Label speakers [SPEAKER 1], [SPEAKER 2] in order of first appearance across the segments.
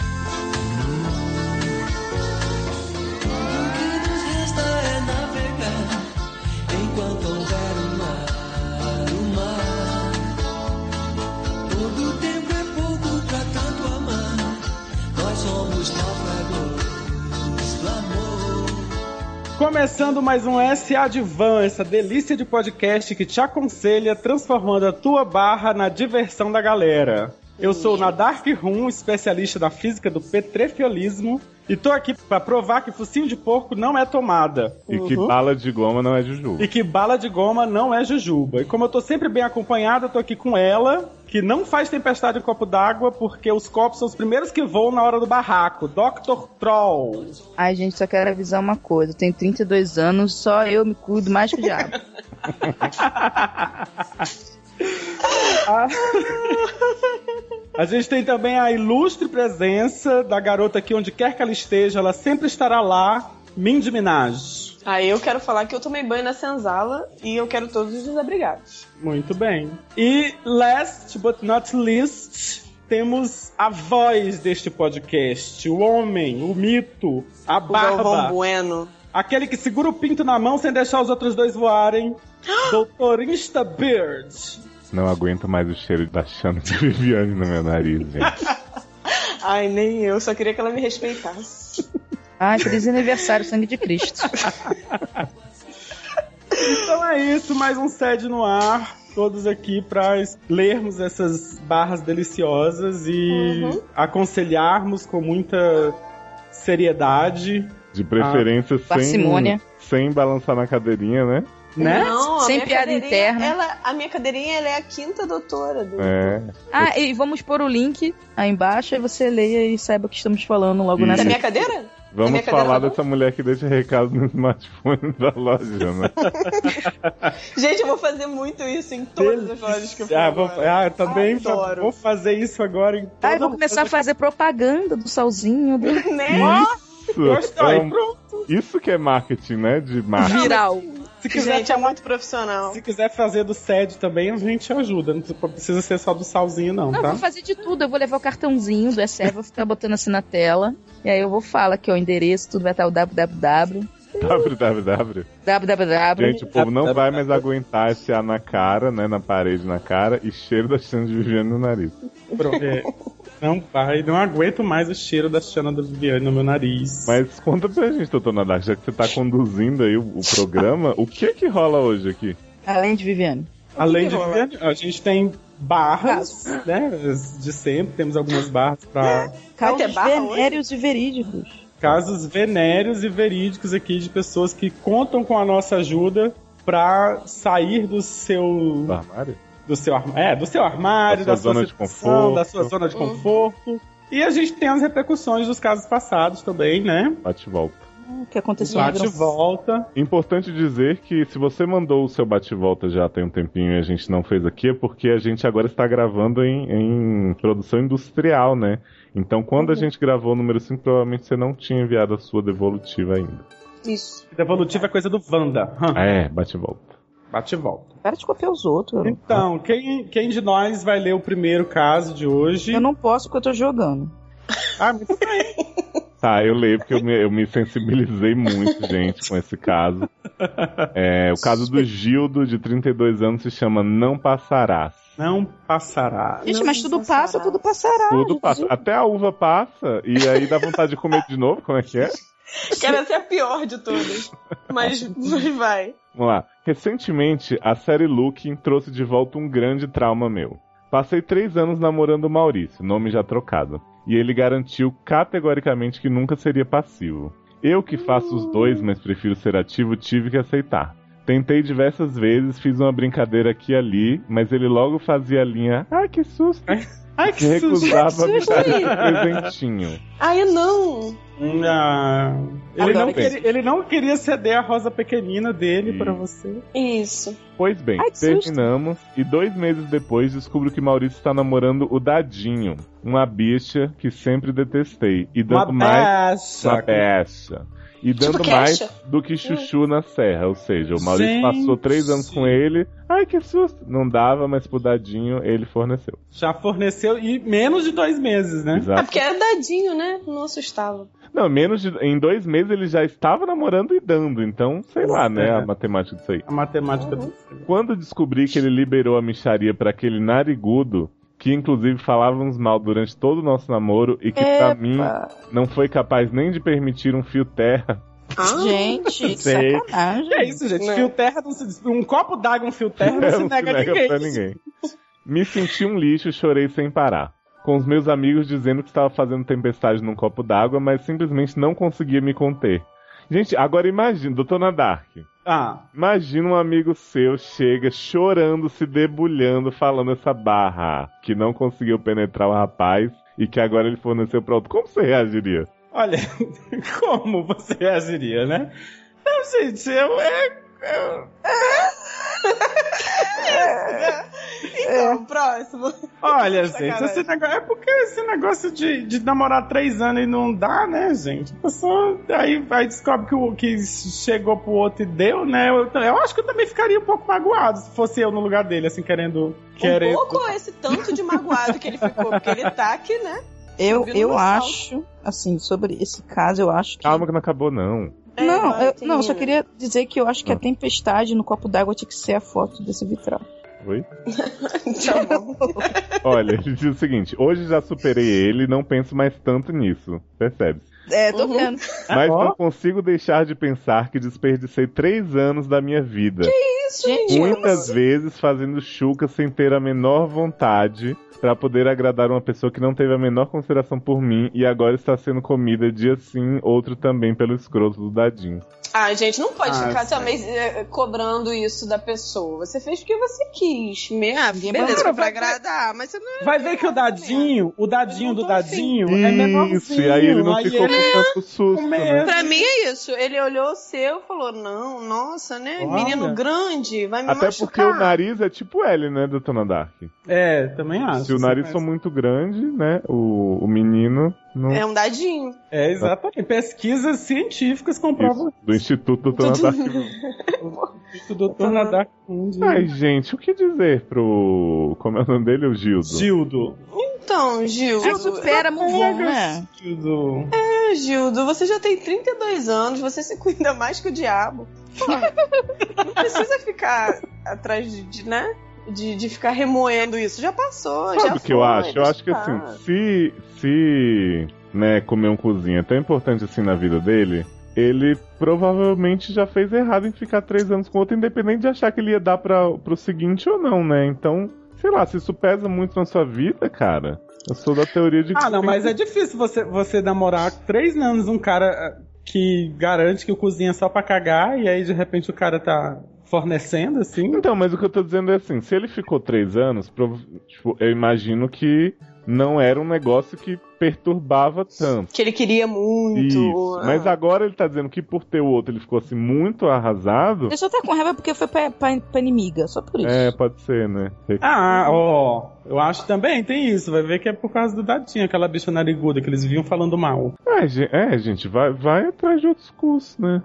[SPEAKER 1] é é somos náufragos, exclamou.
[SPEAKER 2] Começando mais um SA de Van, essa delícia de podcast que te aconselha transformando a tua barra na diversão da galera. Eu sou o Nadar Rum, especialista na física do petrefiolismo, e tô aqui pra provar que focinho de porco não é tomada.
[SPEAKER 3] E que bala de goma não é Juju.
[SPEAKER 2] E que bala de goma não é jujuba. E como eu tô sempre bem acompanhada, eu tô aqui com ela, que não faz tempestade em copo d'água, porque os copos são os primeiros que voam na hora do barraco. Dr. Troll.
[SPEAKER 4] Ai, gente, só quero avisar uma coisa. Eu tenho 32 anos, só eu me cuido mais que o diabo.
[SPEAKER 2] A... A gente tem também a ilustre presença da garota que onde quer que ela esteja, ela sempre estará lá, Mindy Minaj.
[SPEAKER 5] Aí eu quero falar que eu tomei banho na senzala e eu quero todos os desabrigados.
[SPEAKER 2] Muito bem. E last but not least, temos a voz deste podcast, o homem, o mito, a
[SPEAKER 5] O Galvão
[SPEAKER 2] barba,
[SPEAKER 5] Bueno.
[SPEAKER 2] aquele que segura o pinto na mão sem deixar os outros dois voarem, Doutor Insta Beard.
[SPEAKER 3] Não aguento mais o cheiro da chama de Viviane no meu nariz, gente.
[SPEAKER 5] Ai, nem eu, só queria que ela me respeitasse.
[SPEAKER 4] Ai, feliz aniversário, sangue de Cristo.
[SPEAKER 2] Então é isso, mais um sede no ar. Todos aqui para lermos essas barras deliciosas e
[SPEAKER 5] Uhum.
[SPEAKER 2] aconselharmos com muita seriedade,
[SPEAKER 3] De preferência sem,
[SPEAKER 4] parcimônia.
[SPEAKER 3] sem balançar na cadeirinha, né?
[SPEAKER 2] né?
[SPEAKER 5] Não, a
[SPEAKER 4] Sem
[SPEAKER 5] minha
[SPEAKER 4] piada
[SPEAKER 5] cadeirinha,
[SPEAKER 4] interna.
[SPEAKER 5] ela- a minha cadeirinha ela é a quinta doutora. Do...
[SPEAKER 3] É.
[SPEAKER 4] Ah, e vamos pôr o link aí embaixo, aí você leia e saiba o que estamos falando logo
[SPEAKER 3] Isso.
[SPEAKER 4] na
[SPEAKER 5] Da
[SPEAKER 3] Sim.
[SPEAKER 5] minha cadeira?
[SPEAKER 3] Vamos
[SPEAKER 5] minha cadeira
[SPEAKER 3] falar
[SPEAKER 5] tá bom?
[SPEAKER 3] dessa mulher que deixa recado no smartphone da loja, né?
[SPEAKER 5] Gente, eu vou fazer muito isso em todas as lojas que eu for.
[SPEAKER 2] Ah, vou,
[SPEAKER 5] agora.
[SPEAKER 2] ah, eu também fa-
[SPEAKER 5] Adoro.
[SPEAKER 2] vou fazer isso agora então. em
[SPEAKER 4] Ah, eu
[SPEAKER 2] todo
[SPEAKER 4] vou começar a fazer propaganda do salzinho, do
[SPEAKER 5] Né?
[SPEAKER 3] Isso!
[SPEAKER 2] Gostou,
[SPEAKER 3] é
[SPEAKER 2] aí,
[SPEAKER 3] um-
[SPEAKER 2] pronto.
[SPEAKER 3] isso que é marketing, né? De
[SPEAKER 2] Ah,
[SPEAKER 3] marketing.
[SPEAKER 4] viral.
[SPEAKER 2] Se quiser,
[SPEAKER 5] Gente, é muito profissional.
[SPEAKER 2] se quiser fazer do SED também, a gente ajuda. Não precisa ser só do salzinho, não,
[SPEAKER 4] Não, eu
[SPEAKER 2] tá?
[SPEAKER 4] vou fazer de tudo. Eu vou levar o cartãozinho do SF, vou ficar botando assim na tela. E aí eu vou falar aqui, ó, o endereço, tudo vai estar o www.
[SPEAKER 3] www.
[SPEAKER 4] www.
[SPEAKER 3] Gente, o povo não vai mais aguentar esse A na cara, né? Na parede, na cara, e cheiro da chama de Viviane no nariz.
[SPEAKER 2] Pronto, é. Não vai, não aguento mais o cheiro da Xana da Viviane no meu nariz.
[SPEAKER 3] Mas conta pra gente, doutor Nadar, já que você tá conduzindo aí o, o programa, o que é que rola hoje aqui?
[SPEAKER 4] Além de Viviane.
[SPEAKER 2] Além
[SPEAKER 5] que
[SPEAKER 2] de
[SPEAKER 5] rola?
[SPEAKER 2] Viviane, a gente tem barras, né? as De sempre, temos algumas barras para
[SPEAKER 5] Vai ter
[SPEAKER 4] Causos
[SPEAKER 5] barra hoje?
[SPEAKER 4] venéreos e verídicos.
[SPEAKER 2] casos venéreos e verídicos aqui de pessoas que contam com a nossa ajuda pra sair do seu
[SPEAKER 3] Do armário?
[SPEAKER 2] do seu, arm- é, do seu armário, da sua, zona de conforto, da sua zona de
[SPEAKER 5] Uhum.
[SPEAKER 2] conforto. E a gente tem as repercussões dos casos passados também, né?
[SPEAKER 3] Bate e volta.
[SPEAKER 4] O que aconteceu na
[SPEAKER 2] Bate e
[SPEAKER 4] Gran-
[SPEAKER 2] volta.
[SPEAKER 3] Importante dizer que se você mandou o seu bate-volta já tem um tempinho e a gente não fez aqui, é porque a gente agora está gravando em, em produção industrial, né? Então quando a gente gravou o número 5, provavelmente você não tinha enviado a sua devolutiva ainda.
[SPEAKER 5] Isso.
[SPEAKER 2] Devolutiva é coisa do Wanda. Hã,
[SPEAKER 3] É, bate e volta.
[SPEAKER 2] Bate e volta.
[SPEAKER 4] Para de copiar os outros. garoto.
[SPEAKER 2] Então, quem, quem de nós vai ler o primeiro caso de hoje?
[SPEAKER 4] Eu não posso porque eu tô jogando.
[SPEAKER 2] Ah, muito bem.
[SPEAKER 3] Tá, eu leio porque eu me, eu me sensibilizei muito, gente, com esse caso. É, o caso do Gildo, de 32 anos, se chama Não Passarás.
[SPEAKER 2] não passará.
[SPEAKER 4] Gente,
[SPEAKER 5] Não
[SPEAKER 4] mas tudo
[SPEAKER 5] passará.
[SPEAKER 4] passa, tudo
[SPEAKER 5] Tá,
[SPEAKER 4] passará.
[SPEAKER 3] Tudo
[SPEAKER 4] gente.
[SPEAKER 3] passa. Até a uva passa, e aí dá vontade de comer de novo, como é que é?
[SPEAKER 5] Quero ser a pior de todas. Mas, mas vai.
[SPEAKER 3] Vamos lá. Recentemente, a série Looking trouxe de volta um grande trauma meu. Passei três anos namorando o Maurício, nome já trocado, e ele garantiu categoricamente que nunca seria passivo. Eu que faço os dois, mas prefiro ser ativo, tive que aceitar. Tentei diversas vezes, fiz uma brincadeira aqui e ali, mas ele logo fazia a linha. Ai, que susto!
[SPEAKER 2] Ai,
[SPEAKER 3] Se recusava a me
[SPEAKER 4] susto
[SPEAKER 3] dar
[SPEAKER 4] aí.
[SPEAKER 3] um presentinho.
[SPEAKER 5] Ai, eu não.
[SPEAKER 2] Não. Ele,
[SPEAKER 4] Adoro
[SPEAKER 2] não
[SPEAKER 3] que-
[SPEAKER 2] queria, ele não queria ceder a rosa pequenina dele
[SPEAKER 3] Hum.
[SPEAKER 2] pra você.
[SPEAKER 5] Isso.
[SPEAKER 3] Pois bem,
[SPEAKER 4] Ai, que susto.
[SPEAKER 3] terminamos e dois meses depois descubro que Maurício está namorando o Dadinho, uma bicha que sempre detestei.
[SPEAKER 2] Hum,
[SPEAKER 3] E dando mais. Uma
[SPEAKER 2] peça.
[SPEAKER 3] peça. E dando
[SPEAKER 5] Tipo
[SPEAKER 3] mais
[SPEAKER 5] queixa.
[SPEAKER 3] do que chuchu na serra. Ou seja, o Maurício
[SPEAKER 2] Gente.
[SPEAKER 3] passou três anos com ele. Ai, que susto! Não dava, mas pro Dadinho ele forneceu.
[SPEAKER 2] Já forneceu e menos de dois meses, né?
[SPEAKER 5] É
[SPEAKER 3] Exato.
[SPEAKER 5] porque era dadinho, né? Não assustava.
[SPEAKER 3] Não, menos de. Em dois meses ele já estava namorando e dando. Então, sei lá, né?
[SPEAKER 2] É.
[SPEAKER 3] A matemática disso aí.
[SPEAKER 2] A matemática
[SPEAKER 5] Uhum.
[SPEAKER 2] do
[SPEAKER 3] Quando descobri que ele liberou a micharia para aquele narigudo, que inclusive falávamos mal durante todo o nosso namoro e que pra mim
[SPEAKER 5] Ah.
[SPEAKER 3] não foi capaz nem de permitir um fio terra.
[SPEAKER 4] Gente, que
[SPEAKER 3] Sei.
[SPEAKER 4] sacanagem.
[SPEAKER 2] Que é isso, gente?
[SPEAKER 5] Não.
[SPEAKER 2] Fio terra, não se- um copo d'água, um fio terra, não se nega a ninguém.
[SPEAKER 3] pra ninguém. Me senti um lixo e chorei sem parar. Com os meus amigos dizendo que estava fazendo tempestade num copo d'água, mas simplesmente não conseguia me conter. Gente, agora imagina, Doutora Dark.
[SPEAKER 2] Ah,
[SPEAKER 3] Imagina um amigo seu chega chorando, se debulhando, falando essa barra que não conseguiu penetrar o rapaz e que agora ele forneceu pra outro. Como você reagiria?
[SPEAKER 2] olha, como você reagiria, né? Não, gente, eu. É, eu-
[SPEAKER 5] Então, próximo.
[SPEAKER 2] Olha, gente,
[SPEAKER 5] Sacanagem.
[SPEAKER 2] esse negócio. É porque esse negócio de, de namorar três anos e não dá, né, gente? A pessoa. Aí, aí descobre que o que chegou pro outro e deu, né? Eu, eu acho que eu também ficaria um pouco magoado se fosse eu no lugar dele, assim, querendo.
[SPEAKER 5] Um
[SPEAKER 2] querendo
[SPEAKER 5] pouco esse tanto de magoado que ele ficou, porque ele tá aqui, né?
[SPEAKER 4] Eu,
[SPEAKER 5] Subindo
[SPEAKER 4] eu
[SPEAKER 5] no salto.
[SPEAKER 4] acho, assim, sobre esse caso, eu acho que.
[SPEAKER 3] Calma que não acabou, não.
[SPEAKER 4] É, Não, eu, não, eu só
[SPEAKER 5] Martina.
[SPEAKER 4] queria dizer que eu acho que a
[SPEAKER 3] Ah.
[SPEAKER 4] tempestade no copo d'água tinha que ser a foto desse vitral.
[SPEAKER 3] Oi?
[SPEAKER 5] Tá bom.
[SPEAKER 3] Olha, ele diz o seguinte: hoje já superei ele, não penso mais tanto nisso. Percebe?
[SPEAKER 4] É, tô
[SPEAKER 5] Uhum.
[SPEAKER 4] vendo.
[SPEAKER 3] Mas
[SPEAKER 2] ó.
[SPEAKER 3] não consigo deixar de pensar que desperdicei três anos da minha vida.
[SPEAKER 4] Isso, gente.
[SPEAKER 3] Muitas vezes fazendo chuca sem ter a menor vontade pra poder agradar uma pessoa que não teve a menor consideração por mim e agora está sendo comida dia sim, outro também pelo escroto do dadinho.
[SPEAKER 5] Ah, gente, não pode
[SPEAKER 2] Ah,
[SPEAKER 5] ficar
[SPEAKER 2] sim.
[SPEAKER 5] também eh, cobrando isso da pessoa. Você fez porque você quis. Me... Ah,
[SPEAKER 2] mandou.
[SPEAKER 5] beleza, foi pra agradar, mas você não
[SPEAKER 2] Vai ver que o dadinho, o
[SPEAKER 5] né? Eu
[SPEAKER 2] dadinho
[SPEAKER 5] não
[SPEAKER 2] do
[SPEAKER 5] tô assim. afim.
[SPEAKER 2] dadinho é menorzinho.
[SPEAKER 3] Isso, e aí ele não ficou
[SPEAKER 2] ele-
[SPEAKER 3] com tanto susto, né?
[SPEAKER 2] mesmo.
[SPEAKER 5] Pra mim é isso. Ele olhou o seu e falou: Não, nossa, né?
[SPEAKER 2] Olha.
[SPEAKER 5] Menino grande, vai me
[SPEAKER 3] Até porque
[SPEAKER 5] machucar.
[SPEAKER 3] o nariz é tipo L, né, Detona Dark?
[SPEAKER 2] É, também acho.
[SPEAKER 3] Se o nariz for muito grande, né, o, o menino não...
[SPEAKER 5] É um dadinho.
[SPEAKER 2] É, exatamente. Pesquisas científicas comprovam
[SPEAKER 3] Isso, do Instituto Detona Dark.
[SPEAKER 2] isso do Tornadar Fundi.
[SPEAKER 3] Ai, gente, o que dizer pro... como é o nome dele? O Gildo.
[SPEAKER 2] Gildo.
[SPEAKER 5] Então, Gil.
[SPEAKER 4] Ah, supera, Muvon, né?
[SPEAKER 2] Gildo.
[SPEAKER 5] É, Gildo, você já tem 32 anos, você se cuida mais que o diabo. Pô, não precisa ficar atrás de, de, né? De, de ficar remoendo isso. Já passou, já
[SPEAKER 3] Sabe o que eu
[SPEAKER 5] foi,
[SPEAKER 3] acho? Eu
[SPEAKER 5] deixa
[SPEAKER 3] acho que
[SPEAKER 5] pra
[SPEAKER 3] assim,
[SPEAKER 5] lá.
[SPEAKER 3] se, se né, comer um cozinho é tão importante assim na vida dele, ele provavelmente já fez errado em ficar três anos com outro, independente de achar que ele ia dar pra, pro seguinte ou não, né? Então, sei lá, se isso pesa muito na sua vida, cara, eu sou da teoria de que.
[SPEAKER 2] Ah, não,
[SPEAKER 3] tem
[SPEAKER 2] mas
[SPEAKER 3] que-
[SPEAKER 2] é
[SPEAKER 5] Tipo,
[SPEAKER 2] difícil você, você namorar três anos um cara ah, que garante que o cozinha só pra cagar e aí de repente o cara tá fornecendo, assim.
[SPEAKER 3] Então, mas o que eu tô dizendo é assim, se ele ficou três anos, prov- tipo, eu imagino que não era um negócio que perturbava tanto.
[SPEAKER 5] Que ele queria muito. ah,
[SPEAKER 3] Isso. Mas agora ele tá dizendo que por ter o outro ele ficou assim muito arrasado.
[SPEAKER 4] Eu só tô com raiva porque foi pra, pra- pra inimiga, só por isso.
[SPEAKER 3] É, pode ser, né?
[SPEAKER 2] Ah, ó. Eu acho também, tem isso. Vai ver que é por causa do Dadinho, aquela bicha nariguda que eles vinham falando mal.
[SPEAKER 3] É, gen- é, gente, vai, vai atrás de outros cursos, né?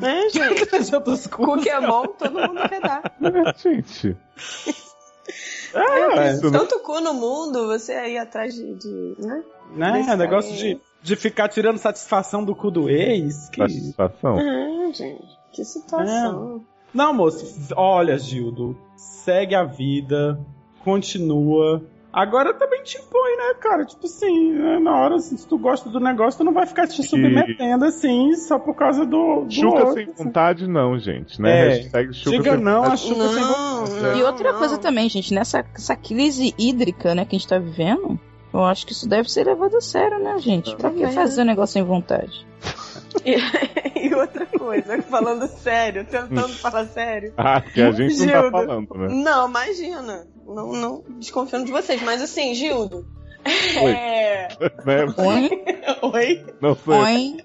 [SPEAKER 5] Né, gente?
[SPEAKER 2] Já dos
[SPEAKER 5] Cu que é bom, todo mundo quer dar.
[SPEAKER 3] É, gente. É,
[SPEAKER 2] É,
[SPEAKER 3] isso, né?
[SPEAKER 5] Tanto cu no mundo, você aí atrás de. de- né?
[SPEAKER 2] Né?
[SPEAKER 5] Desse
[SPEAKER 2] negócio
[SPEAKER 5] aí.
[SPEAKER 2] de, de ficar tirando satisfação do cu do ex. que-
[SPEAKER 3] Satisfação.
[SPEAKER 5] Ah, gente. Que situação.
[SPEAKER 2] Não, moço. Olha, Gildo. Segue a vida. Continua. Agora também te impõe, né, cara? Tipo assim, né, na hora, assim, se tu gosta do negócio, tu não vai ficar te submetendo assim, só por causa do. do
[SPEAKER 3] Chuca
[SPEAKER 2] outro,
[SPEAKER 3] sem
[SPEAKER 2] assim.
[SPEAKER 3] vontade, não, gente,
[SPEAKER 2] É.
[SPEAKER 3] né? Hashtag chuca
[SPEAKER 2] Diga
[SPEAKER 3] sem
[SPEAKER 2] não a
[SPEAKER 3] vontade.
[SPEAKER 2] chuca sem vontade.
[SPEAKER 5] não,
[SPEAKER 4] E outra
[SPEAKER 5] não.
[SPEAKER 4] coisa também, gente, nessa essa crise hídrica, né, que a gente tá vivendo, eu acho que isso deve ser levado a sério, né, gente? Pra que
[SPEAKER 5] Também,
[SPEAKER 4] fazer um negócio sem vontade?
[SPEAKER 5] E outra coisa, falando sério, tentando
[SPEAKER 3] Hum.
[SPEAKER 5] falar sério.
[SPEAKER 3] Ah, que a gente não tá
[SPEAKER 5] Gilda.
[SPEAKER 3] falando, né?
[SPEAKER 5] Não, imagina. Não, não desconfiando de vocês, mas assim, Gildo.
[SPEAKER 3] Oi.
[SPEAKER 5] É.
[SPEAKER 3] Né?
[SPEAKER 4] Oi,
[SPEAKER 5] Oi.
[SPEAKER 3] Não sei.
[SPEAKER 4] oi,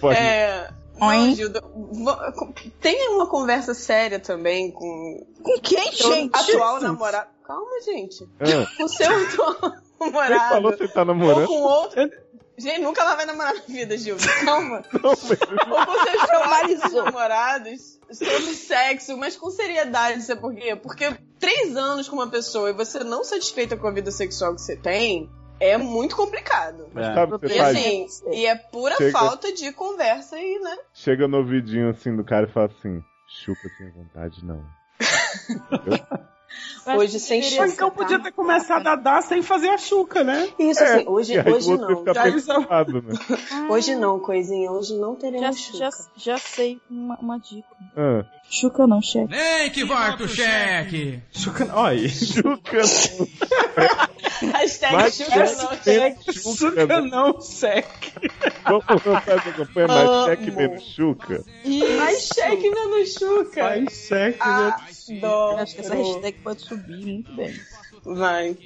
[SPEAKER 3] Pode... Ah,
[SPEAKER 5] É.
[SPEAKER 4] Oi.
[SPEAKER 5] Não, Gildo. vo- Tenha uma conversa séria também com
[SPEAKER 4] com quem,
[SPEAKER 5] seu
[SPEAKER 4] gente?
[SPEAKER 5] atual namorado. Calma, gente.
[SPEAKER 3] Ah,
[SPEAKER 5] Com seu atual
[SPEAKER 3] quem falou
[SPEAKER 5] namorado.
[SPEAKER 3] que você tá
[SPEAKER 5] Ou
[SPEAKER 3] namorando?
[SPEAKER 5] com outro. Gente, nunca ela vai namorar na vida, Gildo. Calma.
[SPEAKER 3] Não, mas-
[SPEAKER 5] Ou com seus próprios
[SPEAKER 4] Normalizou.
[SPEAKER 5] namorados sobre sexo, mas com seriedade, sabe por quê? Porque três anos com uma pessoa e você não satisfeita com a vida sexual que você tem é muito complicado.
[SPEAKER 2] É.
[SPEAKER 3] sabe o que você
[SPEAKER 5] E
[SPEAKER 3] faz?
[SPEAKER 5] assim, e é pura
[SPEAKER 3] Chega.
[SPEAKER 5] falta de conversa e, né?
[SPEAKER 3] Chega no ouvidinho assim do cara e fala assim: Chuca sem vontade, não. Entendeu?
[SPEAKER 5] Hoje sem
[SPEAKER 4] deveria
[SPEAKER 2] Ou
[SPEAKER 4] ser.
[SPEAKER 5] chance.
[SPEAKER 4] tá?
[SPEAKER 2] então podia ter começado a dar sem fazer a chuca, né?
[SPEAKER 5] Isso, assim, hoje,
[SPEAKER 3] É, E aí
[SPEAKER 5] hoje
[SPEAKER 3] o outro ia
[SPEAKER 5] não.
[SPEAKER 3] ficar
[SPEAKER 2] Já isso-
[SPEAKER 3] preocupado, né?
[SPEAKER 5] Hoje não, coisinha. Hoje não teremos
[SPEAKER 4] Já,
[SPEAKER 5] chuca.
[SPEAKER 4] já, já sei uma, uma dica.
[SPEAKER 3] Ah,
[SPEAKER 4] Chuca não, chefe.
[SPEAKER 6] Nem que volta o cheque!
[SPEAKER 2] Chuca, olha aí.
[SPEAKER 3] Chuca,
[SPEAKER 5] Hashtag
[SPEAKER 3] Mas
[SPEAKER 5] chuca não chega.
[SPEAKER 2] Chuca não seca.
[SPEAKER 3] vamos lançar essa campanha, mas é
[SPEAKER 5] Amo.
[SPEAKER 3] cheque menos Chuca.
[SPEAKER 5] Hashtag menos chuca. Ah,
[SPEAKER 2] Ai, cheque,
[SPEAKER 5] Adoro.
[SPEAKER 4] Acho que essa hashtag pode subir muito bem.
[SPEAKER 5] Vai.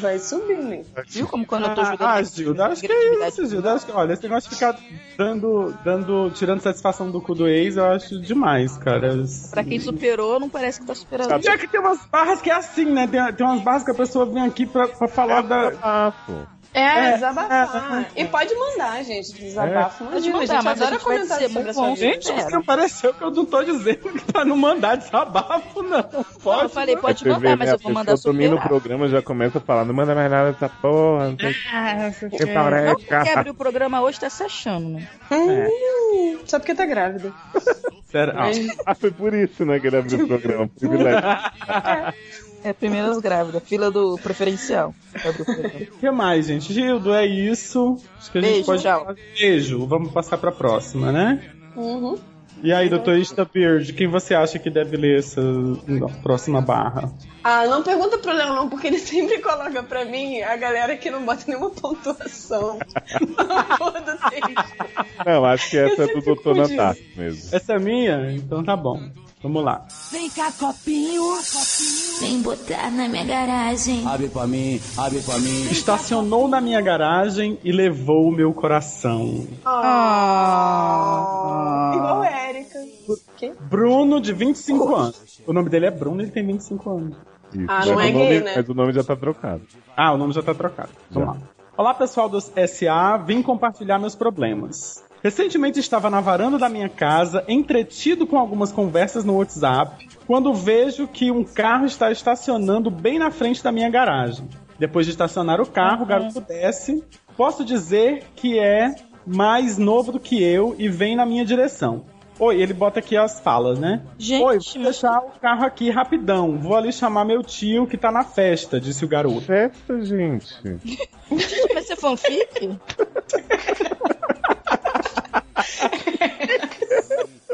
[SPEAKER 5] Vai subir, né?
[SPEAKER 3] é
[SPEAKER 4] Viu como quando eu tô
[SPEAKER 2] Ah,
[SPEAKER 4] jogando.
[SPEAKER 2] ah, Gilda, acho que é isso, Gilda. Acho que, olha, esse negócio de ficar dando, dando, tirando satisfação do cu do ex, eu acho demais, cara.
[SPEAKER 4] Pra quem superou, não parece que tá superando.
[SPEAKER 3] Tá
[SPEAKER 2] Já que tem umas barras que é assim, né? Tem, tem umas barras que a pessoa vem aqui pra, pra falar
[SPEAKER 4] é
[SPEAKER 2] da.
[SPEAKER 3] Desabafo.
[SPEAKER 5] É,
[SPEAKER 2] É,
[SPEAKER 5] desabafar. É. E pode mandar, gente. Desabafo. Manda,
[SPEAKER 4] Pode
[SPEAKER 5] a gente
[SPEAKER 4] mandar, mas a
[SPEAKER 5] adora
[SPEAKER 4] gente vai
[SPEAKER 5] comentar
[SPEAKER 4] ser
[SPEAKER 5] sobre
[SPEAKER 4] muito
[SPEAKER 5] a sua
[SPEAKER 4] bom. é.
[SPEAKER 5] vida.
[SPEAKER 2] Gente, mas não pareceu que eu não tô dizendo que pra não mandar desabafo, não.
[SPEAKER 4] Não, eu
[SPEAKER 2] Pode.
[SPEAKER 4] falei, pode
[SPEAKER 3] Você vê,
[SPEAKER 4] mandar, mas
[SPEAKER 3] né,
[SPEAKER 4] eu vou mandar
[SPEAKER 3] A pessoa domina o
[SPEAKER 4] superar.
[SPEAKER 3] programa já começa a falar, não manda mais nada dessa porra, não tem que
[SPEAKER 4] Não
[SPEAKER 3] parece,
[SPEAKER 4] que
[SPEAKER 3] "É, cara.
[SPEAKER 4] abre o programa hoje tá se achando, né?
[SPEAKER 5] Hum, Só porque tá grávida.
[SPEAKER 2] Será?
[SPEAKER 3] Ah, foi por isso, né, que ele abriu o programa. Privilégio.
[SPEAKER 4] É primeiras grávidas, fila do preferencial. Abre o programa.
[SPEAKER 2] O que mais, gente? Gildo, é isso. Acho que a gente
[SPEAKER 4] Beijo,
[SPEAKER 2] pode.
[SPEAKER 4] tchau.
[SPEAKER 2] Beijo. Vamos passar pra próxima, né?
[SPEAKER 5] Uhum.
[SPEAKER 2] E aí, doutorista Beard, quem você acha que deve ler essa próxima barra?
[SPEAKER 5] Ah, não pergunta pro Léo não, porque ele sempre coloca pra mim a galera que não bota nenhuma pontuação. Foda-se.
[SPEAKER 3] Não, acho que essa é do
[SPEAKER 5] sempre
[SPEAKER 3] Dr.
[SPEAKER 5] confundi.
[SPEAKER 3] Natasco mesmo.
[SPEAKER 2] Essa é minha? Então tá bom. Vamos lá.
[SPEAKER 7] Vem botar na minha garagem.
[SPEAKER 1] Abre pra mim, abre pra mim.
[SPEAKER 2] Estacionou na minha garagem e levou o meu coração.
[SPEAKER 5] Ah. Igual a Érica. Quê?
[SPEAKER 2] Bruno, de 25 anos. O nome dele é Bruno, ele tem 25 anos.
[SPEAKER 3] Isso,
[SPEAKER 5] Ah,
[SPEAKER 3] mas
[SPEAKER 5] não é
[SPEAKER 3] o nome-
[SPEAKER 5] gay, né?
[SPEAKER 3] Mas o nome já tá trocado.
[SPEAKER 2] Ah, o nome já tá trocado. Vamos lá. Olá, pessoal do SA, vim compartilhar meus problemas. Recentemente estava na varanda da minha casa, entretido com algumas conversas no WhatsApp, quando vejo que um carro está estacionando bem na frente da minha garagem. Depois de estacionar o carro, o garoto desce. Posso dizer que é mais novo do que eu e vem na minha direção. Oi, ele bota aqui as falas, né?
[SPEAKER 4] Gente,
[SPEAKER 2] Oi, vou deixar o carro aqui rapidão. Vou ali chamar meu tio que tá na festa, disse o garoto.
[SPEAKER 3] Festa, gente.
[SPEAKER 4] Vai ser é fanfic?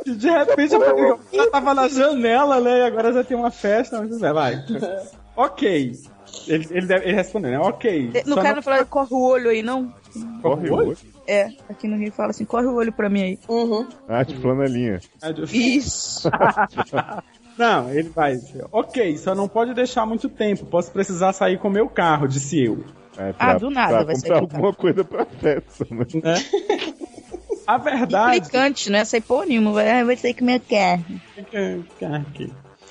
[SPEAKER 2] De repente, eu já tava na janela, né? E agora já tem uma festa. Mas, né, vai. ok. Ele, ele, deve- ele respondeu, né? Ok.
[SPEAKER 4] Eh, No
[SPEAKER 2] Só
[SPEAKER 4] cara não fala, corre o olho aí, não?
[SPEAKER 2] não-
[SPEAKER 3] Corre
[SPEAKER 2] Oi?
[SPEAKER 3] hoje.
[SPEAKER 4] É, aqui no Rio fala assim, corre o olho pra mim aí.
[SPEAKER 5] Uhum.
[SPEAKER 3] Ah, de flanelinha.
[SPEAKER 4] Isso.
[SPEAKER 2] Não, ele vai. Ok, só não pode deixar muito tempo. Posso precisar sair com meu carro, disse eu.
[SPEAKER 3] É,
[SPEAKER 4] Ah, do nada
[SPEAKER 3] pra
[SPEAKER 4] vai
[SPEAKER 3] comprar
[SPEAKER 4] sair do
[SPEAKER 3] alguma coisa pra festa, né?
[SPEAKER 2] Né? A verdade.
[SPEAKER 4] Implicante, né? Sem porra nenhuma. Vai, ah, vai ter que me quer.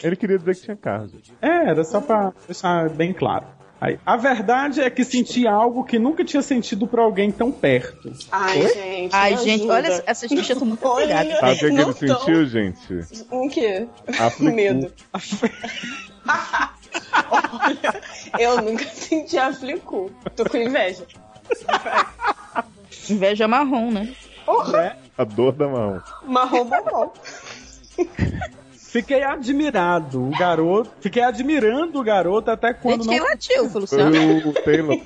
[SPEAKER 3] Ele queria dizer que tinha carro, gente.
[SPEAKER 2] É, era só pra deixar bem claro. Aí, a verdade é que senti algo que nunca tinha sentido pra alguém tão perto.
[SPEAKER 5] Ai, gente.
[SPEAKER 4] Ai,
[SPEAKER 5] me
[SPEAKER 4] gente,
[SPEAKER 5] ajuda.
[SPEAKER 4] olha, essas bichas estão muito
[SPEAKER 5] Olha.
[SPEAKER 4] pegadas.
[SPEAKER 3] Sabe o que, que
[SPEAKER 5] Não
[SPEAKER 3] ele
[SPEAKER 5] tão.
[SPEAKER 3] sentiu, gente?
[SPEAKER 5] Um quê?
[SPEAKER 3] Aflição.
[SPEAKER 5] Medo. Olha, eu nunca senti aflicu. Tô com inveja.
[SPEAKER 4] Inveja marrom, né?
[SPEAKER 2] Né?
[SPEAKER 3] A dor da mão.
[SPEAKER 5] Marrom bom.
[SPEAKER 2] Fiquei admirado, o garoto. Fiquei admirando o garoto até quando
[SPEAKER 4] Gente, quem
[SPEAKER 2] não.
[SPEAKER 4] latiu? Foi o
[SPEAKER 3] Foi
[SPEAKER 4] Luciano?
[SPEAKER 3] o Taylor.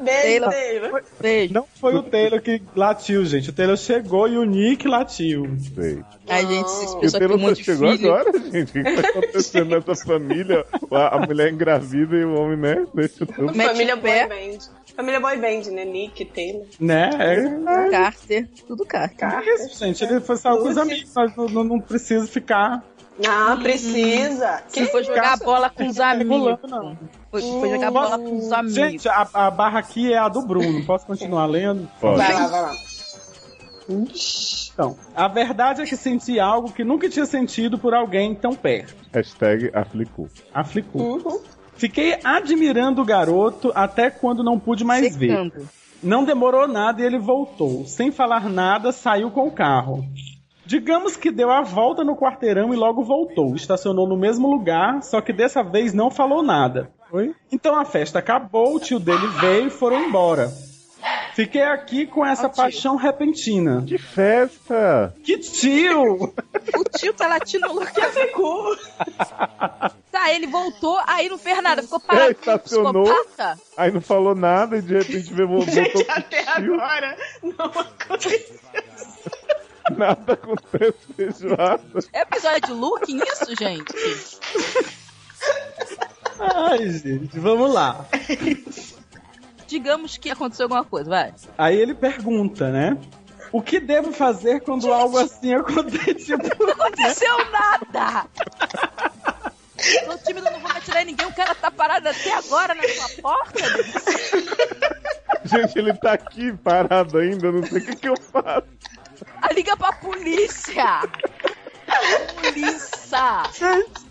[SPEAKER 5] Beijo,
[SPEAKER 4] Taylor.
[SPEAKER 5] Taylor.
[SPEAKER 4] Beijo.
[SPEAKER 2] Não foi o Taylor que latiu, gente. O Taylor chegou e o Nick latiu.
[SPEAKER 3] Sei.
[SPEAKER 4] Ai, gente, essas
[SPEAKER 3] E o
[SPEAKER 4] pessoas têm um
[SPEAKER 3] Taylor só
[SPEAKER 4] monte de
[SPEAKER 3] chegou
[SPEAKER 4] filho.
[SPEAKER 3] agora, gente. O que que tá acontecendo nessa família? A, a mulher engravida e o homem, né? Deixa tudo.
[SPEAKER 4] Mete
[SPEAKER 5] Família
[SPEAKER 4] o
[SPEAKER 5] boy
[SPEAKER 4] pé.
[SPEAKER 5] band. Família boy band, né? Nick, Taylor.
[SPEAKER 2] Né? É,
[SPEAKER 4] Carter. Tudo Carter.
[SPEAKER 2] é isso, gente. Ele foi saiu com os amigos, mas não, não- não precisa ficar
[SPEAKER 5] Ah, precisa.
[SPEAKER 4] Uhum. Se for jogar a bola Tá com os amigos.
[SPEAKER 2] regulando, não.
[SPEAKER 4] Foi, foi jogar bola com os amigos.
[SPEAKER 2] Gente, a, a barra aqui é a do Bruno. Posso continuar lendo?
[SPEAKER 3] Pode.
[SPEAKER 5] Vai lá, vai lá.
[SPEAKER 2] Então, a verdade é que senti algo que nunca tinha sentido por alguém tão perto.
[SPEAKER 3] Hashtag aflicou.
[SPEAKER 2] Aflicou.
[SPEAKER 5] Uhum.
[SPEAKER 2] Fiquei admirando o garoto até quando não pude mais ver.
[SPEAKER 4] Secando.
[SPEAKER 2] Não demorou nada e ele voltou. Sem falar nada, saiu com o carro. Digamos que deu a volta no quarteirão e logo voltou. Estacionou no mesmo lugar, só que dessa vez não falou nada. Então a festa acabou, o tio dele veio e foram embora. Fiquei aqui com essa
[SPEAKER 4] Ó, tio.
[SPEAKER 2] paixão repentina.
[SPEAKER 3] Que festa!
[SPEAKER 2] Que tio!
[SPEAKER 4] O tio tá latindo louco.
[SPEAKER 5] Ficou.
[SPEAKER 4] Tá, ele voltou, aí não fez nada. Ficou parado.
[SPEAKER 3] Ele estacionou.
[SPEAKER 4] Psicopata.
[SPEAKER 3] Aí não falou nada e de repente veio voltou com
[SPEAKER 5] Gente,
[SPEAKER 3] o
[SPEAKER 5] até
[SPEAKER 3] tio.
[SPEAKER 5] agora não aconteceu.
[SPEAKER 3] Nada acontece feijoada.
[SPEAKER 4] É episódio de Luke isso, gente?
[SPEAKER 2] Ai, gente, vamos lá.
[SPEAKER 4] Digamos que aconteceu alguma coisa, vai.
[SPEAKER 2] Aí ele pergunta, né? O que devo fazer quando algo assim acontece? Tipo,
[SPEAKER 4] Não aconteceu nada! Tô tímido, não vou mais tirar ninguém. O cara tá parado até agora na sua porta.
[SPEAKER 3] Gente, ele tá aqui parado ainda, eu não sei o que, que eu faço.
[SPEAKER 4] Ah, Liga pra polícia! Polícia!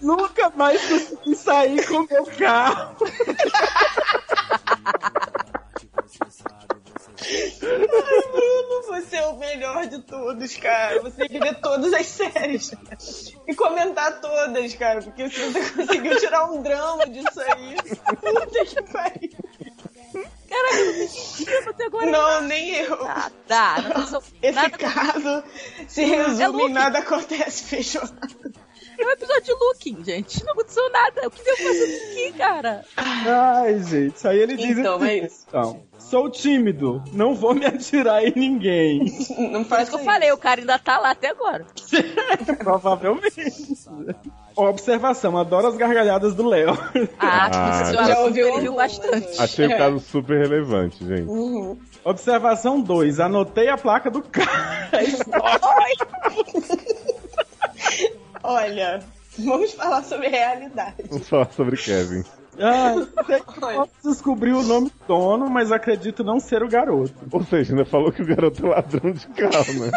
[SPEAKER 2] nunca mais consegui sair com meu carro.
[SPEAKER 5] Bruno, você é o melhor de todos, cara. Você tem que ver todas as séries e comentar todas, cara, porque se você conseguiu tirar um drama disso aí, puta que pariu.
[SPEAKER 4] Caralho, eu não sei até agora.
[SPEAKER 5] Não, nem eu.
[SPEAKER 4] Nada, não aconteceu
[SPEAKER 5] Esse
[SPEAKER 4] nada.
[SPEAKER 5] caso se
[SPEAKER 4] É
[SPEAKER 5] resume
[SPEAKER 4] Luke.
[SPEAKER 5] em nada acontece, fechou.
[SPEAKER 4] É um episódio de Looking, gente. Não aconteceu nada. O que deu pra fazer aqui, cara?
[SPEAKER 2] Ai, gente, aí ele diz
[SPEAKER 5] Então,
[SPEAKER 2] assim,
[SPEAKER 5] é isso.
[SPEAKER 2] então, sou tímido, não vou me atirar em ninguém.
[SPEAKER 5] Não
[SPEAKER 4] Por
[SPEAKER 5] faz
[SPEAKER 4] isso que eu
[SPEAKER 5] isso.
[SPEAKER 4] falei, o cara ainda tá lá até agora.
[SPEAKER 2] Provavelmente. Observação, adoro as gargalhadas do Léo.
[SPEAKER 4] Ah, acho
[SPEAKER 3] Ah,
[SPEAKER 4] que
[SPEAKER 3] já
[SPEAKER 4] esse senhor
[SPEAKER 5] ouviu
[SPEAKER 4] ele riu
[SPEAKER 5] algumas,
[SPEAKER 4] bastante.
[SPEAKER 3] Achei o caso super relevante, gente.
[SPEAKER 5] Uhum.
[SPEAKER 2] Observação 2, anotei a placa do carro.
[SPEAKER 5] Olha, vamos falar sobre realidade.
[SPEAKER 3] Vamos falar sobre Kevin.
[SPEAKER 2] Ah, sei que posso descobrir o nome do dono, mas acredito não ser o garoto.
[SPEAKER 3] Ou seja, ainda falou que o garoto é ladrão de carro, né?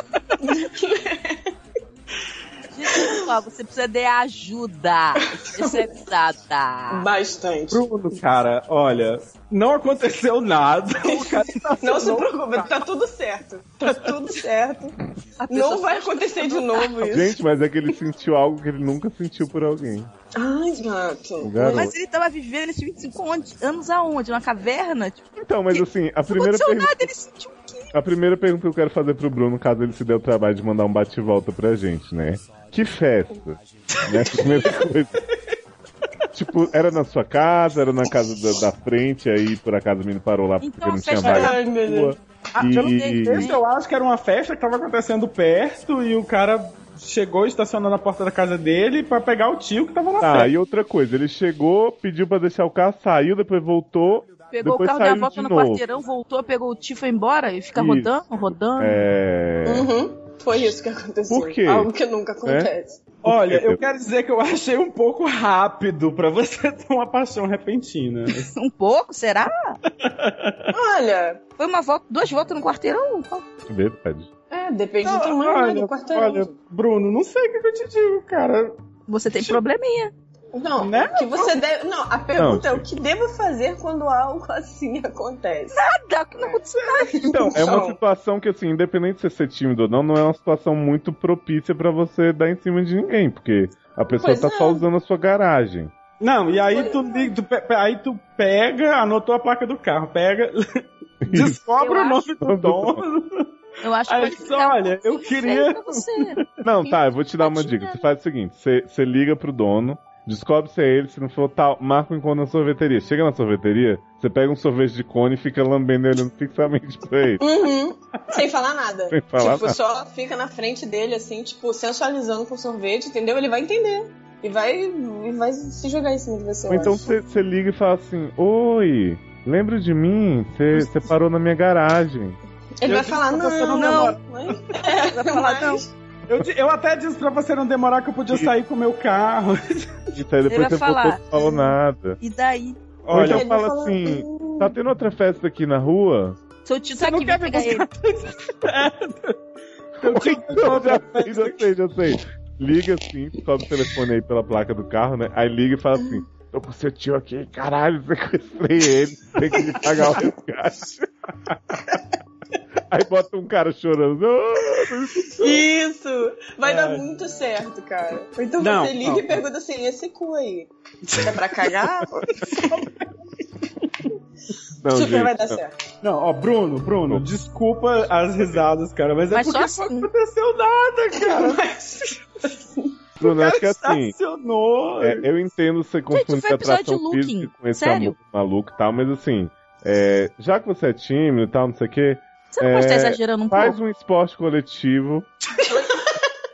[SPEAKER 4] Gente, pessoal, você precisa de ajuda especializada.
[SPEAKER 5] Bastante.
[SPEAKER 2] Bruno, cara, olha, não aconteceu nada. O cara tá
[SPEAKER 5] Não se preocupe, tá tudo certo. Tá tudo certo.
[SPEAKER 4] A pessoa
[SPEAKER 5] Não vai acontecer de novo isso.
[SPEAKER 3] Gente, mas é que ele sentiu algo que ele nunca sentiu por alguém.
[SPEAKER 5] Ai, gato.
[SPEAKER 3] O garoto.
[SPEAKER 4] Mas ele tava vivendo esses 25 onde- anos aonde? Numa caverna? Tipo,
[SPEAKER 3] Então, mas assim, a
[SPEAKER 4] não
[SPEAKER 3] primeira,
[SPEAKER 4] aconteceu
[SPEAKER 3] pergunta,
[SPEAKER 4] nada, ele sentiu o quê?
[SPEAKER 3] a primeira pergunta que eu quero fazer pro Bruno, caso ele se dê o trabalho de mandar um bate-volta pra gente, né? Que festa! né? Primeira coisa. Tipo, era na sua casa, era na casa da, da frente, aí por acaso o menino parou lá porque
[SPEAKER 4] Então,
[SPEAKER 3] não tinha
[SPEAKER 4] fecha
[SPEAKER 3] vaga
[SPEAKER 5] Ai, meu
[SPEAKER 3] na rua.
[SPEAKER 5] Deus.
[SPEAKER 2] pelo
[SPEAKER 3] E,
[SPEAKER 2] Esse eu acho que era uma festa que tava acontecendo perto e o cara chegou estacionou na porta da casa dele pra pegar o tio que tava na
[SPEAKER 3] tá,
[SPEAKER 2] festa.
[SPEAKER 3] e outra coisa, ele chegou, pediu pra deixar o carro, saiu, depois voltou.
[SPEAKER 4] Pegou
[SPEAKER 3] depois
[SPEAKER 4] o carro, deu a
[SPEAKER 3] saiu
[SPEAKER 4] volta
[SPEAKER 3] de
[SPEAKER 4] no
[SPEAKER 3] novo.
[SPEAKER 4] quarteirão, voltou, pegou o tio, foi embora e fica
[SPEAKER 3] Isso.
[SPEAKER 4] rodando, rodando.
[SPEAKER 3] É...
[SPEAKER 5] Uhum. Foi isso que aconteceu.
[SPEAKER 3] Por quê? É?
[SPEAKER 5] Algo que nunca acontece.
[SPEAKER 2] Olha, eu quero dizer que eu achei um pouco rápido pra você ter uma paixão repentina.
[SPEAKER 4] Um pouco, será?
[SPEAKER 5] Olha,
[SPEAKER 4] Foi uma volta, duas voltas no quarteirão?
[SPEAKER 5] Hum.
[SPEAKER 3] Verdade.
[SPEAKER 5] é, depende do tamanho né,
[SPEAKER 2] olha,
[SPEAKER 5] do quarteirão.
[SPEAKER 2] olha, Bruno, não sei o que eu te digo, cara.
[SPEAKER 4] Você tem probleminha.
[SPEAKER 5] Não,
[SPEAKER 2] Né?
[SPEAKER 5] o que você deve. Não, a pergunta
[SPEAKER 3] Não,
[SPEAKER 5] é o que devo fazer quando algo assim acontece.
[SPEAKER 4] Nada, que não aconteceu nada.
[SPEAKER 3] Então, é uma
[SPEAKER 5] Então.
[SPEAKER 3] situação que, assim, independente de você ser tímido ou não, não é uma situação muito propícia pra você dar em cima de ninguém, porque a pessoa
[SPEAKER 5] Pois
[SPEAKER 3] tá
[SPEAKER 5] é.
[SPEAKER 3] só usando a sua garagem.
[SPEAKER 2] Não, e aí tu, li- tu pe- pe- aí tu pega, anotou a placa do carro, pega, descobre
[SPEAKER 4] Eu
[SPEAKER 2] o nome do
[SPEAKER 3] acho-
[SPEAKER 2] dono.
[SPEAKER 4] Eu acho
[SPEAKER 2] Aí
[SPEAKER 4] que
[SPEAKER 2] diz, olha, eu queria.
[SPEAKER 4] Pra você.
[SPEAKER 3] Não, tá, eu vou te dar uma dica. Você faz o seguinte: você você liga pro dono, descobre se é ele, se não for, tal, marca um encontro na sorveteria. Chega na sorveteria, você pega um sorvete de cone e fica lambendo e olhando fixamente pra ele.
[SPEAKER 5] Uhum. Sem falar nada.
[SPEAKER 3] Sem falar
[SPEAKER 5] tipo,
[SPEAKER 3] nada.
[SPEAKER 5] só fica na frente dele, assim, tipo, sensualizando com sorvete, entendeu? Ele vai entender. E vai, e vai se jogar em cima de você.
[SPEAKER 3] Ou
[SPEAKER 5] eu
[SPEAKER 3] então
[SPEAKER 5] acho.
[SPEAKER 3] você você liga e fala assim: Oi, lembra de mim? Você você parou na minha garagem.
[SPEAKER 5] Ele
[SPEAKER 2] Eu
[SPEAKER 5] vai
[SPEAKER 2] disse
[SPEAKER 5] falar,
[SPEAKER 2] pra você não
[SPEAKER 5] não, não. mas- É,
[SPEAKER 4] Vai falar, não.
[SPEAKER 5] mas-
[SPEAKER 2] Eu, di- eu até disse pra você não demorar que eu podia sair com o meu carro.
[SPEAKER 3] Então aí depois
[SPEAKER 4] vai
[SPEAKER 3] você
[SPEAKER 4] falar.
[SPEAKER 3] voltou e não falou nada.
[SPEAKER 4] E daí?
[SPEAKER 3] Ou então
[SPEAKER 2] Olha,
[SPEAKER 5] Ele vai
[SPEAKER 3] fala
[SPEAKER 5] falar,
[SPEAKER 3] assim: tá tendo outra festa aqui na rua?
[SPEAKER 4] Seu tio
[SPEAKER 2] Você
[SPEAKER 4] tá
[SPEAKER 2] não
[SPEAKER 4] aqui,
[SPEAKER 2] quer
[SPEAKER 4] vai
[SPEAKER 2] me
[SPEAKER 4] pegar ele.
[SPEAKER 2] eu
[SPEAKER 3] Ou
[SPEAKER 2] tinha
[SPEAKER 3] então, já sei, já sei, já sei. Liga assim, sobe o telefone aí pela placa do carro, né? Aí liga e fala assim: tô com seu tio aqui, caralho, sequestrei ele, tem que me pagar o resgate. Aí bota um cara chorando. "Ah,
[SPEAKER 5] Isso! Vai
[SPEAKER 2] Ai.
[SPEAKER 5] dar muito certo, cara. Ou Então
[SPEAKER 2] Não,
[SPEAKER 5] você liga
[SPEAKER 2] não.
[SPEAKER 5] e pergunta assim: esse cu aí? É pra cagar?
[SPEAKER 3] Não,
[SPEAKER 5] Super
[SPEAKER 3] gente,
[SPEAKER 5] Tipo, vai dar
[SPEAKER 3] não.
[SPEAKER 5] certo.
[SPEAKER 2] Não, ó, Bruno, Bruno, desculpa as risadas, cara, mas,
[SPEAKER 4] Mas
[SPEAKER 2] é porque
[SPEAKER 4] só assim.
[SPEAKER 2] não aconteceu nada, cara.
[SPEAKER 5] Mas
[SPEAKER 3] Bruno, acho que É assim.
[SPEAKER 2] Estacionou.
[SPEAKER 3] É, eu entendo você confundir
[SPEAKER 4] foi episódio
[SPEAKER 3] atração
[SPEAKER 4] de looking,
[SPEAKER 3] física com esse
[SPEAKER 4] sério?
[SPEAKER 3] amor maluco e tal, mas assim, é, já que você é tímido e tal, não sei o quê,
[SPEAKER 4] Você não pode estar
[SPEAKER 3] É,
[SPEAKER 4] exagerando um
[SPEAKER 3] faz
[SPEAKER 4] pouco?
[SPEAKER 3] um esporte coletivo.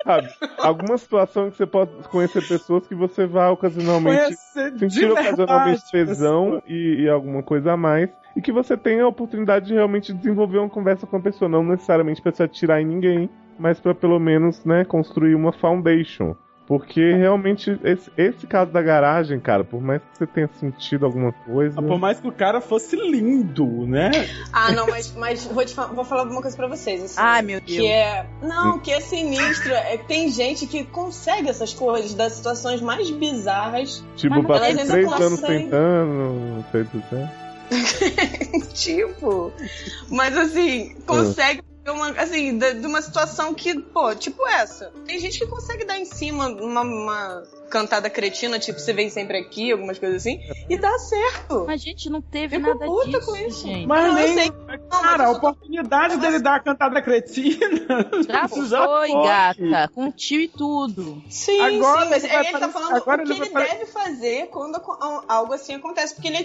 [SPEAKER 3] sabe? Alguma situação que você pode conhecer pessoas que você vai ocasionalmente
[SPEAKER 2] Conhecer de
[SPEAKER 3] sentir ocasionalmente
[SPEAKER 2] verdade,
[SPEAKER 3] tesão
[SPEAKER 2] pessoa.
[SPEAKER 3] e, e alguma coisa a mais. E que você tenha a oportunidade de realmente desenvolver uma conversa com a pessoa, não necessariamente pra se atirar em ninguém, mas pra pelo menos, né, construir uma foundation. Porque realmente esse, esse caso da garagem, cara, por mais que você tenha sentido alguma coisa.
[SPEAKER 2] Ah, Por mais que o cara fosse lindo, né?
[SPEAKER 5] Ah, não, mas, mas vou, te fa- vou falar uma coisa pra vocês. assim.
[SPEAKER 4] Ai, meu Deus.
[SPEAKER 5] Que é. Não, que é sinistro. É que tem gente que consegue essas coisas das situações mais bizarras.
[SPEAKER 3] Tipo,
[SPEAKER 4] Mas não
[SPEAKER 3] passei
[SPEAKER 5] tem
[SPEAKER 3] três
[SPEAKER 5] ejaculação.
[SPEAKER 3] anos tentando, não sei se é.
[SPEAKER 5] Tipo. Mas assim, consegue. ter Uma, assim, da- de, uma situação que, pô, tipo essa. Tem gente que consegue dar em cima uma, uma cantada cretina, tipo, você vem sempre aqui, algumas coisas assim, e dá certo.
[SPEAKER 4] é- Mas, gente, não teve
[SPEAKER 5] Fico
[SPEAKER 4] nada
[SPEAKER 5] puta
[SPEAKER 4] disso,
[SPEAKER 5] com isso.
[SPEAKER 4] gente.
[SPEAKER 2] Mas
[SPEAKER 5] Não, eu
[SPEAKER 2] nem,
[SPEAKER 5] sei. Não, mas
[SPEAKER 2] cara, a
[SPEAKER 5] eu tô-
[SPEAKER 2] oportunidade dele dar a cantada cretina.
[SPEAKER 4] Já
[SPEAKER 2] isso
[SPEAKER 4] foi,
[SPEAKER 2] já foi.
[SPEAKER 4] gata. Com tio e tudo.
[SPEAKER 5] Sim,
[SPEAKER 2] Agora
[SPEAKER 5] sim, mas
[SPEAKER 2] ele vai
[SPEAKER 5] ele, tá
[SPEAKER 2] parecer-
[SPEAKER 5] falando
[SPEAKER 2] agora
[SPEAKER 5] o
[SPEAKER 2] ele
[SPEAKER 5] que
[SPEAKER 2] vai
[SPEAKER 5] ele
[SPEAKER 2] pare-
[SPEAKER 5] deve fazer quando aco- algo assim acontece, porque ele é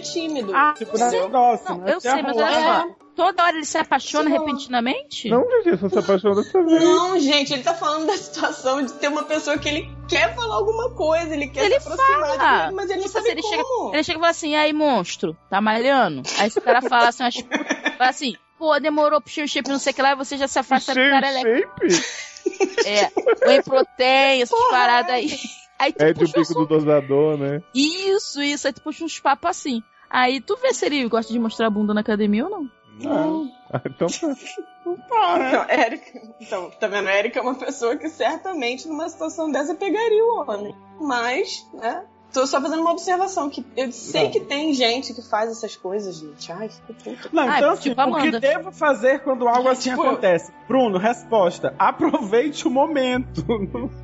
[SPEAKER 5] tímido. né?
[SPEAKER 2] tipo, nas
[SPEAKER 4] sei.
[SPEAKER 2] próximas.
[SPEAKER 4] Ah, Não, eu
[SPEAKER 2] Se
[SPEAKER 4] sei, mas olha
[SPEAKER 2] arrolar-
[SPEAKER 4] só. Toda hora ele se apaixona
[SPEAKER 5] Se rolar.
[SPEAKER 4] repentinamente?
[SPEAKER 3] Não, Gigi, você se apaixonou dessa vez.
[SPEAKER 5] Não, gente, ele tá falando da situação de ter uma pessoa que ele quer falar alguma coisa, ele quer
[SPEAKER 4] Ele
[SPEAKER 5] se aproximar de
[SPEAKER 4] fala.
[SPEAKER 5] alguém, mas ele não
[SPEAKER 4] Tipo
[SPEAKER 5] sabe
[SPEAKER 4] assim, ele chega-
[SPEAKER 5] como.
[SPEAKER 4] Ele chega e fala assim, e aí, monstro, tá malhando? Aí esse cara fala assim, acho, fala assim, pô, demorou, puxei o shape, não sei o que lá, e você já se afasta do
[SPEAKER 3] Cheio
[SPEAKER 4] cara, ele
[SPEAKER 3] shape?
[SPEAKER 4] é, whey protein, essas paradas aí. Aí tu
[SPEAKER 3] É de o
[SPEAKER 4] puxa
[SPEAKER 3] bico do dosador, né?
[SPEAKER 4] Isso, isso, aí tu puxa uns papos assim. Aí tu vê se ele gosta de mostrar a bunda na academia ou não.
[SPEAKER 2] Não.
[SPEAKER 3] Ah, Então tá.
[SPEAKER 2] né?
[SPEAKER 5] Então, Érica, então, tá vendo? A Érica é uma pessoa que certamente numa situação dessa pegaria o homem. Mas, né? Tô só fazendo uma observação, que eu sei
[SPEAKER 2] Não.
[SPEAKER 5] que tem gente que faz essas coisas, gente. Ai, que puta.
[SPEAKER 2] Não,
[SPEAKER 4] Ah,
[SPEAKER 2] então assim,
[SPEAKER 4] tipo,
[SPEAKER 2] o que
[SPEAKER 4] Amanda.
[SPEAKER 2] devo fazer quando algo assim
[SPEAKER 5] Tipo-
[SPEAKER 2] acontece? Bruno, resposta. Aproveite o momento.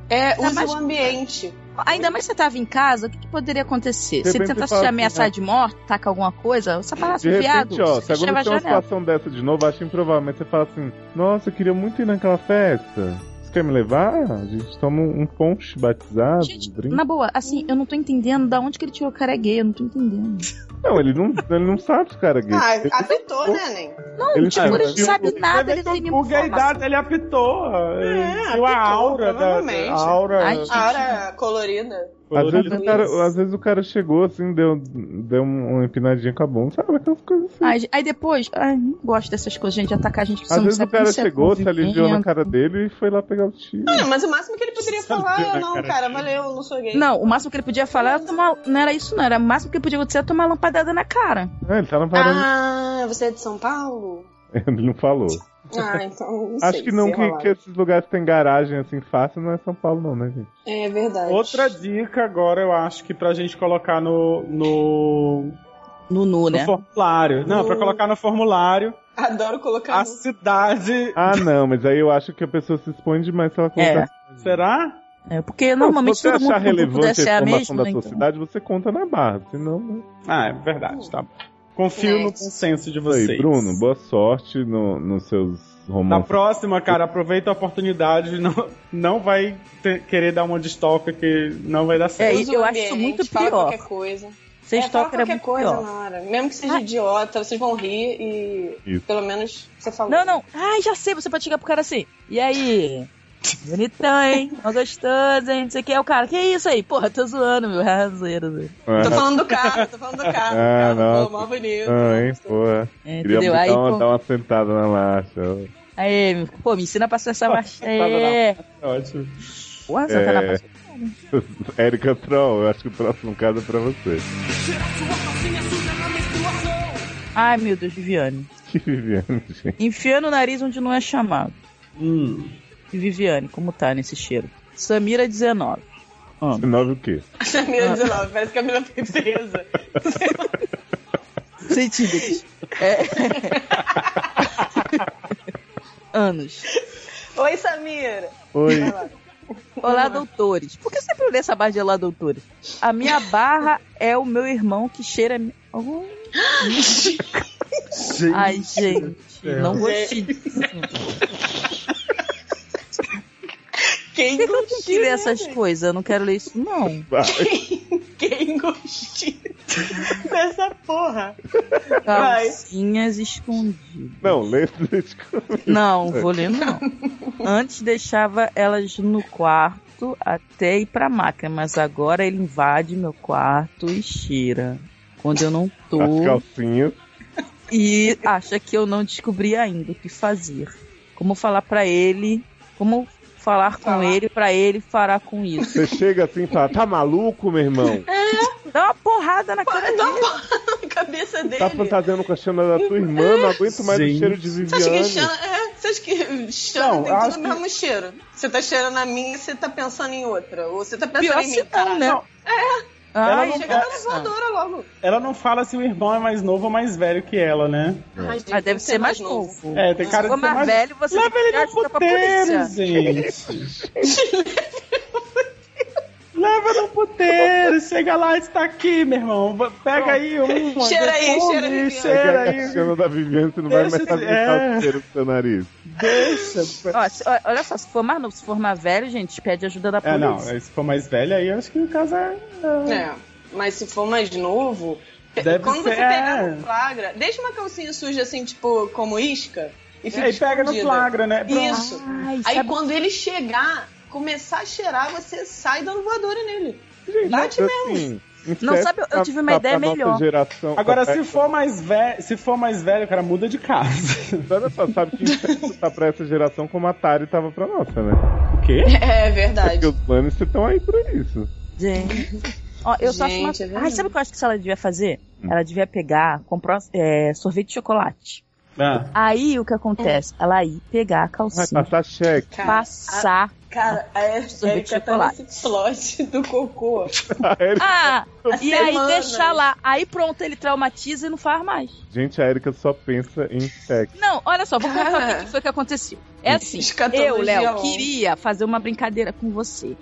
[SPEAKER 5] É,
[SPEAKER 4] Ainda
[SPEAKER 5] usa
[SPEAKER 4] mais-
[SPEAKER 5] o ambiente.
[SPEAKER 4] Ainda mais se você tava em casa, o que, que poderia acontecer?
[SPEAKER 3] De
[SPEAKER 4] se ele
[SPEAKER 3] repente
[SPEAKER 4] tentasse
[SPEAKER 3] fala
[SPEAKER 4] te
[SPEAKER 3] assim,
[SPEAKER 4] ameaçar
[SPEAKER 3] né?
[SPEAKER 4] de morte, tacar alguma coisa, você fala
[SPEAKER 3] De
[SPEAKER 4] assim, viado,
[SPEAKER 3] repente, ó, se
[SPEAKER 4] fechava a
[SPEAKER 3] acontecer uma
[SPEAKER 4] janela.
[SPEAKER 3] situação dessa de novo, acho improvável, mas você fala assim, nossa, eu queria muito ir naquela festa. Você quer me levar? A gente toma um um ponche batizado,
[SPEAKER 4] Gente,
[SPEAKER 3] um drink.
[SPEAKER 4] na boa, assim, eu não tô entendendo da onde que ele tirou o cara é gay, eu não tô entendendo.
[SPEAKER 3] Não, ele não, ele não sabe se o cara é gay.
[SPEAKER 5] Ah,
[SPEAKER 3] ele,
[SPEAKER 5] apitou, né, Nen?
[SPEAKER 4] Não,
[SPEAKER 3] Ele
[SPEAKER 4] tipo, ele não
[SPEAKER 3] sentiu-
[SPEAKER 4] sabe nada, ele
[SPEAKER 2] Você vê
[SPEAKER 4] não tem
[SPEAKER 2] que
[SPEAKER 4] nenhuma
[SPEAKER 2] o Guga, a
[SPEAKER 4] informação.
[SPEAKER 2] idade, ele apitou.
[SPEAKER 5] É,
[SPEAKER 2] viu a
[SPEAKER 5] apitou,
[SPEAKER 2] aura da,
[SPEAKER 5] provavelmente.
[SPEAKER 2] da a aura.
[SPEAKER 4] Ai, gente.
[SPEAKER 5] A área colorida.
[SPEAKER 3] Às vezes, o
[SPEAKER 2] colorida.
[SPEAKER 3] cara, às vezes o cara chegou assim, deu, deu um, uma empinadinha com a bunda, sabe? Aquelas coisas assim.
[SPEAKER 4] Ai, aí depois, ai, não gosto dessas coisas, gente, de atacar a gente que
[SPEAKER 3] Às vezes o
[SPEAKER 4] sabe
[SPEAKER 3] cara
[SPEAKER 4] nem se é
[SPEAKER 3] chegou, se aliviou na
[SPEAKER 4] convivente.
[SPEAKER 3] cara dele e foi lá pegar o tiro.
[SPEAKER 5] É, mas o máximo que ele poderia falar
[SPEAKER 2] Sabia,
[SPEAKER 5] é
[SPEAKER 2] né,
[SPEAKER 5] não,
[SPEAKER 2] cara?
[SPEAKER 5] cara, valeu, não sou gay.
[SPEAKER 4] Não, o mássimo que ele podia falar era tomar. Não era isso, não. Era o máximo que ele podia acontecer era tomar uma lampadada na cara.
[SPEAKER 3] Ah, ele tá na parada.
[SPEAKER 5] Ah, você é de São Paulo?
[SPEAKER 3] Ele não falou.
[SPEAKER 5] Ah, então não sei.
[SPEAKER 3] Acho que não,
[SPEAKER 5] sei
[SPEAKER 3] que,
[SPEAKER 5] lá.
[SPEAKER 3] que esses lugares que tem garagem assim fácil, não é São Paulo, não, né, gente?
[SPEAKER 5] É verdade.
[SPEAKER 2] Outra dica agora, eu acho que pra gente colocar no, no,
[SPEAKER 4] No nu,
[SPEAKER 2] no
[SPEAKER 4] né?
[SPEAKER 2] formulário. Não,
[SPEAKER 5] No-
[SPEAKER 2] pra colocar no formulário
[SPEAKER 5] Adoro colocar...
[SPEAKER 2] a cidade.
[SPEAKER 3] Ah, não, mas aí eu acho que a pessoa se expõe demais se ela contar. assim,
[SPEAKER 4] É.
[SPEAKER 2] Será?
[SPEAKER 4] É, porque normalmente
[SPEAKER 3] se você
[SPEAKER 4] todo mundo
[SPEAKER 3] achar
[SPEAKER 4] no grupo
[SPEAKER 3] relevante
[SPEAKER 4] desse é
[SPEAKER 3] a
[SPEAKER 4] a
[SPEAKER 3] informação
[SPEAKER 4] mesma.
[SPEAKER 3] da
[SPEAKER 4] né,
[SPEAKER 3] sua
[SPEAKER 4] então.
[SPEAKER 3] cidade, você conta na barra. Senão, né?
[SPEAKER 2] Ah, é
[SPEAKER 5] Hum.
[SPEAKER 2] verdade, tá bom. Confio no consenso de vocês. Tá
[SPEAKER 3] Aí, Bruno, boa sorte no- nos seus
[SPEAKER 2] Na
[SPEAKER 3] romances.
[SPEAKER 2] próxima, cara, aproveita a oportunidade. Não, não vai ter- querer dar uma de stalker que não vai dar
[SPEAKER 4] É,
[SPEAKER 2] certo.
[SPEAKER 4] e eu acho isso muito
[SPEAKER 5] fala
[SPEAKER 4] pior.
[SPEAKER 5] qualquer coisa.
[SPEAKER 4] Ser
[SPEAKER 5] é, fala
[SPEAKER 4] stalker é
[SPEAKER 5] qualquer
[SPEAKER 4] muito
[SPEAKER 5] coisa
[SPEAKER 4] pior.
[SPEAKER 5] na hora. Mesmo que seja
[SPEAKER 4] Ah.
[SPEAKER 5] idiota, vocês vão rir e
[SPEAKER 3] Isso.
[SPEAKER 5] pelo menos você falou.
[SPEAKER 4] Não, não. Ai, já sei, você pode chegar pro cara assim. E aí? Bonitão, hein? Ó gostoso, hein? Não sei o que. É o cara, que isso aí? Porra, tô zoando, meu. Ah, zoeira, zoeira.
[SPEAKER 5] Tô
[SPEAKER 3] Ah,
[SPEAKER 5] falando do carro, tô falando do carro.
[SPEAKER 3] Ah,
[SPEAKER 5] o carro,
[SPEAKER 3] nossa.
[SPEAKER 5] pô, mó bonito.
[SPEAKER 3] ah, hein, pô.
[SPEAKER 4] É,
[SPEAKER 3] Queria
[SPEAKER 4] entendeu? Aí,
[SPEAKER 3] dar, uma,
[SPEAKER 4] pô,
[SPEAKER 3] dar uma sentada na laxa.
[SPEAKER 4] aí, meu, pô, me ensina a passar essa marcha. É.
[SPEAKER 2] Ótimo.
[SPEAKER 4] Porra, você tá na
[SPEAKER 3] É.
[SPEAKER 4] marcha.
[SPEAKER 3] Érica Troll, eu acho que o próximo caso é pra você.
[SPEAKER 4] Ai, meu Deus, Viviane.
[SPEAKER 3] Que Viviane, gente.
[SPEAKER 4] Enfiando o nariz onde não é chamado.
[SPEAKER 2] Hum.
[SPEAKER 4] E Viviane, como tá nesse cheiro? Samira 19.
[SPEAKER 3] Nove o quê?
[SPEAKER 5] Camila 19, parece Camila foi presa.
[SPEAKER 4] Centímetros. É. Anos.
[SPEAKER 5] Oi, Samira.
[SPEAKER 3] Oi.
[SPEAKER 4] Olá, doutores. Por que sempre eu leio essa barra de Olá, doutores? A minha barra é o meu irmão que cheira. Algum-
[SPEAKER 8] Gente.
[SPEAKER 4] Ai, gente,
[SPEAKER 8] É.
[SPEAKER 4] não gostei.
[SPEAKER 5] Quem
[SPEAKER 4] Por que eu tenho que
[SPEAKER 5] gostinha,
[SPEAKER 4] ler essas coisas? Eu não quero ler isso, não.
[SPEAKER 3] Vai.
[SPEAKER 5] Quem gostinha dessa porra? Vai.
[SPEAKER 4] Calcinhas escondidas.
[SPEAKER 3] Não, lê. lê-
[SPEAKER 4] Não, vou ler não. Antes deixava elas no quarto até ir pra máquina, mas agora ele invade meu quarto e cheira. Quando eu não
[SPEAKER 3] As
[SPEAKER 4] tô
[SPEAKER 3] calcinhas.
[SPEAKER 4] e acha que eu não descobri ainda o que fazer. Como falar pra ele, como falar com
[SPEAKER 5] Falar.
[SPEAKER 4] ele pra ele fará com isso.
[SPEAKER 3] Você chega assim e fala: tá maluco, meu irmão?
[SPEAKER 4] Dá uma porrada na cara
[SPEAKER 5] Dá
[SPEAKER 4] dele.
[SPEAKER 5] uma porra na cabeça dele.
[SPEAKER 3] Tá fantasiando com a Xana da tua irmã, não aguento mais o
[SPEAKER 8] Gente.
[SPEAKER 3] cheiro de
[SPEAKER 5] Você acha que
[SPEAKER 3] Viviane.
[SPEAKER 5] cheira, é, você acha que cheira
[SPEAKER 2] Não,
[SPEAKER 5] tem
[SPEAKER 2] acho
[SPEAKER 5] tudo o
[SPEAKER 2] que-
[SPEAKER 5] mesmo cheiro? Você tá cheirando a minha e você tá pensando em outra. Ou você tá pensando
[SPEAKER 4] Pior
[SPEAKER 5] em
[SPEAKER 4] se
[SPEAKER 5] mim.
[SPEAKER 4] não, né?
[SPEAKER 5] É.
[SPEAKER 2] Ela
[SPEAKER 4] Ai,
[SPEAKER 2] não é.
[SPEAKER 5] Chega na
[SPEAKER 4] nossa.
[SPEAKER 5] voadora logo.
[SPEAKER 2] Ela não fala se o irmão é mais novo ou mais velho que ela, né?
[SPEAKER 5] Ai, gente,
[SPEAKER 4] Mas deve
[SPEAKER 5] você
[SPEAKER 4] ser mais novo.
[SPEAKER 2] É, tem cara de
[SPEAKER 4] Se for
[SPEAKER 2] ser
[SPEAKER 4] mais
[SPEAKER 2] mais
[SPEAKER 4] velho, você
[SPEAKER 2] Leva
[SPEAKER 4] tem que
[SPEAKER 2] ele
[SPEAKER 4] dar
[SPEAKER 2] no
[SPEAKER 4] ajuda pra polícia.
[SPEAKER 2] puteiro, gente. Leva no puteiro, chega lá, está aqui, meu irmão. Pega aí um, uma.
[SPEAKER 5] Cheira aí,
[SPEAKER 2] defome,
[SPEAKER 5] cheira aí,
[SPEAKER 2] cheira
[SPEAKER 3] Pega a Xana da Viviane, você não vai mais
[SPEAKER 2] Deixa
[SPEAKER 3] saber
[SPEAKER 2] esse-
[SPEAKER 3] é.
[SPEAKER 2] é.
[SPEAKER 3] o cheiro do seu nariz.
[SPEAKER 2] Deixa.
[SPEAKER 4] Ó, se- ó, olha só, se for mais novo, se for mais velho, gente, pede ajuda da
[SPEAKER 2] É,
[SPEAKER 4] polícia.
[SPEAKER 2] não, se for mais velho aí, eu acho que o caso é.
[SPEAKER 5] É, mas se for mais novo, pe-
[SPEAKER 2] Deve
[SPEAKER 5] quando É, você
[SPEAKER 2] ser,
[SPEAKER 5] pegar
[SPEAKER 2] é.
[SPEAKER 5] no flagra, deixa uma calcinha suja assim, tipo, como isca, e
[SPEAKER 2] E
[SPEAKER 5] fica
[SPEAKER 2] aí pega no
[SPEAKER 5] escondida.
[SPEAKER 2] flagra, né? Pronto.
[SPEAKER 5] Isso.
[SPEAKER 4] Ai,
[SPEAKER 5] Aí
[SPEAKER 4] sabe-
[SPEAKER 5] quando ele chegar, começar a cheirar, você sai dando voadora nele.
[SPEAKER 3] Gente,
[SPEAKER 5] Bate
[SPEAKER 3] assim,
[SPEAKER 4] Não,
[SPEAKER 3] inseto
[SPEAKER 4] sabe, eu
[SPEAKER 3] pra-
[SPEAKER 4] tive uma
[SPEAKER 3] pra-
[SPEAKER 4] ideia
[SPEAKER 3] pra nossa
[SPEAKER 4] melhor.
[SPEAKER 3] Geração, Tá
[SPEAKER 2] Agora,
[SPEAKER 3] pra-
[SPEAKER 2] se for mais velho, se for mais velho, cara, muda de casa.
[SPEAKER 3] Olha só, sabe que inseto tá pra essa geração como a Atari tava pra nossa, né?
[SPEAKER 2] O quê?
[SPEAKER 5] É
[SPEAKER 3] Porque
[SPEAKER 5] verdade.
[SPEAKER 3] os Lannister estão aí pra isso.
[SPEAKER 4] Gente. Ó, eu só acho uma...
[SPEAKER 5] Gente, é verdade.
[SPEAKER 4] Ai, sabe o que eu acho que se ela devia fazer?
[SPEAKER 3] Hum.
[SPEAKER 4] Ela devia pegar, comprar é, sorvete de chocolate.
[SPEAKER 5] É.
[SPEAKER 2] Ah,
[SPEAKER 4] Aí o que acontece? Ela ir pegar a
[SPEAKER 3] Vai
[SPEAKER 4] calcinha,
[SPEAKER 3] passar cheque.
[SPEAKER 4] passar.
[SPEAKER 5] Cara, a
[SPEAKER 4] Sorvete de
[SPEAKER 5] Erika tá
[SPEAKER 4] chocolate.
[SPEAKER 5] nesse plot do cocô.
[SPEAKER 3] A Erika-
[SPEAKER 4] Ah,
[SPEAKER 5] A
[SPEAKER 4] e aí
[SPEAKER 5] semana.
[SPEAKER 4] deixar lá. Aí pronto, ele traumatiza e não faz mais.
[SPEAKER 3] Gente, a Erika só pensa em sexo.
[SPEAKER 4] Não, olha só, vou contar
[SPEAKER 5] Cara.
[SPEAKER 4] o que foi que aconteceu. É assim,
[SPEAKER 5] Escatologia
[SPEAKER 4] eu, Léo,
[SPEAKER 5] on.
[SPEAKER 4] queria fazer uma brincadeira com você.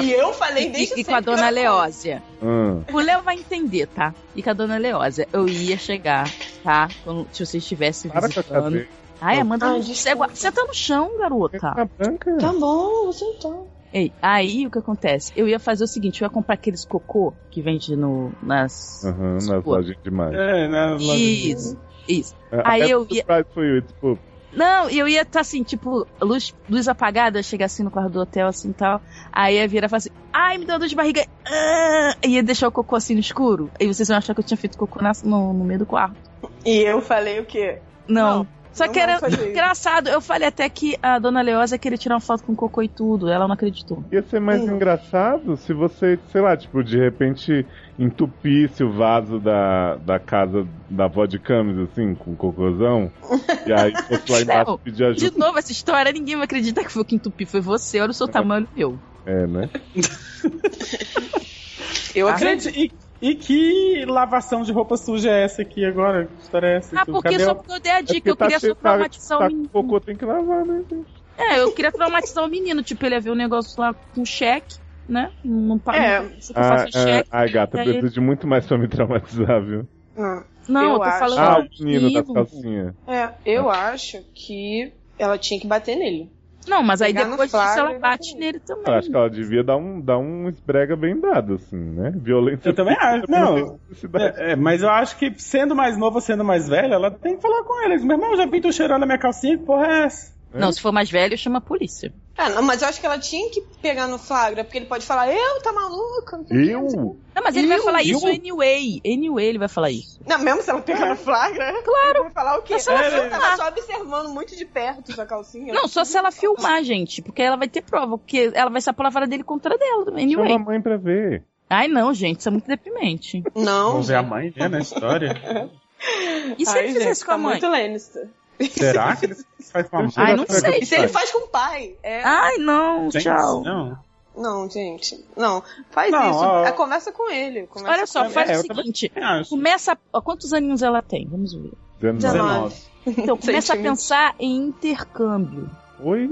[SPEAKER 5] E eu falei desde
[SPEAKER 4] E, e com
[SPEAKER 5] sempre
[SPEAKER 4] a
[SPEAKER 5] que
[SPEAKER 4] dona
[SPEAKER 5] era
[SPEAKER 4] Leósia.
[SPEAKER 3] Hum.
[SPEAKER 4] O Léo vai entender, tá? E com a dona Leosa, eu ia chegar, tá? Quando, se você estivesse
[SPEAKER 3] Para com a
[SPEAKER 2] Tá.
[SPEAKER 4] visitando.
[SPEAKER 3] cabeça.
[SPEAKER 4] Ai, Amanda,
[SPEAKER 5] Ai,
[SPEAKER 4] não
[SPEAKER 5] desculpa.
[SPEAKER 4] cego- você tá no chão, garota.
[SPEAKER 3] Tá branca.
[SPEAKER 5] Tá bom, você tá.
[SPEAKER 4] Ei, aí o que acontece? Eu ia fazer o seguinte, eu ia comprar aqueles cocô que vende no, nas...
[SPEAKER 3] Aham, nas
[SPEAKER 4] Pô.
[SPEAKER 3] lojas demais.
[SPEAKER 2] é, né?
[SPEAKER 4] Isso, isso.
[SPEAKER 3] A-
[SPEAKER 4] Aí
[SPEAKER 3] a
[SPEAKER 4] eu
[SPEAKER 3] Apple
[SPEAKER 4] ia-
[SPEAKER 3] Surprise for you, it's poop.
[SPEAKER 4] Não, eu ia estar assim, tipo, luz, luz apagada, eu chegar assim no quarto do hotel, assim, tal. Aí ia virar e falar assim, ai, me deu dor de barriga. Ah! E ia deixar o cocô assim no escuro. Aí vocês iam achar que eu tinha feito cocô na- no, no meio do quarto.
[SPEAKER 5] E eu falei o quê?
[SPEAKER 4] Não. Só
[SPEAKER 5] não
[SPEAKER 4] que era
[SPEAKER 5] vamos fazer isso.
[SPEAKER 4] engraçado. Eu falei até que a dona Leosa queria tirar uma foto com cocô e tudo. Ela não acreditou.
[SPEAKER 3] Ia ser mais
[SPEAKER 5] Hum.
[SPEAKER 3] engraçado se você, sei lá, tipo, de repente entupisse o vaso da, da casa da avó de Camis, assim, com cocôzão. e aí fosse lá embaixo
[SPEAKER 4] Não,
[SPEAKER 3] pedir
[SPEAKER 4] De
[SPEAKER 3] ajuda.
[SPEAKER 4] novo, essa história, ninguém vai acreditar que foi quem entupiu. Foi você, olha o seu tamanho e o meu.
[SPEAKER 3] É, né?
[SPEAKER 5] Eu
[SPEAKER 4] Ah,
[SPEAKER 5] acredito.
[SPEAKER 2] Gente, e, e que lavação de roupa suja é essa aqui agora? Que história é essa?
[SPEAKER 4] Ah,
[SPEAKER 2] Tu-
[SPEAKER 4] porque
[SPEAKER 2] cadê
[SPEAKER 4] só
[SPEAKER 2] o-
[SPEAKER 4] porque eu dei a
[SPEAKER 3] É porque
[SPEAKER 4] dica. Eu queria
[SPEAKER 3] cheio-
[SPEAKER 4] só um traumatizar
[SPEAKER 3] tá,
[SPEAKER 4] o
[SPEAKER 3] com
[SPEAKER 4] menino.
[SPEAKER 3] cocô tem que lavar, né? gente?
[SPEAKER 4] É, eu queria traumatizar o menino. Tipo, ele ia ver um negócio lá com cheque, né? Não paga.
[SPEAKER 5] É.
[SPEAKER 4] Não, sei o que eu
[SPEAKER 3] Ah,
[SPEAKER 4] faço
[SPEAKER 3] ah,
[SPEAKER 4] com cheque.
[SPEAKER 3] ai, gata,
[SPEAKER 4] E
[SPEAKER 3] eu
[SPEAKER 4] aí-
[SPEAKER 3] preciso de muito mais pra me traumatizar, viu?
[SPEAKER 5] Ah.
[SPEAKER 4] não,
[SPEAKER 5] eu
[SPEAKER 4] eu tô
[SPEAKER 5] acho.
[SPEAKER 4] falando.
[SPEAKER 3] Ah,
[SPEAKER 4] do
[SPEAKER 3] o menino das
[SPEAKER 4] menino.
[SPEAKER 3] calcinhas.
[SPEAKER 5] É, eu acho que ela tinha que bater nele.
[SPEAKER 4] Não, mas aí
[SPEAKER 5] Pegar no
[SPEAKER 4] depois disso
[SPEAKER 5] flagra
[SPEAKER 4] ela
[SPEAKER 5] e
[SPEAKER 4] bate
[SPEAKER 5] bater.
[SPEAKER 4] nele
[SPEAKER 3] Eu
[SPEAKER 4] também.
[SPEAKER 3] acho que ela devia dar um, dar um esbrega bem dado, assim, né? Violência.
[SPEAKER 2] Eu também acho. Não.
[SPEAKER 3] Necessidade.
[SPEAKER 2] É, é, mas eu acho que sendo mais nova ou sendo mais velha, ela tem que falar com ele. Meu irmão, já pintou cheirando a minha calcinha, que porra é essa?
[SPEAKER 4] Não, se for mais velho, chama a polícia.
[SPEAKER 5] Ah, não, mas eu acho que ela tinha que pegar no flagra, porque ele pode falar, eu, tá maluca? não sei o quê, não sei o quê."
[SPEAKER 3] Eu?
[SPEAKER 4] Não, mas ele vai
[SPEAKER 5] Eu-
[SPEAKER 4] falar isso
[SPEAKER 2] eu-
[SPEAKER 4] anyway. Anyway, ele vai falar isso.
[SPEAKER 5] Não, mesmo se ela pegar no flagra, claro. vai falar o quê?
[SPEAKER 4] Mas se ela
[SPEAKER 5] Ela
[SPEAKER 4] filmar.
[SPEAKER 5] tava só observando muito de perto sua calcinha.
[SPEAKER 4] Não, só se ela filmar, gente, porque ela vai ter prova, porque ela vai ser a palavra dele contra dela,
[SPEAKER 3] Chama a
[SPEAKER 4] anyway.
[SPEAKER 3] mãe pra ver.
[SPEAKER 4] Ai, não, gente, isso é muito deprimente.
[SPEAKER 5] Não.
[SPEAKER 2] Vamos ver a mãe, né, na história.
[SPEAKER 4] E se
[SPEAKER 5] Ai,
[SPEAKER 4] ele fizesse
[SPEAKER 5] gente,
[SPEAKER 4] com a
[SPEAKER 5] tá
[SPEAKER 4] mãe?
[SPEAKER 5] Muito Lannister.
[SPEAKER 2] Será que ele faz com a mãe?
[SPEAKER 4] Ah, Ai, Ah. não
[SPEAKER 3] Será que
[SPEAKER 4] sei.
[SPEAKER 5] E se ele faz com o pai? É...
[SPEAKER 4] Ai, não,
[SPEAKER 2] Gente,
[SPEAKER 4] tchau.
[SPEAKER 2] Não.
[SPEAKER 5] Não, gente. Não. Faz
[SPEAKER 2] Não,
[SPEAKER 5] isso.
[SPEAKER 2] ó.
[SPEAKER 5] É, Conversa com ele. Conversa
[SPEAKER 4] Olha só,
[SPEAKER 5] com
[SPEAKER 4] faz
[SPEAKER 2] É,
[SPEAKER 4] o
[SPEAKER 2] eu também-
[SPEAKER 4] seguinte.
[SPEAKER 2] Eu acho.
[SPEAKER 4] Começa. Ó, quantos aninhos ela tem? Vamos ver.
[SPEAKER 3] 19.
[SPEAKER 5] 19.
[SPEAKER 4] Então, começa a
[SPEAKER 5] Sentimento.
[SPEAKER 4] pensar em intercâmbio.
[SPEAKER 3] Oi?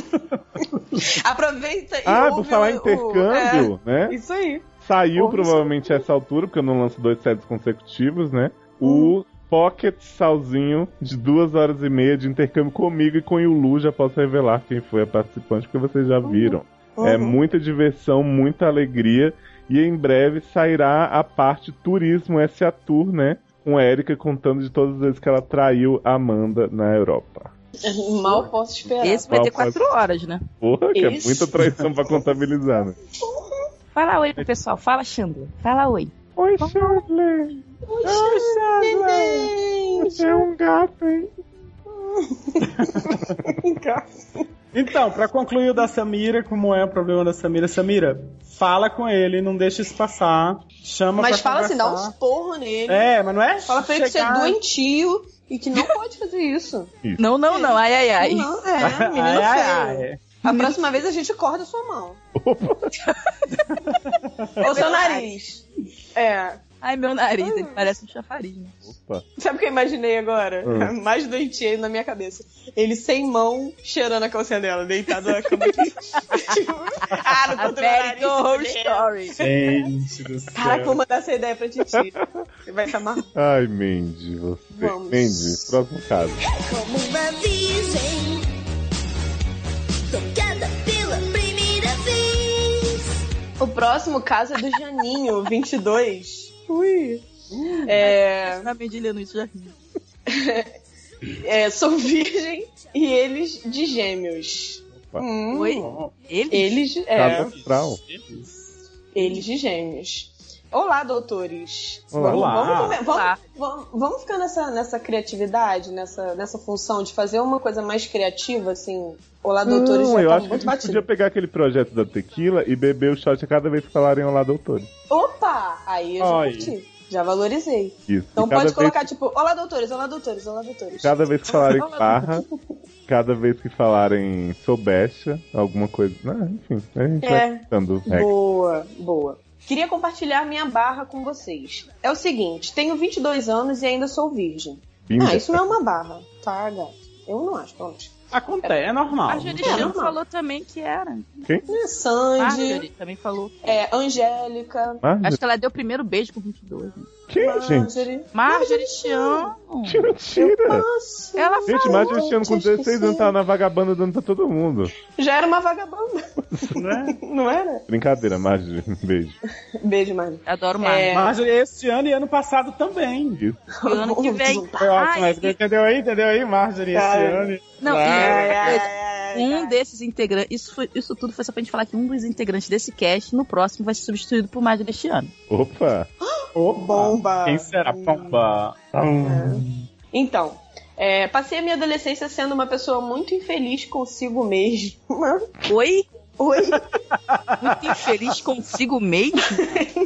[SPEAKER 5] Aproveita e
[SPEAKER 3] Ah,
[SPEAKER 5] ouve
[SPEAKER 3] por falar
[SPEAKER 5] o-
[SPEAKER 3] em
[SPEAKER 5] o-
[SPEAKER 3] intercâmbio,
[SPEAKER 5] é,
[SPEAKER 3] né?
[SPEAKER 5] Isso aí.
[SPEAKER 3] Saiu
[SPEAKER 5] Ouve Hum.
[SPEAKER 3] provavelmente a essa altura, porque eu não lanço dois sets consecutivos, né? O pocket salzinho de duas horas e meia de intercâmbio comigo e com o Yulu. Já posso revelar quem foi a participante, porque vocês
[SPEAKER 5] Uhum.
[SPEAKER 3] já viram. É muita diversão, muita alegria. E em breve sairá a parte Turismo SA Tour, né? Com a Erika contando de todas as vezes que ela traiu a Amanda na Europa.
[SPEAKER 5] Um Mal posso esperar.
[SPEAKER 4] Esse vai ter
[SPEAKER 3] Qual
[SPEAKER 4] quatro horas, né?
[SPEAKER 3] Porra, que é
[SPEAKER 5] Isso.
[SPEAKER 3] muita traição pra contabilizar, né?
[SPEAKER 4] Fala oi pro pessoal. Fala, Xandra. Fala oi.
[SPEAKER 3] Oi, Shirley! Você é um gato, hein?
[SPEAKER 2] Então, pra concluir o da Samira, como é o problema da Samira? Samira, fala com ele, não deixa isso passar. Chama
[SPEAKER 5] Mas
[SPEAKER 2] pra
[SPEAKER 5] fala assim, dá
[SPEAKER 2] conversar.
[SPEAKER 5] uns porros nele.
[SPEAKER 2] É, mas não é?
[SPEAKER 5] Fala pra ele que você é
[SPEAKER 2] Chegar-
[SPEAKER 5] doentio e que não pode fazer isso.
[SPEAKER 4] Não, não, não. Ai, ai, ai.
[SPEAKER 5] Não, é, menino
[SPEAKER 2] Ai, ai,
[SPEAKER 5] feio.
[SPEAKER 2] ai.
[SPEAKER 5] A próxima vez a gente corta a sua mão.
[SPEAKER 3] Opa,
[SPEAKER 5] Ou seu nariz. É.
[SPEAKER 4] Ai, meu nariz. Ele parece um chafariz, né?
[SPEAKER 3] opa.
[SPEAKER 5] Sabe o que eu imaginei agora?
[SPEAKER 3] Hum.
[SPEAKER 5] Mais doentio na minha cabeça. Ele sem mão, cheirando a calcinha dela, deitado na cama. ah, não
[SPEAKER 4] A
[SPEAKER 5] conta meu
[SPEAKER 4] American Horror
[SPEAKER 5] nariz. né? fudeu.
[SPEAKER 4] Story.
[SPEAKER 2] Gente do céu.
[SPEAKER 5] Caraca, vou mandar essa ideia pra Titi. Você vai se amarrar.
[SPEAKER 3] Ai, Mandy, você.
[SPEAKER 5] Vamos.
[SPEAKER 3] Mandy, próximo caso.
[SPEAKER 7] Como uma virgem, tocada pela primeira vez.
[SPEAKER 5] O próximo caso é do Janinho, 22. Ui. É,
[SPEAKER 4] Na medilha no isso já ri.
[SPEAKER 5] é, sou virgem e eles de gêmeos.
[SPEAKER 3] Opa.
[SPEAKER 5] Hum,
[SPEAKER 4] Oi? Ele?
[SPEAKER 5] Eles, é,
[SPEAKER 3] Casa astral.
[SPEAKER 5] eles de gêmeos. Olá, doutores.
[SPEAKER 3] Olá.
[SPEAKER 5] Vamos, vamos, come- vamos-
[SPEAKER 4] Olá.
[SPEAKER 5] vamos- vamos ficar nessa, nessa criatividade, nessa, nessa função de fazer uma coisa mais criativa, assim. Olá, doutores,
[SPEAKER 3] Não,
[SPEAKER 5] já
[SPEAKER 3] eu
[SPEAKER 5] tá
[SPEAKER 3] acho que a
[SPEAKER 5] muito
[SPEAKER 3] gente
[SPEAKER 5] batido.
[SPEAKER 3] podia pegar aquele projeto da tequila e beber o shot a cada vez que falarem Olá, doutor.
[SPEAKER 5] Opa! Aí eu já
[SPEAKER 2] Olha aí.
[SPEAKER 5] curti. Já valorizei.
[SPEAKER 3] Isso.
[SPEAKER 5] Então
[SPEAKER 3] e cada
[SPEAKER 5] pode
[SPEAKER 3] vez,
[SPEAKER 5] colocar, tipo, olá, doutores, olá, doutores, olá, doutores.
[SPEAKER 3] Cada vez que falarem
[SPEAKER 4] Olá,
[SPEAKER 3] barra, cada vez que falarem sobecha, alguma coisa. Ah, enfim, a gente vai
[SPEAKER 5] É.
[SPEAKER 3] dando regra.
[SPEAKER 5] Boa, boa. Queria compartilhar minha barra com vocês. É o seguinte, tenho 22 anos e ainda sou virgem.
[SPEAKER 3] Binda.
[SPEAKER 5] Ah, isso não é uma barra, tá, gato? Eu não acho, pelo menos.
[SPEAKER 2] Acontece, é
[SPEAKER 4] A
[SPEAKER 2] normal.
[SPEAKER 4] Jorichão
[SPEAKER 5] normal.
[SPEAKER 4] falou também que era.
[SPEAKER 5] Né,
[SPEAKER 4] A
[SPEAKER 5] Sandy,
[SPEAKER 4] Jori também falou.
[SPEAKER 5] é, Angélica,
[SPEAKER 3] Marjorie-
[SPEAKER 4] Acho que ela deu o primeiro beijo com 22. né?
[SPEAKER 3] Quem, Ah,
[SPEAKER 5] é
[SPEAKER 3] gente?
[SPEAKER 5] Marjorie.
[SPEAKER 4] Marjorie Chan.
[SPEAKER 3] Que mentira!
[SPEAKER 5] Nossa,
[SPEAKER 4] Ela
[SPEAKER 3] Gente,
[SPEAKER 5] falou,
[SPEAKER 3] Marjorie Chan com
[SPEAKER 5] tinha
[SPEAKER 3] 16 anos tava na vagabanda dando pra todo mundo.
[SPEAKER 5] já era uma vagabunda,
[SPEAKER 2] Né?
[SPEAKER 5] não era?
[SPEAKER 3] Brincadeira, Marjorie. Um beijo.
[SPEAKER 5] Beijo, Marjorie.
[SPEAKER 4] Adoro Marjorie.
[SPEAKER 2] Marjorie, este ano e ano passado também.
[SPEAKER 3] Isso.
[SPEAKER 4] E o ano que vem.
[SPEAKER 2] Foi ótimo,
[SPEAKER 4] Ai,
[SPEAKER 2] mas entendeu aí? Entendeu aí, Marjorie, este
[SPEAKER 5] Cara.
[SPEAKER 2] ano? e-
[SPEAKER 4] Não, e
[SPEAKER 2] Ai,
[SPEAKER 5] É,
[SPEAKER 4] outra coisa,
[SPEAKER 5] ai,
[SPEAKER 4] um desses integrantes. Isso, foi- isso tudo foi só pra gente falar que um dos integrantes desse cast, no próximo, vai ser substituído por Marjorie este ano.
[SPEAKER 3] Opa!
[SPEAKER 2] Opa.
[SPEAKER 5] Bomba.
[SPEAKER 2] Quem será? Bomba.
[SPEAKER 5] Então, é, passei a minha adolescência sendo uma pessoa muito infeliz consigo mesma.
[SPEAKER 4] Oi?
[SPEAKER 5] Oi,
[SPEAKER 4] Muito infeliz consigo mesmo?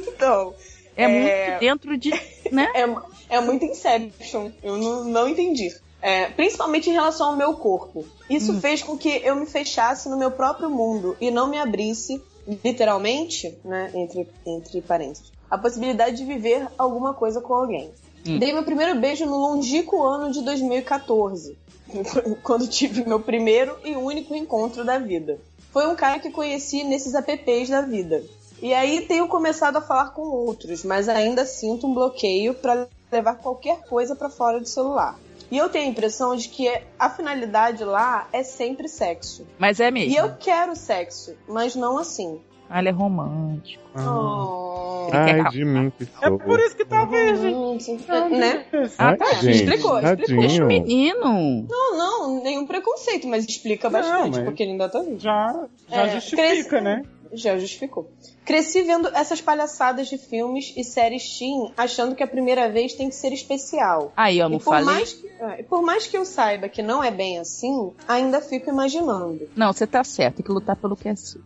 [SPEAKER 5] então.
[SPEAKER 4] É,
[SPEAKER 5] É.
[SPEAKER 4] muito dentro de.
[SPEAKER 5] É, é muito Inception. Eu não, não entendi. É, principalmente em relação ao meu corpo. Isso fez com que eu me fechasse no meu próprio mundo e não me abrisse, literalmente, né, entre, entre parênteses, a possibilidade de viver alguma coisa com alguém. Dei meu primeiro beijo no longínquo ano de 2014, quando tive meu primeiro e único encontro da vida. Foi um cara que conheci nesses apps da vida. E aí tenho começado a falar com outros, mas ainda sinto um bloqueio para levar qualquer coisa para fora do celular. E eu tenho a impressão de que a finalidade lá é sempre sexo.
[SPEAKER 4] Mas é
[SPEAKER 5] E
[SPEAKER 4] mesmo.
[SPEAKER 5] eu quero sexo, mas não assim.
[SPEAKER 4] Ah, ele é romântico.
[SPEAKER 2] Ah.
[SPEAKER 5] Oh.
[SPEAKER 3] Ai, de mim que
[SPEAKER 2] É
[SPEAKER 3] sou.
[SPEAKER 2] por isso que tá virgem.
[SPEAKER 5] Gente, né?
[SPEAKER 4] Ah,
[SPEAKER 3] Ai,
[SPEAKER 4] tá.
[SPEAKER 3] gente,
[SPEAKER 5] Explicou, explicou.
[SPEAKER 4] Mas
[SPEAKER 3] tadinho.
[SPEAKER 4] menino.
[SPEAKER 5] Não, não, nenhum preconceito, mas explica
[SPEAKER 2] Não,
[SPEAKER 5] bastante,
[SPEAKER 2] mas-
[SPEAKER 5] porque ele ainda tá vivo.
[SPEAKER 2] Já, já
[SPEAKER 5] É,
[SPEAKER 2] justifica,
[SPEAKER 5] cresce-
[SPEAKER 2] né?
[SPEAKER 5] Já justificou. Cresci vendo essas palhaçadas de filmes e séries teen, achando que a primeira vez tem que ser especial.
[SPEAKER 4] Aí, ó,
[SPEAKER 5] E
[SPEAKER 4] Então, não
[SPEAKER 5] por,
[SPEAKER 4] falei.
[SPEAKER 5] mais que, é, e por mais que eu saiba que não é bem assim, ainda fico imaginando.
[SPEAKER 4] Não, você tá certo. Tem que lutar pelo que é seu.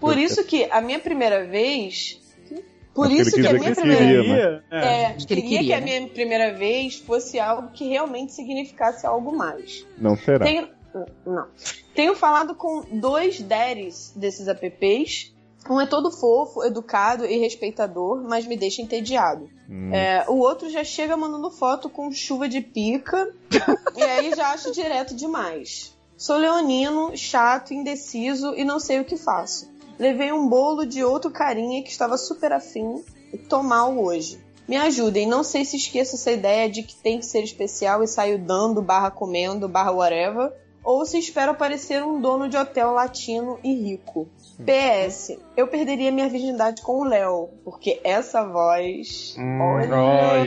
[SPEAKER 5] Por isso que a minha primeira vez. Por
[SPEAKER 3] Aquele
[SPEAKER 5] isso
[SPEAKER 3] que
[SPEAKER 5] que a
[SPEAKER 3] dizer
[SPEAKER 5] minha
[SPEAKER 3] que
[SPEAKER 5] primeira
[SPEAKER 3] queria,
[SPEAKER 5] vez.
[SPEAKER 2] Queria, é.
[SPEAKER 5] É,
[SPEAKER 4] Acho que ele
[SPEAKER 5] queria, que
[SPEAKER 4] queria, né?
[SPEAKER 5] a minha primeira vez fosse algo que realmente significasse algo mais.
[SPEAKER 3] Não será.
[SPEAKER 5] Tenho... Não. Tenho falado com dois deres desses apps. Um é todo fofo, educado e respeitador, mas me deixa entediado.
[SPEAKER 3] Hum,
[SPEAKER 5] É, o outro já chega mandando foto com chuva de pica e aí já acho direto demais. Sou leonino, chato, indeciso e não sei o que faço. Levei um bolo de outro carinha que estava super afim tomar hoje. Me ajudem, não sei se esqueço essa ideia de que tem que ser especial e saio dando, barra comendo, barra whatever, ou se espero aparecer um dono de hotel latino e rico. PS, eu perderia minha virgindade com o Léo, porque essa voz.
[SPEAKER 2] Hum,
[SPEAKER 5] olha.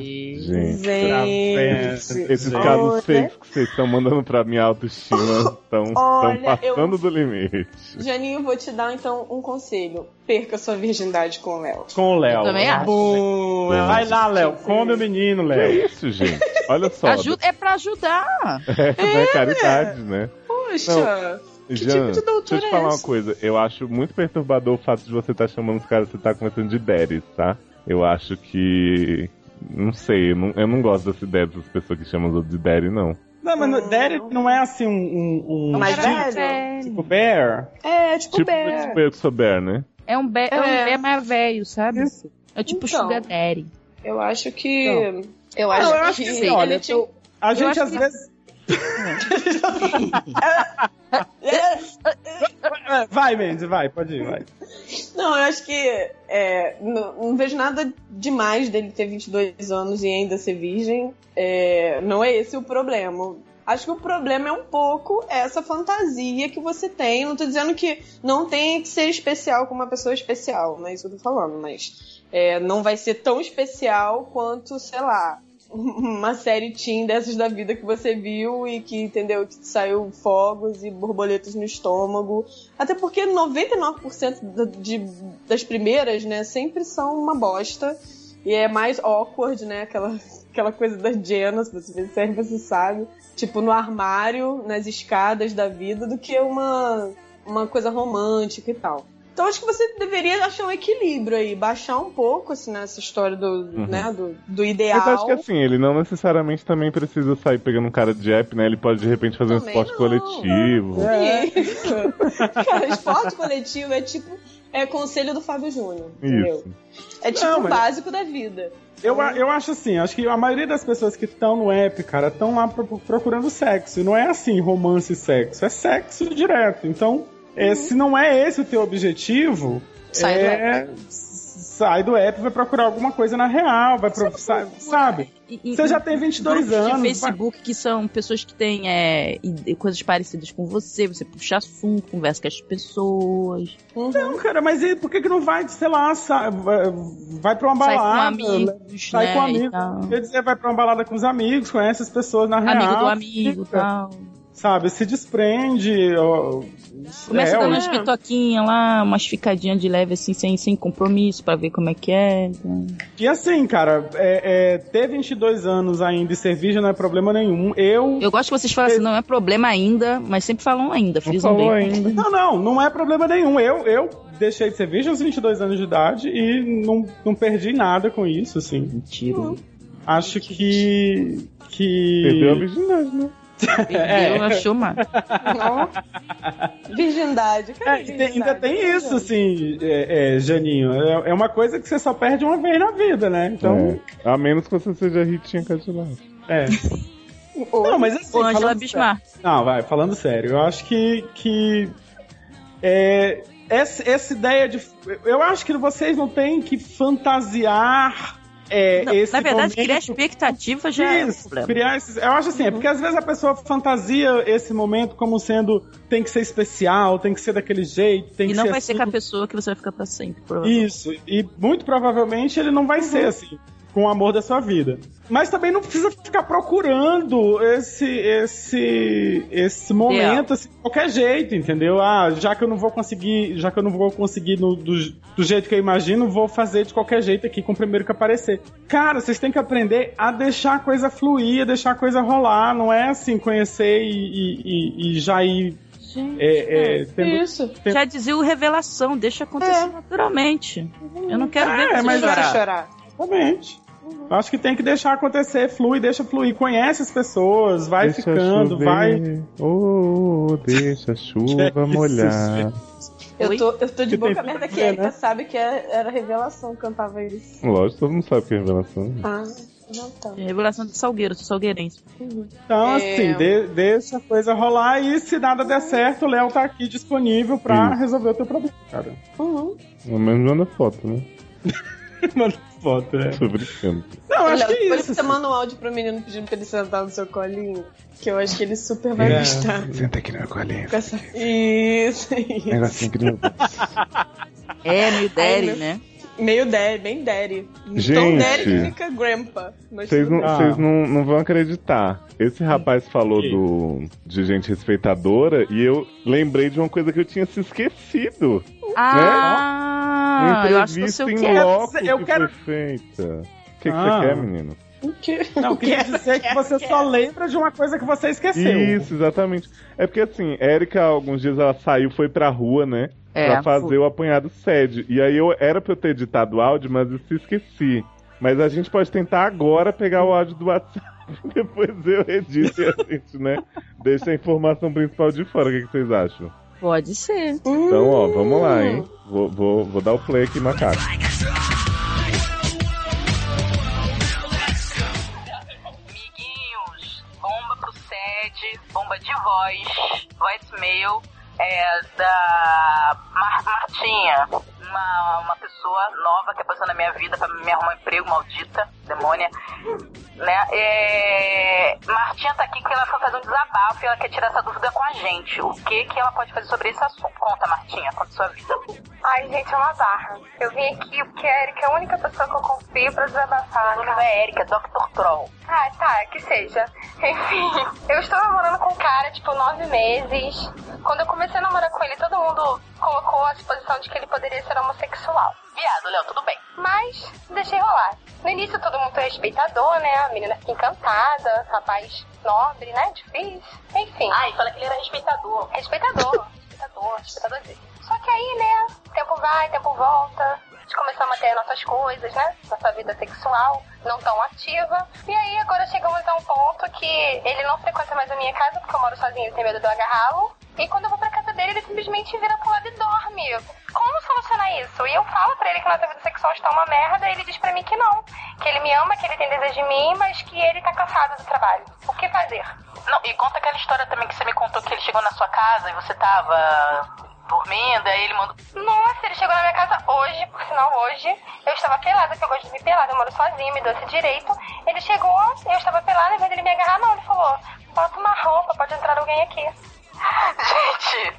[SPEAKER 3] Gente.
[SPEAKER 2] Gente.
[SPEAKER 3] Esses
[SPEAKER 2] Olha.
[SPEAKER 3] casos fakes que vocês estão mandando pra minha autoestima estão
[SPEAKER 5] Olha,
[SPEAKER 3] passando
[SPEAKER 5] eu-
[SPEAKER 3] do limite.
[SPEAKER 5] Janinho, vou te dar então um conselho. Perca sua virgindade com o Léo.
[SPEAKER 2] Com o Léo.
[SPEAKER 4] Eu também acho.
[SPEAKER 2] Bum, Vai lá, Léo. Come o menino,
[SPEAKER 3] Que é
[SPEAKER 2] Léo.
[SPEAKER 3] isso, gente? Olha só.
[SPEAKER 4] Ajuda, é pra ajudar.
[SPEAKER 3] É, né? Caridade, né?
[SPEAKER 5] Poxa!
[SPEAKER 3] Jean,
[SPEAKER 5] tipo de
[SPEAKER 3] deixa
[SPEAKER 5] doutora
[SPEAKER 3] eu te
[SPEAKER 5] é
[SPEAKER 3] falar uma
[SPEAKER 5] essa?
[SPEAKER 3] coisa. Eu acho muito perturbador o fato de você estar chamando os caras que você tá começando de Deres, tá? Eu acho que. Não sei, eu não, eu não gosto dessa ideia dessas pessoas que chamam os outros de Daddy, não.
[SPEAKER 2] Não, mas no- Derek não é assim um. um, um
[SPEAKER 5] Mais
[SPEAKER 2] tipo-
[SPEAKER 5] velho?
[SPEAKER 2] Tipo Bear?
[SPEAKER 5] É, tipo,
[SPEAKER 3] tipo,
[SPEAKER 5] Bear.
[SPEAKER 3] tipo eu que sou Bear, né?
[SPEAKER 4] É um bé, é. um
[SPEAKER 5] É.
[SPEAKER 4] bé mais velho, sabe? É tipo
[SPEAKER 5] Então.
[SPEAKER 4] Sugar Daddy.
[SPEAKER 5] Eu acho que. Eu
[SPEAKER 2] Não,
[SPEAKER 5] acho
[SPEAKER 2] eu acho que assim, olha,
[SPEAKER 5] ele tinha.
[SPEAKER 2] A gente
[SPEAKER 4] acho
[SPEAKER 2] às
[SPEAKER 4] que-
[SPEAKER 2] vezes. É, Vai, Mendes, vai, pode ir, vai.
[SPEAKER 5] Não, eu acho que é, não, não vejo nada demais dele ter 22 anos e ainda ser virgem. É, não é esse o problema. Acho que o problema é um pouco essa fantasia que você tem. Não tô dizendo que não tem que ser especial com uma pessoa especial, não é isso que eu tô falando, mas é, não vai ser tão especial quanto, sei lá, uma série teen dessas da vida que você viu e que, entendeu, que saiu fogos e borboletas no estômago até porque 99% da- de, das primeiras, né, sempre são uma bosta. E é mais awkward, né? Aquela, aquela coisa da Jenna, se você observa, você sabe. Tipo, no armário, nas escadas da vida, do que uma, uma coisa romântica e tal. Então acho que você deveria achar um equilíbrio aí, baixar um pouco, assim, nessa história do,
[SPEAKER 3] Uhum.
[SPEAKER 5] né, do, do
[SPEAKER 3] Mas acho
[SPEAKER 5] ideal.
[SPEAKER 3] que assim, ele não necessariamente também precisa sair pegando um cara de app, né? Ele pode de repente fazer um
[SPEAKER 5] Também
[SPEAKER 3] esporte
[SPEAKER 5] não. né?
[SPEAKER 3] coletivo.
[SPEAKER 5] Isso. Cara, esporte coletivo é tipo. É conselho do Fábio Júnior. Entendeu?
[SPEAKER 3] Isso.
[SPEAKER 5] É tipo
[SPEAKER 2] Não,
[SPEAKER 5] o
[SPEAKER 2] mas-
[SPEAKER 5] básico da vida.
[SPEAKER 2] Eu, a- eu acho assim, acho que a maioria das pessoas que estão no app, cara, estão lá pro- procurando sexo. E Não é assim, romance e sexo, é sexo direto. Então, é, se não é esse o teu objetivo,
[SPEAKER 4] Uhum. Sai do
[SPEAKER 2] é, sai do app, vai procurar alguma coisa na real, vai
[SPEAKER 4] é
[SPEAKER 2] pro, sa- sabe?
[SPEAKER 4] E- e-
[SPEAKER 2] Você já tem
[SPEAKER 4] grupos
[SPEAKER 2] 22
[SPEAKER 4] de
[SPEAKER 2] anos, vai-
[SPEAKER 4] é Facebook que são pessoas que têm é, ide- coisas parecidas com você, você puxa assunto, conversa com as pessoas,
[SPEAKER 2] Não, cara, mas e por que, que não vai, sei lá, sa- vai- vai pra uma
[SPEAKER 4] sai com
[SPEAKER 2] balada?
[SPEAKER 4] amigos,
[SPEAKER 2] sai
[SPEAKER 4] né?
[SPEAKER 2] com
[SPEAKER 4] e
[SPEAKER 2] amigos.
[SPEAKER 4] tal.
[SPEAKER 2] Quer dizer, vai pra uma balada com os amigos, conhece as pessoas na real.
[SPEAKER 4] Amigo do amigo, tá.
[SPEAKER 2] fica,
[SPEAKER 4] tal.
[SPEAKER 2] Sabe, se desprende. ó,
[SPEAKER 4] Começa
[SPEAKER 2] é,
[SPEAKER 4] dando
[SPEAKER 2] ó,
[SPEAKER 4] umas pitoquinhas lá, umas ficadinhas de leve, assim, sem, sem compromisso, pra ver como é que é.
[SPEAKER 2] E assim, cara, é, é, ter 22 anos ainda e ser virgem não é problema nenhum. Eu.
[SPEAKER 4] Eu gosto que vocês falam assim, não é problema ainda, mas sempre falam ainda,
[SPEAKER 3] Não
[SPEAKER 4] frisam
[SPEAKER 3] falou
[SPEAKER 4] bem.
[SPEAKER 3] ainda.
[SPEAKER 2] Não, não, não é problema nenhum. Eu, eu deixei de ser virgem aos 22 anos de idade e não, não perdi nada com isso, assim.
[SPEAKER 4] Mentira.
[SPEAKER 2] Acho que. que...
[SPEAKER 3] Perdeu a virgindade, né?
[SPEAKER 2] É.
[SPEAKER 4] Perdeu, achou mais.
[SPEAKER 5] Não. Virgindade. Cara,
[SPEAKER 2] É, e tem- ainda tem isso, assim, é, é, Janinho. É, é uma coisa que você só perde uma vez na vida, né? Então,
[SPEAKER 3] É. A menos que você seja ritinha Cadillac.
[SPEAKER 2] é. Não, mas assim,
[SPEAKER 4] Ô, Angela
[SPEAKER 2] falando
[SPEAKER 4] Bismarck.
[SPEAKER 2] sério- Não, vai, falando sério, eu acho que. que é, essa, essa ideia de. Eu acho que vocês não têm que fantasiar é,
[SPEAKER 4] Não,
[SPEAKER 2] esse
[SPEAKER 4] na verdade, criar
[SPEAKER 2] momento
[SPEAKER 4] expectativa já é um
[SPEAKER 2] Isso,
[SPEAKER 4] problema. Uhum.
[SPEAKER 2] criar esses- eu acho assim, é porque às vezes a pessoa fantasia esse momento como sendo tem que ser especial, tem que ser daquele jeito, tem
[SPEAKER 4] E
[SPEAKER 2] que
[SPEAKER 4] não
[SPEAKER 2] ser
[SPEAKER 4] vai ser
[SPEAKER 2] assim.
[SPEAKER 4] com a pessoa que você vai ficar pra sempre, provavelmente.
[SPEAKER 2] Isso, e muito provavelmente ele não vai ser assim, com o amor da sua vida. Mas também não precisa ficar procurando esse esse esse momento assim, de qualquer jeito, entendeu? Ah, já que eu não vou conseguir, já que eu não vou conseguir no- do, do jeito que eu imagino, vou fazer de qualquer jeito aqui com o primeiro que aparecer. Cara, vocês têm que aprender a deixar a coisa fluir, a deixar a coisa rolar, não é assim conhecer e, e- e- e já ir
[SPEAKER 4] Gente,
[SPEAKER 2] é, é, tendo
[SPEAKER 5] Isso.
[SPEAKER 4] já dizia o revelação, deixa acontecer
[SPEAKER 5] É.
[SPEAKER 4] naturalmente. Eu não quero ver
[SPEAKER 2] É,
[SPEAKER 4] você
[SPEAKER 2] mas-
[SPEAKER 4] chorar.
[SPEAKER 5] chorar.
[SPEAKER 2] Exatamente. Eu Acho que tem que deixar acontecer, flui, deixa fluir, conhece as pessoas, vai
[SPEAKER 3] Deixa
[SPEAKER 2] ficando,
[SPEAKER 3] chover.
[SPEAKER 2] vai.
[SPEAKER 3] Oh, oh, deixa a chuva
[SPEAKER 2] Que é isso,
[SPEAKER 3] molhar.
[SPEAKER 5] Eu
[SPEAKER 4] Oi?
[SPEAKER 5] tô, eu tô de
[SPEAKER 2] Que
[SPEAKER 5] boca
[SPEAKER 2] tem
[SPEAKER 5] aberta que
[SPEAKER 2] que ver,
[SPEAKER 5] a
[SPEAKER 2] né?
[SPEAKER 5] Erika sabe que era, era revelação, cantava isso.
[SPEAKER 3] Lógico, todo mundo sabe que é revelação.
[SPEAKER 5] Ah, não tá.
[SPEAKER 4] É Revelação de Salgueiro, sou salgueirense.
[SPEAKER 2] Então,
[SPEAKER 5] É.
[SPEAKER 2] assim, de- deixa a coisa rolar e se nada der certo, o Léo tá aqui disponível pra
[SPEAKER 3] Isso.
[SPEAKER 2] resolver o teu problema, cara.
[SPEAKER 5] Uhum.
[SPEAKER 3] Pelo menos manda foto, né?
[SPEAKER 2] Manda foto, né?
[SPEAKER 3] Tô brincando.
[SPEAKER 2] Não, acho
[SPEAKER 5] Léo,
[SPEAKER 2] que é
[SPEAKER 5] depois
[SPEAKER 2] isso.
[SPEAKER 5] você manda um áudio pro menino pedindo pra ele sentar no seu colinho, que eu acho que ele super vai
[SPEAKER 2] É.
[SPEAKER 5] gostar.
[SPEAKER 8] Senta aqui no meu colinho.
[SPEAKER 5] Com essa- Isso, isso.
[SPEAKER 8] Negocinho que nem
[SPEAKER 4] É, meio
[SPEAKER 5] Ai,
[SPEAKER 4] Derry,
[SPEAKER 5] meu-
[SPEAKER 4] né?
[SPEAKER 5] Meio daddy, bem daddy. Tão
[SPEAKER 3] Gente.
[SPEAKER 5] daddy que fica grandpa. Mas
[SPEAKER 3] Vocês não,
[SPEAKER 5] tudo bem.
[SPEAKER 2] Ah.
[SPEAKER 3] vocês não, não vão acreditar. Esse rapaz falou do, de gente respeitadora e eu lembrei de uma coisa que eu tinha se esquecido.
[SPEAKER 4] Ah,
[SPEAKER 3] uma
[SPEAKER 4] eu acho que eu
[SPEAKER 3] entrevista
[SPEAKER 4] sei o
[SPEAKER 3] em
[SPEAKER 4] que é.
[SPEAKER 3] loco
[SPEAKER 2] Eu
[SPEAKER 3] que
[SPEAKER 2] quero-
[SPEAKER 3] foi feita. O que, que
[SPEAKER 2] Ah.
[SPEAKER 3] você quer, menino?
[SPEAKER 5] O quê?
[SPEAKER 2] Não, eu queria
[SPEAKER 5] Quero,
[SPEAKER 2] dizer que
[SPEAKER 5] quero,
[SPEAKER 2] você
[SPEAKER 5] quero.
[SPEAKER 2] só lembra de uma coisa que você esqueceu.
[SPEAKER 3] Isso, exatamente. É porque assim, Érica, alguns dias ela saiu, foi pra rua, né?
[SPEAKER 4] É,
[SPEAKER 3] pra fazer o apanhado sede. E aí eu era pra eu ter editado o áudio, mas eu se esqueci. Mas a gente pode tentar agora pegar o áudio do WhatsApp. Depois eu edito e a gente, né? Deixa a informação principal de fora. O que, que vocês acham?
[SPEAKER 4] Pode ser.
[SPEAKER 3] Então, ó, vamos lá, hein? Vou, vou, vou dar o play aqui, macaco.
[SPEAKER 9] Amiguinhos, bomba pro SED, bomba de voz, voicemail, é, da Mar- Martinha, uma, uma pessoa nova que apareceu na minha vida pra me arrumar um emprego, maldita, demônia. Né? É, Martinha tá aqui porque ela foi fazer um desabafo e ela quer tirar essa dúvida com a gente. O que que ela pode fazer sobre esse assunto? Conta, Martinha, conta sua vida.
[SPEAKER 10] Ai, gente, é uma barra. Eu vim aqui porque a Erika é a única pessoa que eu confio pra desabafar.
[SPEAKER 9] O nome é Erika, Dr. Troll.
[SPEAKER 10] Ah, tá, que seja. Enfim, eu estou namorando com um cara, tipo, nove meses. Quando eu comecei a namorar com ele, todo mundo colocou a disposição de que ele poderia ser homossexual.
[SPEAKER 9] Viado, Léo, tudo bem.
[SPEAKER 10] Mas deixei rolar. No início todo mundo é respeitador, né? A menina fica encantada, rapaz nobre, né? Difícil. Enfim.
[SPEAKER 9] Ai, fala então é que ele era respeitador.
[SPEAKER 10] Respeitador, respeitador, respeitadorzinho. Só que aí, né? Tempo vai, tempo volta. A gente começou a manter nossas coisas, né? Nossa vida sexual, não tão ativa. E aí agora chegamos a um ponto que ele não frequenta mais a minha casa, porque eu moro sozinha e tenho medo de eu agarrá-lo. E quando eu vou pra casa dele, ele simplesmente vira pro lado e dorme. Como solucionar isso? E eu falo pra ele que nossa vida sexual está uma merda, e ele diz pra mim que não. Que ele me ama, que ele tem desejo de mim, mas que ele tá cansado do trabalho. O que fazer?
[SPEAKER 9] Não, e conta aquela história também que você me contou que ele chegou na sua casa e você tava dormindo, aí ele mandou.
[SPEAKER 10] Nossa, ele chegou na minha casa hoje, por sinal hoje. Eu estava pelada, que eu gosto de me pelada, eu moro sozinha, me dou esse direito. Ele chegou, eu estava pelada, ao invés dele me agarrar, não. Ele falou: bota uma roupa, pode entrar alguém aqui.
[SPEAKER 9] Gente,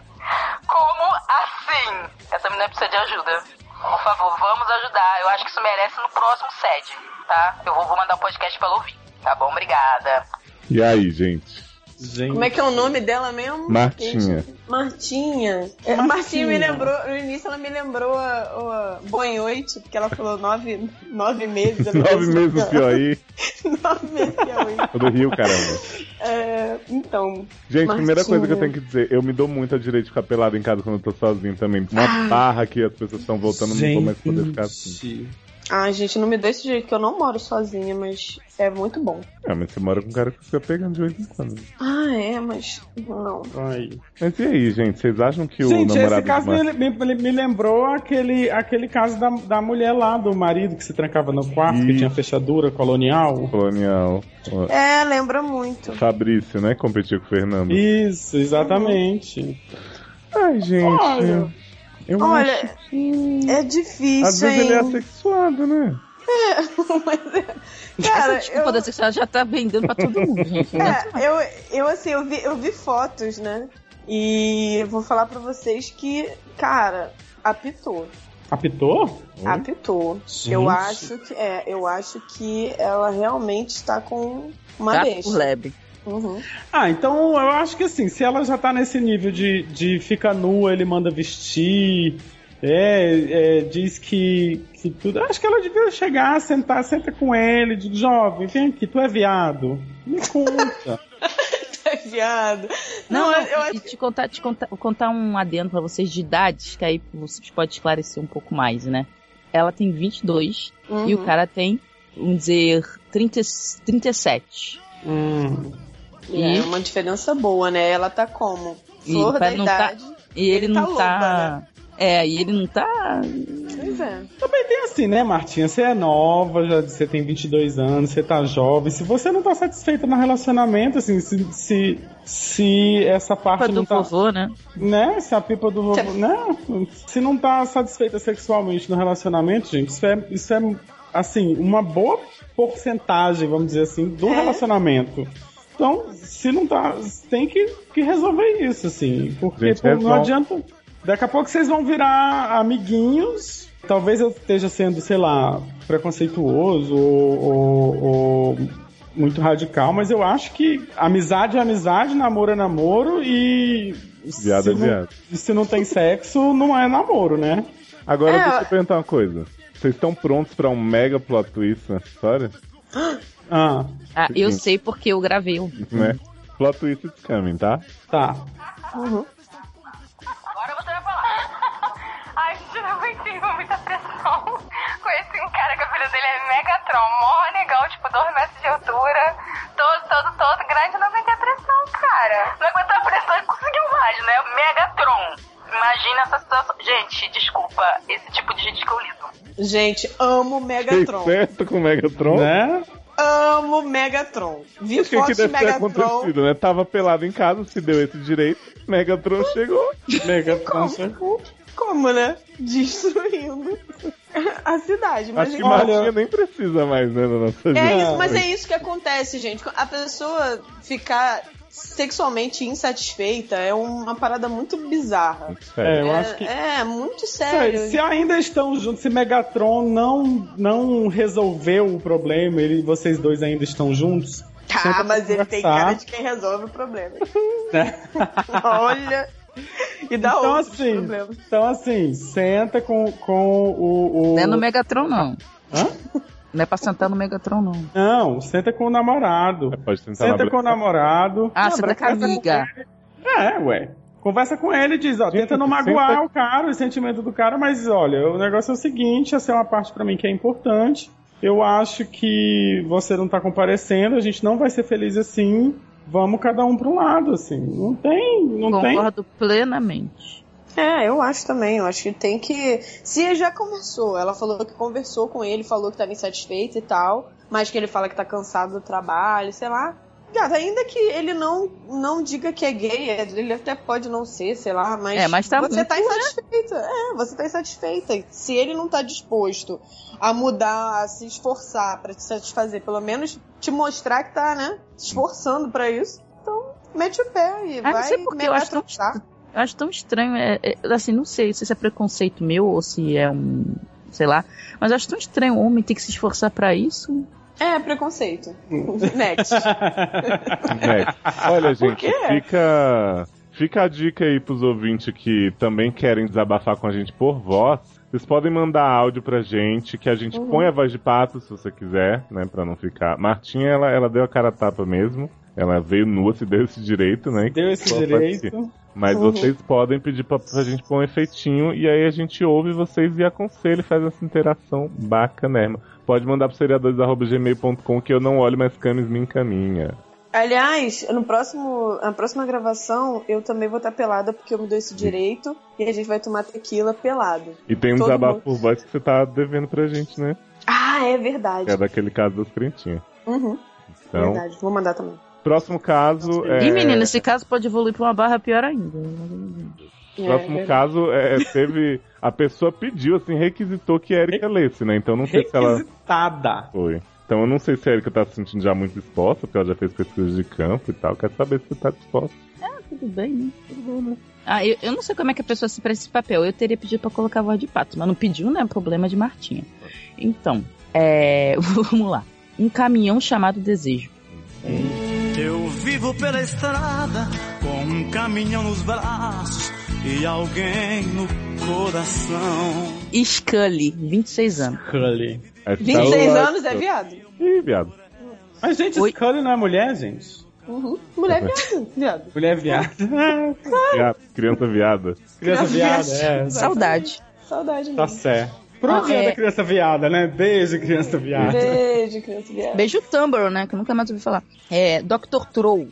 [SPEAKER 9] como assim? Essa menina precisa de ajuda. Por favor, vamos ajudar. Eu acho que isso merece no próximo sede, tá? Eu vou, vou mandar o podcast pra ela ouvir. Tá bom, obrigada.
[SPEAKER 3] E aí, gente?
[SPEAKER 2] Gente.
[SPEAKER 5] Como é que é o nome dela mesmo?
[SPEAKER 3] Martinha.
[SPEAKER 5] Martinha. É, Martinha. me lembrou, no início ela me lembrou a, a Bonhoite, porque ela falou nove, nove meses. eu
[SPEAKER 3] Nove
[SPEAKER 5] pensei,
[SPEAKER 3] meses
[SPEAKER 5] "Ah,
[SPEAKER 3] o Piauí,
[SPEAKER 5] nove meses Piauí.
[SPEAKER 3] o do Rio, caramba.
[SPEAKER 5] É, então,
[SPEAKER 3] Gente, primeira
[SPEAKER 5] Martinha.
[SPEAKER 3] coisa que eu tenho que dizer, eu me dou muito a direito de ficar pelado em casa quando eu tô sozinho também. Uma barra que as pessoas estão voltando, eu não vou mais poder ficar assim.
[SPEAKER 5] ai gente, não me dê esse jeito que eu não moro sozinha, mas é muito bom.
[SPEAKER 3] É, mas você mora com um cara que fica pegando de vez em quando.
[SPEAKER 5] Ah, é, mas não.
[SPEAKER 2] Ai.
[SPEAKER 3] Mas e aí, gente? Vocês acham que o
[SPEAKER 2] Gente,
[SPEAKER 3] namorado
[SPEAKER 2] esse caso
[SPEAKER 3] de Mar-
[SPEAKER 2] me, me- me lembrou aquele, aquele caso da, da mulher lá, do marido que se trancava no quarto, que
[SPEAKER 3] Isso.
[SPEAKER 2] tinha fechadura colonial.
[SPEAKER 3] colonial ó,
[SPEAKER 5] É, lembra muito.
[SPEAKER 3] Fabrício, né? Competiu com o Fernando.
[SPEAKER 2] Isso, exatamente.
[SPEAKER 3] Ai, gente.
[SPEAKER 5] Olha.
[SPEAKER 3] eu
[SPEAKER 5] Olha,
[SPEAKER 3] acho que...
[SPEAKER 5] É
[SPEAKER 3] Às
[SPEAKER 5] difícil,
[SPEAKER 3] vezes
[SPEAKER 5] hein?
[SPEAKER 3] ele é assexuado, né?
[SPEAKER 5] Mas, é,
[SPEAKER 4] Essa
[SPEAKER 5] cara,
[SPEAKER 4] desculpa
[SPEAKER 5] eu,
[SPEAKER 4] da sexual já tá vendendo pra todo mundo, gente. né?
[SPEAKER 5] é, eu, eu assim, eu vi, eu vi fotos, né? E eu vou falar pra vocês que, cara, apitou.
[SPEAKER 2] Apitou?
[SPEAKER 5] Apitou.
[SPEAKER 2] Gente.
[SPEAKER 5] Eu acho que é, eu acho que ela realmente está com uma
[SPEAKER 4] Tá por
[SPEAKER 5] besta.
[SPEAKER 4] leve.
[SPEAKER 5] Uhum.
[SPEAKER 2] Ah, então eu acho que assim, se ela já tá nesse nível de, de fica nua, ele manda vestir, é, é, diz que, que tudo. Acho que ela devia chegar, sentar, senta com ele, diz, jovem, vem aqui, tu é viado. Me conta.
[SPEAKER 5] Tá Viado.
[SPEAKER 4] Não,
[SPEAKER 5] eu,
[SPEAKER 4] não,
[SPEAKER 5] eu
[SPEAKER 4] e
[SPEAKER 5] acho
[SPEAKER 4] te contar, te contar, vou contar um adendo pra vocês de idades, que aí vocês podem esclarecer um pouco mais, né? Ela tem 22 e o
[SPEAKER 5] Uhum.
[SPEAKER 4] cara tem, vamos dizer, 30, 37.
[SPEAKER 2] Hum.
[SPEAKER 5] É uma diferença boa, né? Ela tá como?
[SPEAKER 4] E
[SPEAKER 5] Flor
[SPEAKER 4] pra
[SPEAKER 5] da
[SPEAKER 4] não tá-
[SPEAKER 5] idade.
[SPEAKER 4] E ele,
[SPEAKER 5] Ele tá
[SPEAKER 4] não tá.
[SPEAKER 5] louco,
[SPEAKER 4] É, e ele não tá.
[SPEAKER 5] Pois é.
[SPEAKER 2] Também tem assim, né, Martinha? Você é nova, já, você tem 22 anos, você tá jovem. Se você não tá satisfeita no relacionamento, assim, se, se, se essa parte
[SPEAKER 4] Culpa
[SPEAKER 2] não
[SPEAKER 4] do
[SPEAKER 2] tá...
[SPEAKER 4] vovô, né?
[SPEAKER 2] Né? Se a pipa do vovô.
[SPEAKER 5] Se a-
[SPEAKER 2] Né? Se não tá satisfeita sexualmente no relacionamento, gente, isso é, isso é assim, uma boa porcentagem, vamos dizer assim, do
[SPEAKER 5] É.
[SPEAKER 2] relacionamento. Então, se não tá. Tem que, que resolver isso, assim. Porque
[SPEAKER 3] Gente,
[SPEAKER 2] pô, não
[SPEAKER 3] resolve.
[SPEAKER 2] adianta. Daqui a pouco vocês vão virar amiguinhos. Talvez eu esteja sendo, sei lá, preconceituoso ou- ou- ou muito radical, mas eu acho que amizade é amizade, namoro é namoro e.
[SPEAKER 3] Viado
[SPEAKER 2] se
[SPEAKER 3] é
[SPEAKER 2] não-
[SPEAKER 3] viado.
[SPEAKER 2] Se não tem sexo, não é namoro, né?
[SPEAKER 3] Agora,
[SPEAKER 5] É,
[SPEAKER 3] deixa eu
[SPEAKER 5] ó.
[SPEAKER 3] perguntar uma coisa. Vocês estão prontos pra um mega plot twist nessa história?
[SPEAKER 2] Ah,
[SPEAKER 4] Ah, eu
[SPEAKER 3] Sim.
[SPEAKER 4] sei porque eu gravei um.
[SPEAKER 3] Né? Plot twist is coming, tá?
[SPEAKER 2] tá.
[SPEAKER 10] Agora você vai falar. Ai, gente, eu não aguentei, foi muita pressão. Conheci um cara que a filha dele é Megatron, mó legal, tipo, 2 metros de altura, todo, todo, todo grande, eu não aguentei a pressão, cara.
[SPEAKER 9] Não aguentou a pressão e conseguiu mais, né? Megatron. Imagina essa situação. Gente, desculpa, esse tipo de gente que eu lido.
[SPEAKER 5] Gente, amo
[SPEAKER 3] Fez
[SPEAKER 5] Megatron.
[SPEAKER 3] certo com o Megatron?
[SPEAKER 2] Né?
[SPEAKER 5] Amo Megatron. Vi
[SPEAKER 3] O que, que
[SPEAKER 5] fotos de
[SPEAKER 3] deve ter
[SPEAKER 5] Megatron.
[SPEAKER 3] acontecido, né? Tava pelado em casa, se deu esse direito, Megatron chegou.
[SPEAKER 2] Megatron.
[SPEAKER 5] Como? Como, né? Destruindo a cidade. Mas, é
[SPEAKER 3] Acho que
[SPEAKER 5] gente,
[SPEAKER 3] Martinha nem precisa mais, né, da nossa vida.
[SPEAKER 5] É isso, mas é isso que acontece, gente. A pessoa ficar sexualmente insatisfeita é uma parada muito bizarra.
[SPEAKER 2] É, eu
[SPEAKER 5] é,
[SPEAKER 2] acho que. é
[SPEAKER 5] é, muito sério.
[SPEAKER 2] Se ainda estão juntos, se Megatron não, não resolveu o problema, ele, vocês dois ainda estão juntos. senta
[SPEAKER 5] Tá,
[SPEAKER 2] pra
[SPEAKER 5] mas ele tem
[SPEAKER 2] conversar.
[SPEAKER 5] cara de quem resolve o problema.
[SPEAKER 2] Né?
[SPEAKER 5] Olha. E dá
[SPEAKER 2] então,
[SPEAKER 5] outros
[SPEAKER 2] assim,
[SPEAKER 5] problemas.
[SPEAKER 2] então, assim, senta com, com o. o...
[SPEAKER 4] Não é no Megatron, não.
[SPEAKER 2] Hã?
[SPEAKER 4] Não é pra sentar no Megatron, não.
[SPEAKER 2] Não, senta com o namorado.
[SPEAKER 3] Pode tentar
[SPEAKER 2] Senta
[SPEAKER 3] Tá na
[SPEAKER 2] com o namorado.
[SPEAKER 4] Ah,
[SPEAKER 2] Não,
[SPEAKER 4] senta com a
[SPEAKER 2] conversa
[SPEAKER 4] amiga.
[SPEAKER 2] com- É, ué. Conversa com ele e diz, ó,
[SPEAKER 3] Gente,
[SPEAKER 2] tenta não magoar
[SPEAKER 3] senta-
[SPEAKER 2] o cara, o sentimento do cara, mas olha, o negócio é o seguinte, essa é uma parte pra mim que é importante. Eu acho que você não tá comparecendo, a gente não vai ser feliz assim. Vamos cada um pro lado, assim. Não tem, não tem.
[SPEAKER 4] Concordo plenamente.
[SPEAKER 5] É, eu acho também. Eu acho que tem que. Se já conversou, ela falou que conversou com ele, falou que tava insatisfeita e tal, mas que ele fala que tá cansado do trabalho, sei lá. Gata, ainda que ele não, não diga que é gay, ele até pode não ser, sei lá, mas,
[SPEAKER 4] É, mas tá
[SPEAKER 5] você
[SPEAKER 4] muito,
[SPEAKER 5] tá insatisfeita. É, você tá insatisfeita. Se ele não tá disposto a mudar, a se esforçar pra te satisfazer, pelo menos te mostrar que tá, né, se esforçando pra isso, então mete o pé e
[SPEAKER 4] Ah, não
[SPEAKER 5] vai tá.
[SPEAKER 4] sei por que eu acho tão
[SPEAKER 5] megatronchar.
[SPEAKER 4] Eu acho tão estranho, é, é, assim, não sei se isso é preconceito meu ou se é um. sei lá. Mas eu acho tão estranho o homem ter que se esforçar pra isso.
[SPEAKER 5] É, preconceito. Next.
[SPEAKER 3] Next. Olha, gente,
[SPEAKER 5] quê?
[SPEAKER 3] fica, fica a dica aí pros ouvintes que também querem desabafar com a gente por voz. Vocês podem mandar áudio pra gente, que a gente
[SPEAKER 5] Uhum.
[SPEAKER 3] põe a voz de pato, se você quiser, né? Pra não ficar. Martinha, ela, ela deu a cara a tapa mesmo. Ela veio nua, se deu esse direito, né?
[SPEAKER 2] Deu esse
[SPEAKER 3] Pode ser.
[SPEAKER 2] direito.
[SPEAKER 3] Mas
[SPEAKER 5] Uhum.
[SPEAKER 3] vocês podem pedir pra, pra gente pôr um efeitinho e aí a gente ouve vocês e aconselha e faz essa interação bacanerma. Pode mandar pro seriadores.gmail.com que eu não olho, mas Camis me encaminha.
[SPEAKER 5] Aliás, no próximo, na próxima gravação, eu também vou estar pelada porque eu me dou esse direito e a gente vai tomar tequila pelado.
[SPEAKER 3] E tem um
[SPEAKER 5] Todo
[SPEAKER 3] desabafo
[SPEAKER 5] mundo.
[SPEAKER 3] por voz que você tá devendo pra gente, né?
[SPEAKER 5] Ah,
[SPEAKER 3] Que
[SPEAKER 5] é
[SPEAKER 3] é
[SPEAKER 5] verdade.
[SPEAKER 3] daquele caso das crentinhas.
[SPEAKER 5] Uhum,
[SPEAKER 3] Então,
[SPEAKER 5] Verdade, vou mandar também.
[SPEAKER 3] próximo caso. É,
[SPEAKER 4] E, menino, esse caso pode evoluir pra uma barra pior ainda. né?
[SPEAKER 3] próximo
[SPEAKER 5] É, é
[SPEAKER 3] caso é, teve. A pessoa pediu, assim, requisitou que a Erika lesse, né? Então não sei se ela
[SPEAKER 2] Requisitada.
[SPEAKER 3] foi. Então eu não sei se a Erika tá se sentindo já muito exposta, porque ela já fez pesquisa de campo e tal. Quero saber se você tá disposta.
[SPEAKER 4] Tudo bem, né? Tudo bom, né? Ah, eu, eu não sei como é que a pessoa se presta esse papel. Eu teria pedido pra colocar a voz de pato, mas não pediu, né? Problema de Martinha. Então, é. Vamos lá. Um caminhão chamado Desejo.
[SPEAKER 1] Eu vivo pela estrada com um caminhão nos braços e alguém no coração.
[SPEAKER 4] Scully, 26 anos.
[SPEAKER 2] Cully.
[SPEAKER 3] Essa
[SPEAKER 5] 26
[SPEAKER 3] tá-
[SPEAKER 5] anos é viado?
[SPEAKER 3] Ih, viado.
[SPEAKER 2] Mas, gente,
[SPEAKER 4] Oi.
[SPEAKER 2] Scully não é mulher, gente?
[SPEAKER 5] Uhum. Mulher é viado, viado.
[SPEAKER 2] Mulher é viada.
[SPEAKER 3] Viado, Criança viada.
[SPEAKER 2] Criança
[SPEAKER 5] Criança
[SPEAKER 2] viada, é.
[SPEAKER 4] Saudade.
[SPEAKER 5] Saudade
[SPEAKER 2] Tá
[SPEAKER 5] mesmo.
[SPEAKER 2] certo. Por onde
[SPEAKER 4] Ah,
[SPEAKER 2] anda
[SPEAKER 4] é.
[SPEAKER 2] criança viada, né? Beijo, criança viada.
[SPEAKER 5] Beijo, criança viada.
[SPEAKER 4] Beijo Tumblr, né? Que eu nunca mais ouvi falar. É. Dr. Troll.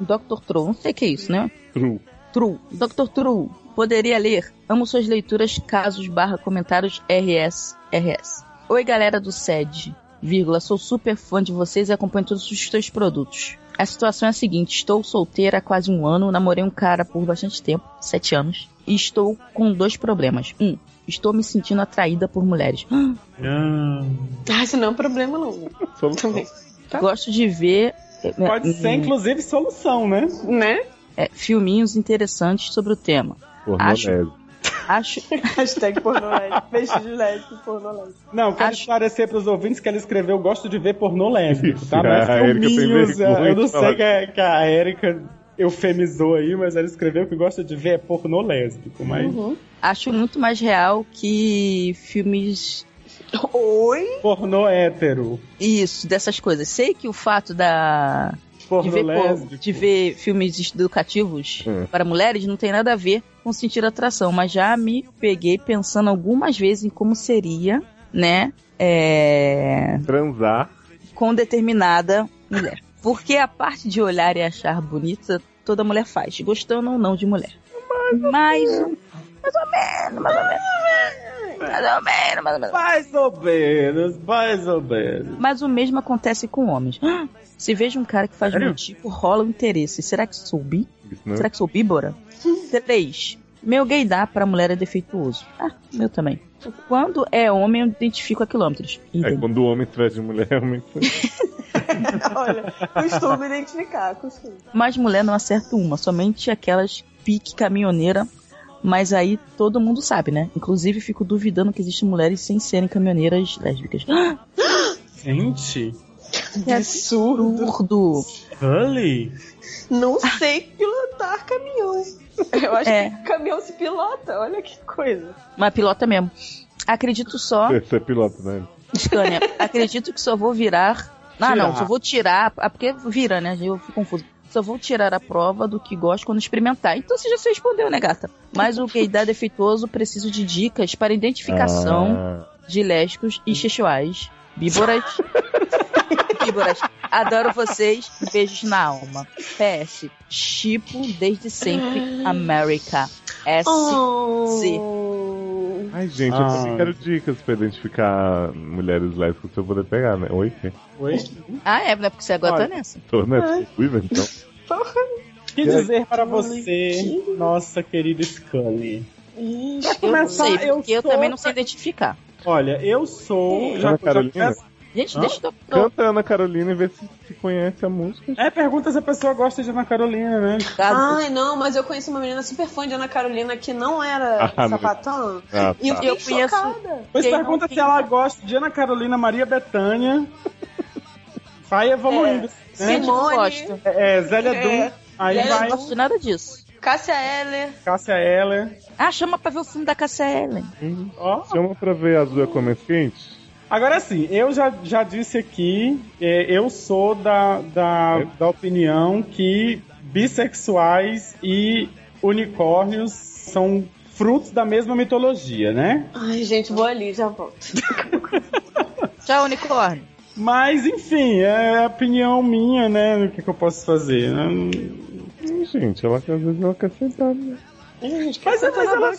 [SPEAKER 4] Dr. Troll, não sei o que é isso, né?
[SPEAKER 3] True.
[SPEAKER 4] True. Dr. True. Poderia ler. Amo suas leituras, casos, barra, comentários, RS, RS. Oi, galera do SED, vírgula, sou super fã de vocês e acompanho todos os seus produtos. A situação é a seguinte, estou solteira há quase um ano, namorei um cara por bastante tempo, sete anos, e estou com dois problemas. Um, estou me sentindo atraída por mulheres.
[SPEAKER 5] Ah, isso não é um problema, não.
[SPEAKER 3] Solução.
[SPEAKER 5] Também.
[SPEAKER 4] Gosto de ver...
[SPEAKER 2] tá.
[SPEAKER 4] né, hum,
[SPEAKER 2] Pode ser, inclusive, solução, né?
[SPEAKER 5] Né?
[SPEAKER 4] é, filminhos interessantes sobre o tema.
[SPEAKER 3] Pornô
[SPEAKER 4] Acho-
[SPEAKER 3] lésbico.
[SPEAKER 4] Acho
[SPEAKER 5] Hashtag pornolete. Peixe de leite, pornolete.
[SPEAKER 2] Não, quero
[SPEAKER 4] Acho-
[SPEAKER 2] esclarecer pros ouvintes que ela escreveu Gosto de ver pornô lésbico,
[SPEAKER 3] Isso,
[SPEAKER 2] tá? Mas
[SPEAKER 3] a Erika tem
[SPEAKER 2] filminhos,
[SPEAKER 3] vergonha
[SPEAKER 2] eu não
[SPEAKER 3] de
[SPEAKER 2] sei
[SPEAKER 3] falar.
[SPEAKER 2] que a, que a Erika eufemizou aí, mas ela escreveu que gosta de ver é pornô lésbico, mas...
[SPEAKER 4] Uhum.
[SPEAKER 5] Uhum.
[SPEAKER 4] acho muito mais real que filmes
[SPEAKER 5] Oi?
[SPEAKER 2] Pornô hétero,
[SPEAKER 4] isso dessas coisas. Sei que o fato da de
[SPEAKER 2] pornô
[SPEAKER 4] ver, por-
[SPEAKER 2] lésbico...
[SPEAKER 4] de ver filmes educativos
[SPEAKER 3] Hum.
[SPEAKER 4] para mulheres não tem nada a ver com sentir atração, mas já me peguei pensando algumas vezes em como seria, né, é,
[SPEAKER 3] Transar.
[SPEAKER 4] com determinada mulher. Porque a parte de olhar e achar bonita toda mulher faz, gostando ou não de mulher. Mas mais ou menos, mais ou menos, mais ou menos, mais ou menos.
[SPEAKER 2] Mais ou menos, mais ou menos.
[SPEAKER 4] Mas o mesmo acontece com homens. Se vejo um cara que faz
[SPEAKER 3] Sério?
[SPEAKER 4] meu tipo, rola o interesse. Será que sou bi?
[SPEAKER 3] Isso não é-
[SPEAKER 4] Será que sou bíbora? 3. Meu gaydar pra mulher é defeituoso. Ah, meu também. Quando é homem, eu identifico a quilômetros.
[SPEAKER 3] é
[SPEAKER 4] Entendi.
[SPEAKER 3] quando o homem se veste de mulher, é realmente.
[SPEAKER 5] Olha, costumo identificar, costumo.
[SPEAKER 4] Mas mulher não acerta uma, somente aquelas pique caminhoneira. Mas aí todo mundo sabe, né? Inclusive fico duvidando que existem mulheres sem serem caminhoneiras lésbicas.
[SPEAKER 2] Gente,
[SPEAKER 4] Que absurdo!
[SPEAKER 2] Hully?
[SPEAKER 5] Não sei pilotar caminhão. Eu acho
[SPEAKER 4] É.
[SPEAKER 5] que caminhão se pilota, olha que coisa.
[SPEAKER 4] Mas pilota mesmo. Acredito só
[SPEAKER 3] Você é piloto, né?
[SPEAKER 4] Scania, acredito que só vou virar. Ah, não,
[SPEAKER 2] Tirar.
[SPEAKER 4] só vou tirar. Ah, porque vira, né? Eu fico confuso. Só vou tirar a prova do que gosto quando experimentar. Então você já se respondeu, né, gata? Mas o gaydar defeituoso preciso de dicas para identificação
[SPEAKER 3] Ah,
[SPEAKER 4] de lésbicos e sexuais. Bíboras. Bíboras. Adoro vocês. Beijos na alma. PS. Chipo desde sempre. América. S. Sim.
[SPEAKER 5] Oh.
[SPEAKER 3] Ai, gente, eu
[SPEAKER 2] Ah.
[SPEAKER 3] também quero dicas pra identificar mulheres lésbicas pra eu poder pegar, né? Oi, Fê.
[SPEAKER 2] Oi?
[SPEAKER 4] Ah, é, né? Porque você agora
[SPEAKER 2] Olha.
[SPEAKER 4] tá nessa.
[SPEAKER 3] Tô, né? Fui, então.
[SPEAKER 2] Que dizer para você, nossa querida Scully?
[SPEAKER 5] Ixi,
[SPEAKER 4] Eu não
[SPEAKER 2] Começar,
[SPEAKER 4] sei,
[SPEAKER 2] Tá, eu
[SPEAKER 4] porque eu
[SPEAKER 2] sou-
[SPEAKER 4] também não sei identificar.
[SPEAKER 2] Olha, eu sou... Já,
[SPEAKER 3] Ana Carolina?
[SPEAKER 2] já
[SPEAKER 4] Gente,
[SPEAKER 2] Hã?
[SPEAKER 4] deixa eu.
[SPEAKER 3] Canta Ana Carolina e vê se, se conhece a música.
[SPEAKER 2] É, pergunta se a pessoa gosta de Ana Carolina, né?
[SPEAKER 4] Gado.
[SPEAKER 5] Ai, não, mas eu conheci uma menina super fã de Ana Carolina que não era
[SPEAKER 3] Ah, não.
[SPEAKER 5] sapatão.
[SPEAKER 3] Ah,
[SPEAKER 5] E eu
[SPEAKER 3] tá.
[SPEAKER 5] fiquei
[SPEAKER 4] Eu conheço-
[SPEAKER 5] chocada.
[SPEAKER 2] Pois
[SPEAKER 4] Quem
[SPEAKER 2] pergunta
[SPEAKER 4] não
[SPEAKER 2] se
[SPEAKER 4] tem-
[SPEAKER 2] ela gosta de Ana Carolina Maria Betânia. Vai
[SPEAKER 4] É,
[SPEAKER 2] evoluindo.
[SPEAKER 4] Gente,
[SPEAKER 2] né?
[SPEAKER 4] eu não
[SPEAKER 5] Simone.
[SPEAKER 4] gosto.
[SPEAKER 2] É, é, Zélia
[SPEAKER 5] É.
[SPEAKER 2] Dum. Aí
[SPEAKER 5] Zélia
[SPEAKER 4] Eu
[SPEAKER 2] vai
[SPEAKER 4] não gosto de nada disso.
[SPEAKER 5] Cássia Heller.
[SPEAKER 2] Cássia Heller.
[SPEAKER 4] Ah, chama pra ver o filme da Cassia Ellen.
[SPEAKER 2] Ó.
[SPEAKER 3] Chama pra ver a Azul é Como é Quente.
[SPEAKER 2] Agora sim, eu já, já disse aqui, é, eu sou da, da,
[SPEAKER 3] É,
[SPEAKER 2] da opinião que bissexuais e unicórnios são frutos da mesma mitologia, né?
[SPEAKER 5] Ai, gente, vou ali, já volto.
[SPEAKER 4] Tchau, unicórnio.
[SPEAKER 2] Mas, enfim, é a opinião minha, né? O que, que eu posso fazer? né?
[SPEAKER 3] Ih, gente, ela às vezes ela quer sentar, né?
[SPEAKER 2] Mas, mas ela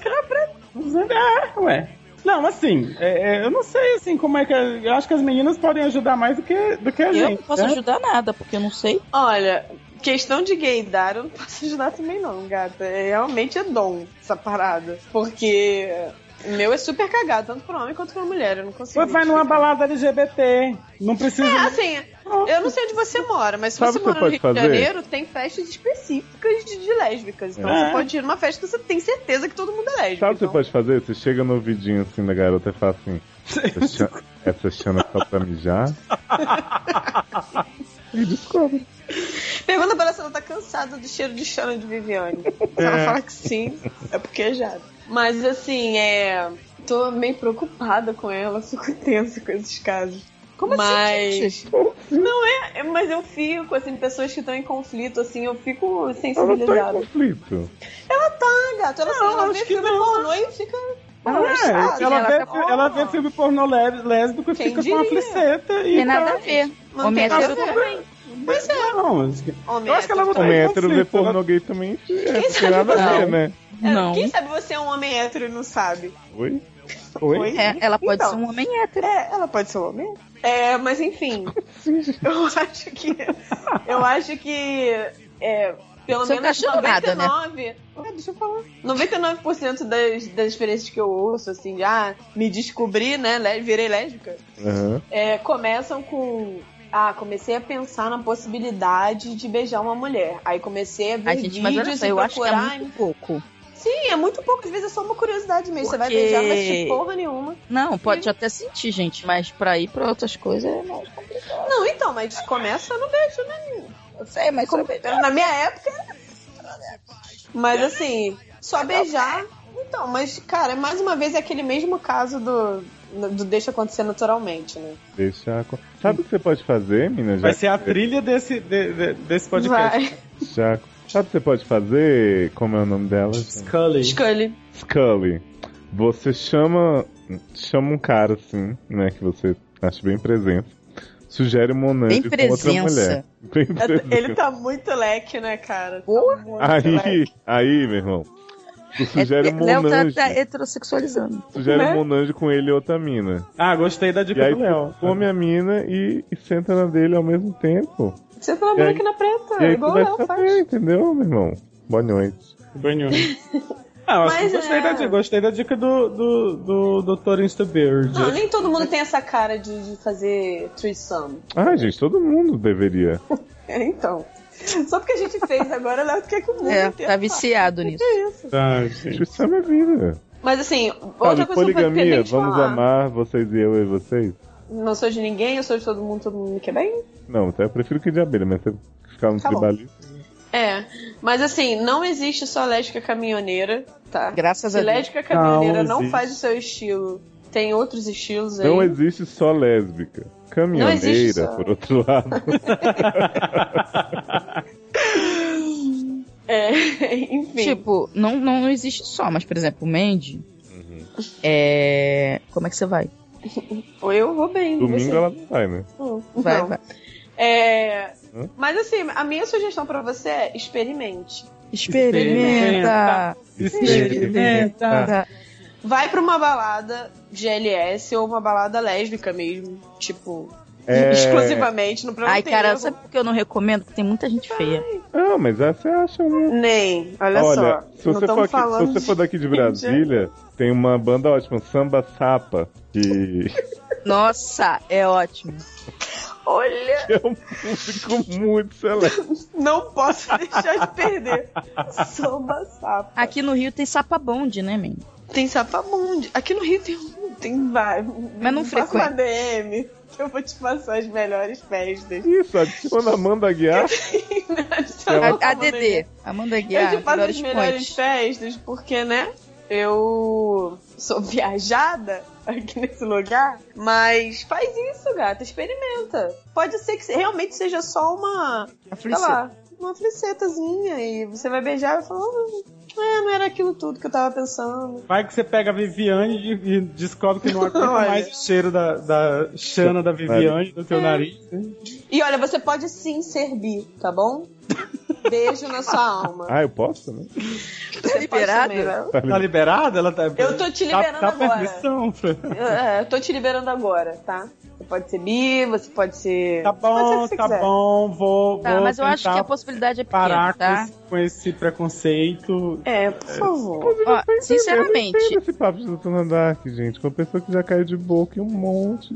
[SPEAKER 2] É, ué. Não, assim, é, é, eu não sei assim como é que. Eu acho que as meninas podem ajudar mais do que, do que a
[SPEAKER 4] Eu
[SPEAKER 2] gente.
[SPEAKER 4] não posso
[SPEAKER 2] né?
[SPEAKER 4] ajudar nada, porque eu não sei.
[SPEAKER 5] Olha, questão de gaydar, eu não posso ajudar também não, gata. É, realmente é dom essa parada. Porque o meu é super cagado, tanto pra homem quanto pra mulher. Eu não consigo.
[SPEAKER 2] Você vai numa
[SPEAKER 5] identificar.
[SPEAKER 2] balada LGBT. Não precisa.
[SPEAKER 5] É, assim, eu não sei onde você mora, mas se
[SPEAKER 3] Sabe
[SPEAKER 5] você
[SPEAKER 3] o que
[SPEAKER 5] mora no
[SPEAKER 3] pode
[SPEAKER 5] Rio
[SPEAKER 3] fazer?
[SPEAKER 5] de Janeiro, tem festas específicas de, de lésbicas. Então
[SPEAKER 2] É.
[SPEAKER 5] você pode ir numa festa que você tem certeza que todo mundo é lésbico.
[SPEAKER 3] Sabe o que você
[SPEAKER 5] então.
[SPEAKER 3] pode fazer? Você chega no ouvidinho assim da garota e fala assim: Essa Xana- Essa chana é só pra mijar? e descobre.
[SPEAKER 5] Pergunta pra ela se ela tá cansada do cheiro de chana de Viviane. Se ela fala que sim, é porque é jada. Mas assim, é. Tô meio preocupada com ela, fico tensa com esses casos. Como mas... assim? Não é, é- mas eu fico, assim, pessoas que estão em conflito, assim, eu fico
[SPEAKER 3] Ela não tá em
[SPEAKER 5] sensibilizada.
[SPEAKER 3] conflito.
[SPEAKER 5] Ah, gato, ela, assim, ela vê
[SPEAKER 2] acho que
[SPEAKER 5] filme
[SPEAKER 2] não.
[SPEAKER 5] pornô e fica.
[SPEAKER 2] Não é,
[SPEAKER 5] Ah,
[SPEAKER 2] ela,
[SPEAKER 4] ela
[SPEAKER 2] vê,
[SPEAKER 4] tá
[SPEAKER 5] bom.
[SPEAKER 2] ela vê filme pornô lé- lésbico e
[SPEAKER 5] Quem
[SPEAKER 2] fica com uma
[SPEAKER 5] diria?
[SPEAKER 2] fliceta e.
[SPEAKER 4] Tem nada
[SPEAKER 2] tá-
[SPEAKER 4] a ver.
[SPEAKER 5] Não
[SPEAKER 4] Homem é
[SPEAKER 5] tem
[SPEAKER 4] hétero
[SPEAKER 5] nada a ver.
[SPEAKER 4] também.
[SPEAKER 5] Pois é.
[SPEAKER 2] Não, acho que-
[SPEAKER 5] Homem tá
[SPEAKER 2] eu acho que ela não
[SPEAKER 5] hétero,
[SPEAKER 2] tem
[SPEAKER 3] Homem é hétero
[SPEAKER 2] Tá conflito,
[SPEAKER 3] ver
[SPEAKER 2] ela-
[SPEAKER 3] pornô gay também é, não tem
[SPEAKER 5] sabe
[SPEAKER 3] nada a ver,
[SPEAKER 4] não.
[SPEAKER 3] né?
[SPEAKER 5] É,
[SPEAKER 4] Não.
[SPEAKER 5] Quem sabe você é um homem hétero e não sabe?
[SPEAKER 3] Oi?
[SPEAKER 2] Oi?
[SPEAKER 4] É, ela pode
[SPEAKER 5] Então.
[SPEAKER 4] ser um homem hétero.
[SPEAKER 5] É, ela pode ser um homem. É, mas enfim. eu acho que. Eu acho que. É, pelo
[SPEAKER 4] Você não tá
[SPEAKER 5] menos
[SPEAKER 4] achando nada, né?
[SPEAKER 5] 99. Ué, deixa eu falar. 99% das, das experiências que eu ouço, assim, já me descobri, né? lé- Virei lésbica.
[SPEAKER 3] Aham.
[SPEAKER 5] é, começam com. Ah, comecei a pensar na possibilidade de beijar uma mulher. Aí comecei a ver
[SPEAKER 4] A gente, mas olha
[SPEAKER 5] vídeos
[SPEAKER 4] só,
[SPEAKER 5] e
[SPEAKER 4] eu acho que é
[SPEAKER 5] procurar.
[SPEAKER 4] muito pouco.
[SPEAKER 5] Sim, é muito pouco. Às vezes é só uma curiosidade mesmo. Você vai
[SPEAKER 4] Porque-
[SPEAKER 5] beijar, mas de porra nenhuma.
[SPEAKER 4] Não, pode até sentir, gente, mas pra ir pra outras coisas é mais complicado.
[SPEAKER 5] Não, então, mas começa no beijo, né?
[SPEAKER 4] Eu sei, É, mas como...
[SPEAKER 5] Na minha época. Mas assim, só beijar. Então, mas, cara, mais uma vez é aquele mesmo caso do, do deixa acontecer naturalmente, né?
[SPEAKER 3] Deixa. a co- Sabe o que você pode fazer, mina? Já
[SPEAKER 2] Vai ser a
[SPEAKER 3] que-
[SPEAKER 2] trilha desse, de- de- desse podcast.
[SPEAKER 5] Vai.
[SPEAKER 3] já- Sabe o que você pode fazer? Como é o nome dela? gente?
[SPEAKER 2] Scully.
[SPEAKER 5] Escolhe.
[SPEAKER 3] Scully. Você chama. Chama um cara assim, né? Que você acha bem presença. Sugere uma
[SPEAKER 4] Bem
[SPEAKER 3] onândia com outra mulher.
[SPEAKER 4] presença.
[SPEAKER 3] Bem presença.
[SPEAKER 5] Ele tá muito leque, né, cara? Tá
[SPEAKER 4] Boa.
[SPEAKER 5] muito leque.
[SPEAKER 3] Aí, aí, meu irmão. Tu
[SPEAKER 4] É,
[SPEAKER 3] sugere uma
[SPEAKER 4] Léo tá,
[SPEAKER 3] onândia.
[SPEAKER 4] tá heterossexualizando.
[SPEAKER 3] Sugere
[SPEAKER 5] né?
[SPEAKER 3] uma onândia com ele e outra mina.
[SPEAKER 2] Ah, gostei da
[SPEAKER 3] E
[SPEAKER 2] dica
[SPEAKER 3] aí
[SPEAKER 2] do Léo.
[SPEAKER 3] tu come a mina e, e senta na dele ao mesmo tempo.
[SPEAKER 5] Você tá
[SPEAKER 3] E aí-
[SPEAKER 5] meio que na preta,
[SPEAKER 3] e tá aí tu
[SPEAKER 5] igual
[SPEAKER 3] vai
[SPEAKER 5] ela faz.
[SPEAKER 3] saber, entendeu, meu irmão? Boa noite.
[SPEAKER 2] Banho. Ah, eu acho que
[SPEAKER 5] Mas
[SPEAKER 2] gostei,
[SPEAKER 5] é.
[SPEAKER 2] da dica, gostei da dica do, do, do, Dr. Instabird.
[SPEAKER 5] Não, nem todo mundo tem essa cara de, de fazer threesome.
[SPEAKER 3] Ah, gente, todo mundo deveria.
[SPEAKER 5] É, então. Só porque a gente fez agora, Léo, tu quer que o mundo
[SPEAKER 4] É,
[SPEAKER 5] inteiro
[SPEAKER 4] tá
[SPEAKER 5] faça.
[SPEAKER 4] viciado nisso.
[SPEAKER 5] É isso.
[SPEAKER 2] Ah, gente.
[SPEAKER 3] Isso é minha vida.
[SPEAKER 5] Mas assim, outra
[SPEAKER 3] Sabe,
[SPEAKER 5] coisa que eu
[SPEAKER 3] poligamia,
[SPEAKER 5] vamos
[SPEAKER 3] vamos
[SPEAKER 5] falar.
[SPEAKER 3] amar vocês e eu e vocês?
[SPEAKER 5] Não sou de ninguém, eu sou de todo mundo, todo mundo me quer bem.
[SPEAKER 3] Não, até eu prefiro que de abelha, mas você ficar um
[SPEAKER 5] Tá bom.
[SPEAKER 3] tribalista.
[SPEAKER 5] É. Mas assim, não existe só lésbica caminhoneira, tá?
[SPEAKER 4] Graças
[SPEAKER 5] Se
[SPEAKER 4] a Deus.
[SPEAKER 5] lésbica caminhoneira
[SPEAKER 2] Não
[SPEAKER 5] não,
[SPEAKER 2] existe.
[SPEAKER 5] faz o seu estilo, tem outros estilos aí.
[SPEAKER 3] Não existe só lésbica.
[SPEAKER 5] Não
[SPEAKER 3] Caminhoneira,
[SPEAKER 5] existe só.
[SPEAKER 3] por outro lado.
[SPEAKER 5] É, enfim.
[SPEAKER 4] Tipo, não, não, não existe só, mas, por exemplo, o Mandy.
[SPEAKER 2] Uhum.
[SPEAKER 4] É. Como é que você vai?
[SPEAKER 5] eu vou bem.
[SPEAKER 3] Domingo
[SPEAKER 5] você?
[SPEAKER 3] ela não vai, né?
[SPEAKER 5] Hum,
[SPEAKER 4] Vai,
[SPEAKER 5] não.
[SPEAKER 4] vai.
[SPEAKER 5] É,
[SPEAKER 3] Hã?
[SPEAKER 5] Mas assim, a minha sugestão pra você é experimente.
[SPEAKER 4] Experimenta!
[SPEAKER 2] Experimenta.
[SPEAKER 4] Tá.
[SPEAKER 5] Vai pra uma balada GLS ou uma balada lésbica mesmo. Tipo,
[SPEAKER 3] É.
[SPEAKER 5] exclusivamente no programa.
[SPEAKER 4] Ai, cara, sabe por que eu não recomendo? Porque tem muita gente feia.
[SPEAKER 3] Não, mas essa você acha um
[SPEAKER 5] Nem, olha, só.
[SPEAKER 3] se você,
[SPEAKER 5] não
[SPEAKER 3] for
[SPEAKER 5] estamos
[SPEAKER 3] aqui,
[SPEAKER 5] falando.
[SPEAKER 3] se você for daqui de
[SPEAKER 5] de-
[SPEAKER 3] Brasília, tem uma banda ótima, Samba Sapa, que
[SPEAKER 4] Nossa, é ótimo.
[SPEAKER 5] Olha,
[SPEAKER 3] é um público muito seleto.
[SPEAKER 5] não posso deixar de perder. Samba Sapa.
[SPEAKER 4] Aqui no Rio tem sapabonde, né, men?
[SPEAKER 5] Tem Sapamundi. Aqui no Rio tem, um- tem vários.
[SPEAKER 4] Mas não
[SPEAKER 5] Faça
[SPEAKER 4] frequenta.
[SPEAKER 5] uma DM, que eu vou te passar as melhores festas.
[SPEAKER 3] Isso, adiciona a Amanda Aguiar. Então- Ela-
[SPEAKER 4] A, a
[SPEAKER 5] né?
[SPEAKER 4] DD, Amanda
[SPEAKER 5] Eu
[SPEAKER 4] Guiar,
[SPEAKER 5] te passo É as
[SPEAKER 4] melhores
[SPEAKER 5] melhores
[SPEAKER 4] pontes.
[SPEAKER 5] festas, porque, né? Eu sou viajada aqui nesse lugar, mas faz isso, gata, experimenta. Pode ser que realmente seja só uma, sei lá, tá. uma flicetazinha e você vai beijar e vai falar, "Hum, é, não era aquilo tudo que eu tava pensando.
[SPEAKER 2] Vai que você pega a Viviane e e descobre que não aguenta
[SPEAKER 5] Olha. É.
[SPEAKER 2] mais o cheiro da, da chana da Viviane do seu nariz.
[SPEAKER 5] E olha, você pode sim ser bi, tá bom? Beijo na sua alma.
[SPEAKER 3] Ah, eu posso também?
[SPEAKER 5] Você
[SPEAKER 4] liberado?
[SPEAKER 5] pode também, né?
[SPEAKER 2] Tá liberada? Ela tá.
[SPEAKER 5] Eu tô te
[SPEAKER 2] tá-
[SPEAKER 5] liberando
[SPEAKER 2] tá
[SPEAKER 5] agora.
[SPEAKER 2] permissão pra-
[SPEAKER 5] É, eu tô te liberando agora, tá? Você pode ser bi, você pode ser.
[SPEAKER 2] Tá
[SPEAKER 5] pode ser o
[SPEAKER 2] bom,
[SPEAKER 5] que você
[SPEAKER 2] tá
[SPEAKER 5] quiser.
[SPEAKER 2] bom, vou.
[SPEAKER 4] Tá,
[SPEAKER 2] vou
[SPEAKER 4] mas eu acho que
[SPEAKER 2] tentar
[SPEAKER 4] a possibilidade é pequena,
[SPEAKER 2] Parar
[SPEAKER 4] tá?
[SPEAKER 2] com, esse, com esse preconceito.
[SPEAKER 5] É, por favor.
[SPEAKER 4] Ó,
[SPEAKER 3] Eu não
[SPEAKER 4] sinceramente,
[SPEAKER 3] entendo esse papo de Dutana Dark, gente, com uma pessoa que já caiu de boca em um monte.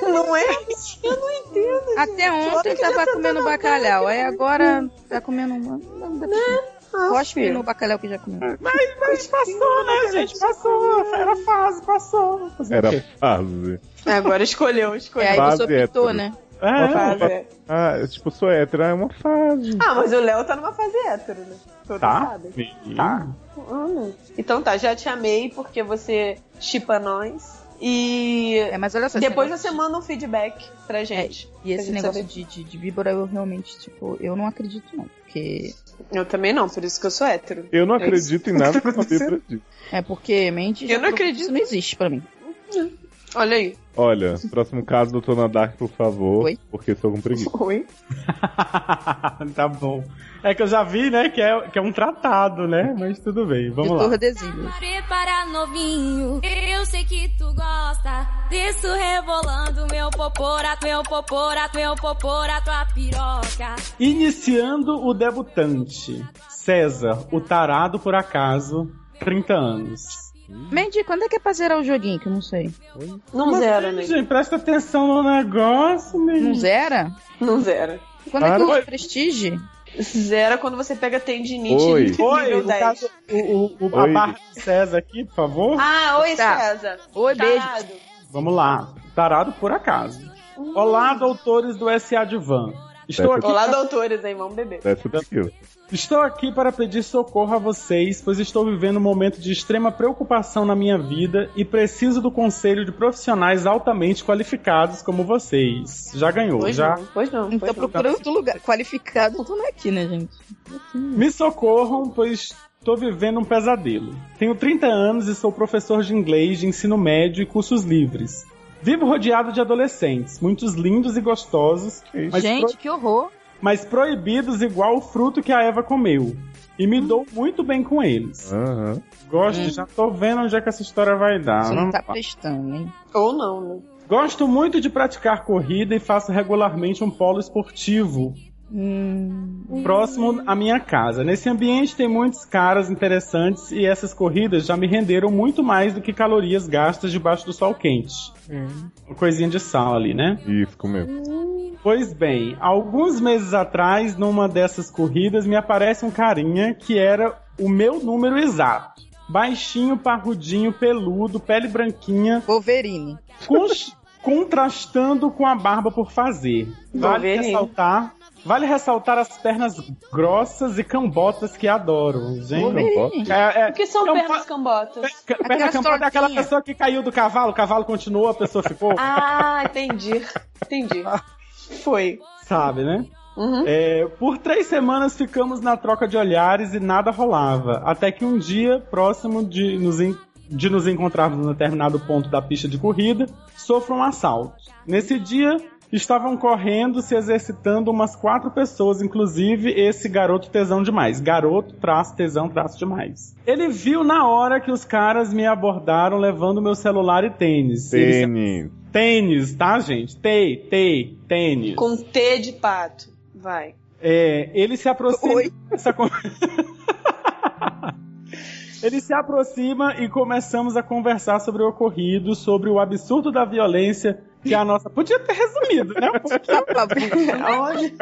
[SPEAKER 5] Não é? Eu não entendo.
[SPEAKER 4] até ontem
[SPEAKER 5] que já
[SPEAKER 4] tava
[SPEAKER 5] tá
[SPEAKER 4] comendo
[SPEAKER 5] dando
[SPEAKER 4] bacalhau, aí agora tá comendo uma. não, dá pra- Cospe no bacalhau que já comeu.
[SPEAKER 2] Mas passou, né, gente? Passou. é. Era fase, passou. Fazer o
[SPEAKER 3] Era
[SPEAKER 2] quê?
[SPEAKER 3] fase.
[SPEAKER 5] É, Agora escolheu, escolheu.
[SPEAKER 4] É, aí
[SPEAKER 3] Base
[SPEAKER 4] você optou,
[SPEAKER 3] hétero.
[SPEAKER 4] né?
[SPEAKER 2] É,
[SPEAKER 5] Fase, é.
[SPEAKER 3] Ah, eu, tipo, sou hétero, ah, é uma fase.
[SPEAKER 5] Ah, mas o Léo tá numa fase hétero, né? Todos
[SPEAKER 2] tá.
[SPEAKER 5] sabem.
[SPEAKER 2] Tá.
[SPEAKER 5] Hum. Então tá, já te amei porque você chipa nós. E
[SPEAKER 4] É, mas olha só. esse
[SPEAKER 5] depois
[SPEAKER 4] negócio- É,
[SPEAKER 5] você manda um feedback pra gente.
[SPEAKER 4] E esse
[SPEAKER 5] Pra gente
[SPEAKER 4] negócio
[SPEAKER 5] saber.
[SPEAKER 4] de, de, de víbora, eu realmente, tipo, eu não acredito, não. Porque.
[SPEAKER 5] Eu também não, por isso que eu sou hétero.
[SPEAKER 3] Eu não
[SPEAKER 5] É isso.
[SPEAKER 3] acredito em nada que uma
[SPEAKER 5] acontecendo?
[SPEAKER 3] Bíblia diz.
[SPEAKER 4] É porque mente.
[SPEAKER 5] Eu não acredito.
[SPEAKER 4] Isso não existe pra mim.
[SPEAKER 5] Olha aí.
[SPEAKER 3] Olha, próximo caso, doutor Nadark, por favor.
[SPEAKER 4] Oi?
[SPEAKER 3] Porque estou com preguiça.
[SPEAKER 5] Oi?
[SPEAKER 2] tá bom. É que eu já vi, né, que é, que é um tratado, né? Mas tudo bem, vamos
[SPEAKER 4] de
[SPEAKER 2] lá.
[SPEAKER 4] tordesilhas.
[SPEAKER 7] Prepara novinho, eu sei que tu gosta disso rebolando meu poporato, meu poporato, meu poporato, a piroca.
[SPEAKER 2] Iniciando o debutante. César, o tarado por acaso, 30 anos.
[SPEAKER 4] Mandy, quando é que é pra zerar o joguinho? Que eu não sei.
[SPEAKER 5] Não zera, né?
[SPEAKER 2] Gente, presta atenção no negócio,
[SPEAKER 5] Hum.
[SPEAKER 4] Não
[SPEAKER 2] menino.
[SPEAKER 4] zera?
[SPEAKER 5] Não zera.
[SPEAKER 4] Quando é que
[SPEAKER 3] Claro.
[SPEAKER 4] eu prestige?
[SPEAKER 5] Zera quando você pega tendinite
[SPEAKER 3] Oi.
[SPEAKER 2] Oi,
[SPEAKER 5] nível
[SPEAKER 2] o
[SPEAKER 5] 10.
[SPEAKER 2] caso, o, o, o, a
[SPEAKER 3] Oi.
[SPEAKER 2] barra de César aqui, por favor.
[SPEAKER 5] Ah, oi,
[SPEAKER 4] Tá.
[SPEAKER 5] César.
[SPEAKER 4] Oi, beijo.
[SPEAKER 5] Tarado.
[SPEAKER 2] Vamos lá. Tarado por acaso.
[SPEAKER 5] Hum.
[SPEAKER 2] Olá, doutores do SA de Van. Estou aqui
[SPEAKER 5] Olá, doutores, aí, vamos beber.
[SPEAKER 3] Essa daqui.
[SPEAKER 2] Estou aqui para pedir socorro a vocês, pois estou vivendo um momento de extrema preocupação na minha vida e preciso do conselho de profissionais altamente qualificados como vocês. Já ganhou,
[SPEAKER 5] Pois
[SPEAKER 2] já.
[SPEAKER 5] não, pois não.
[SPEAKER 4] Então
[SPEAKER 5] Pois não.
[SPEAKER 4] procura outro lugar. Qualificado, tu não é aqui, né, gente?
[SPEAKER 2] Me socorram, pois estou vivendo um pesadelo. Tenho 30 anos e sou professor de inglês, de ensino médio e cursos livres. Vivo rodeado de adolescentes, muitos lindos e gostosos, mas
[SPEAKER 4] gente, que horror.
[SPEAKER 2] mas proibidos igual o fruto que a Eva comeu. E me dou muito bem com eles.
[SPEAKER 3] Aham.
[SPEAKER 2] Gosto, já tô vendo onde é que essa história vai dar.
[SPEAKER 4] Você não
[SPEAKER 2] Vamos
[SPEAKER 4] Hum. tá
[SPEAKER 2] lá.
[SPEAKER 4] prestando, hein?
[SPEAKER 5] Ou não, né?
[SPEAKER 2] Gosto muito de praticar corrida e faço regularmente um polo esportivo
[SPEAKER 4] Hum,
[SPEAKER 2] próximo à minha casa. Nesse ambiente tem muitos caras interessantes e essas corridas já me renderam muito mais do que calorias gastas debaixo do sol quente. Uma coisinha de sala ali, né?
[SPEAKER 3] Isso, comeu.
[SPEAKER 2] Pois bem, alguns meses atrás, numa dessas corridas, me aparece um carinha que era o meu número exato. Baixinho, parrudinho, peludo, pele branquinha,
[SPEAKER 4] Wolverine.
[SPEAKER 2] cons- contrastando com a barba por fazer. Vale
[SPEAKER 5] Wolverine.
[SPEAKER 2] ressaltar, vale ressaltar as pernas grossas e cambotas que adoro, gente.
[SPEAKER 4] Wolverine.
[SPEAKER 2] É, é,
[SPEAKER 5] O que são
[SPEAKER 2] Não,
[SPEAKER 5] pernas
[SPEAKER 2] fa-
[SPEAKER 5] cambotas?
[SPEAKER 2] ca- perna cambota é aquela
[SPEAKER 4] tortinhas.
[SPEAKER 2] pessoa que caiu do cavalo, o cavalo continuou, a pessoa ficou,
[SPEAKER 5] Ah, entendi. Entendi. Foi.
[SPEAKER 2] sabe, né?
[SPEAKER 5] Uhum.
[SPEAKER 2] Ah. É, por três semanas ficamos na troca de olhares e nada rolava. Até que um dia, próximo de nos, en- de nos encontrarmos em determinado ponto da pista de corrida, sofro um assalto. Nesse dia, estavam correndo, se exercitando umas quatro pessoas, inclusive esse garoto tesão demais. Garoto, traço, tesão, traço demais. Ele viu na hora que os caras me abordaram levando meu celular e tênis. Ele se-
[SPEAKER 3] Tênis.
[SPEAKER 2] Tênis, tá, gente? Tei, tei, tênis.
[SPEAKER 5] Com T de pato. Vai.
[SPEAKER 2] É, ele se aproxima.
[SPEAKER 4] Oi.
[SPEAKER 2] Essa con- ele se aproxima e começamos a conversar sobre o ocorrido, sobre o absurdo da violência que a nossa. Podia ter resumido, né? um pouquinho.
[SPEAKER 4] Tá babu.
[SPEAKER 5] Aonde?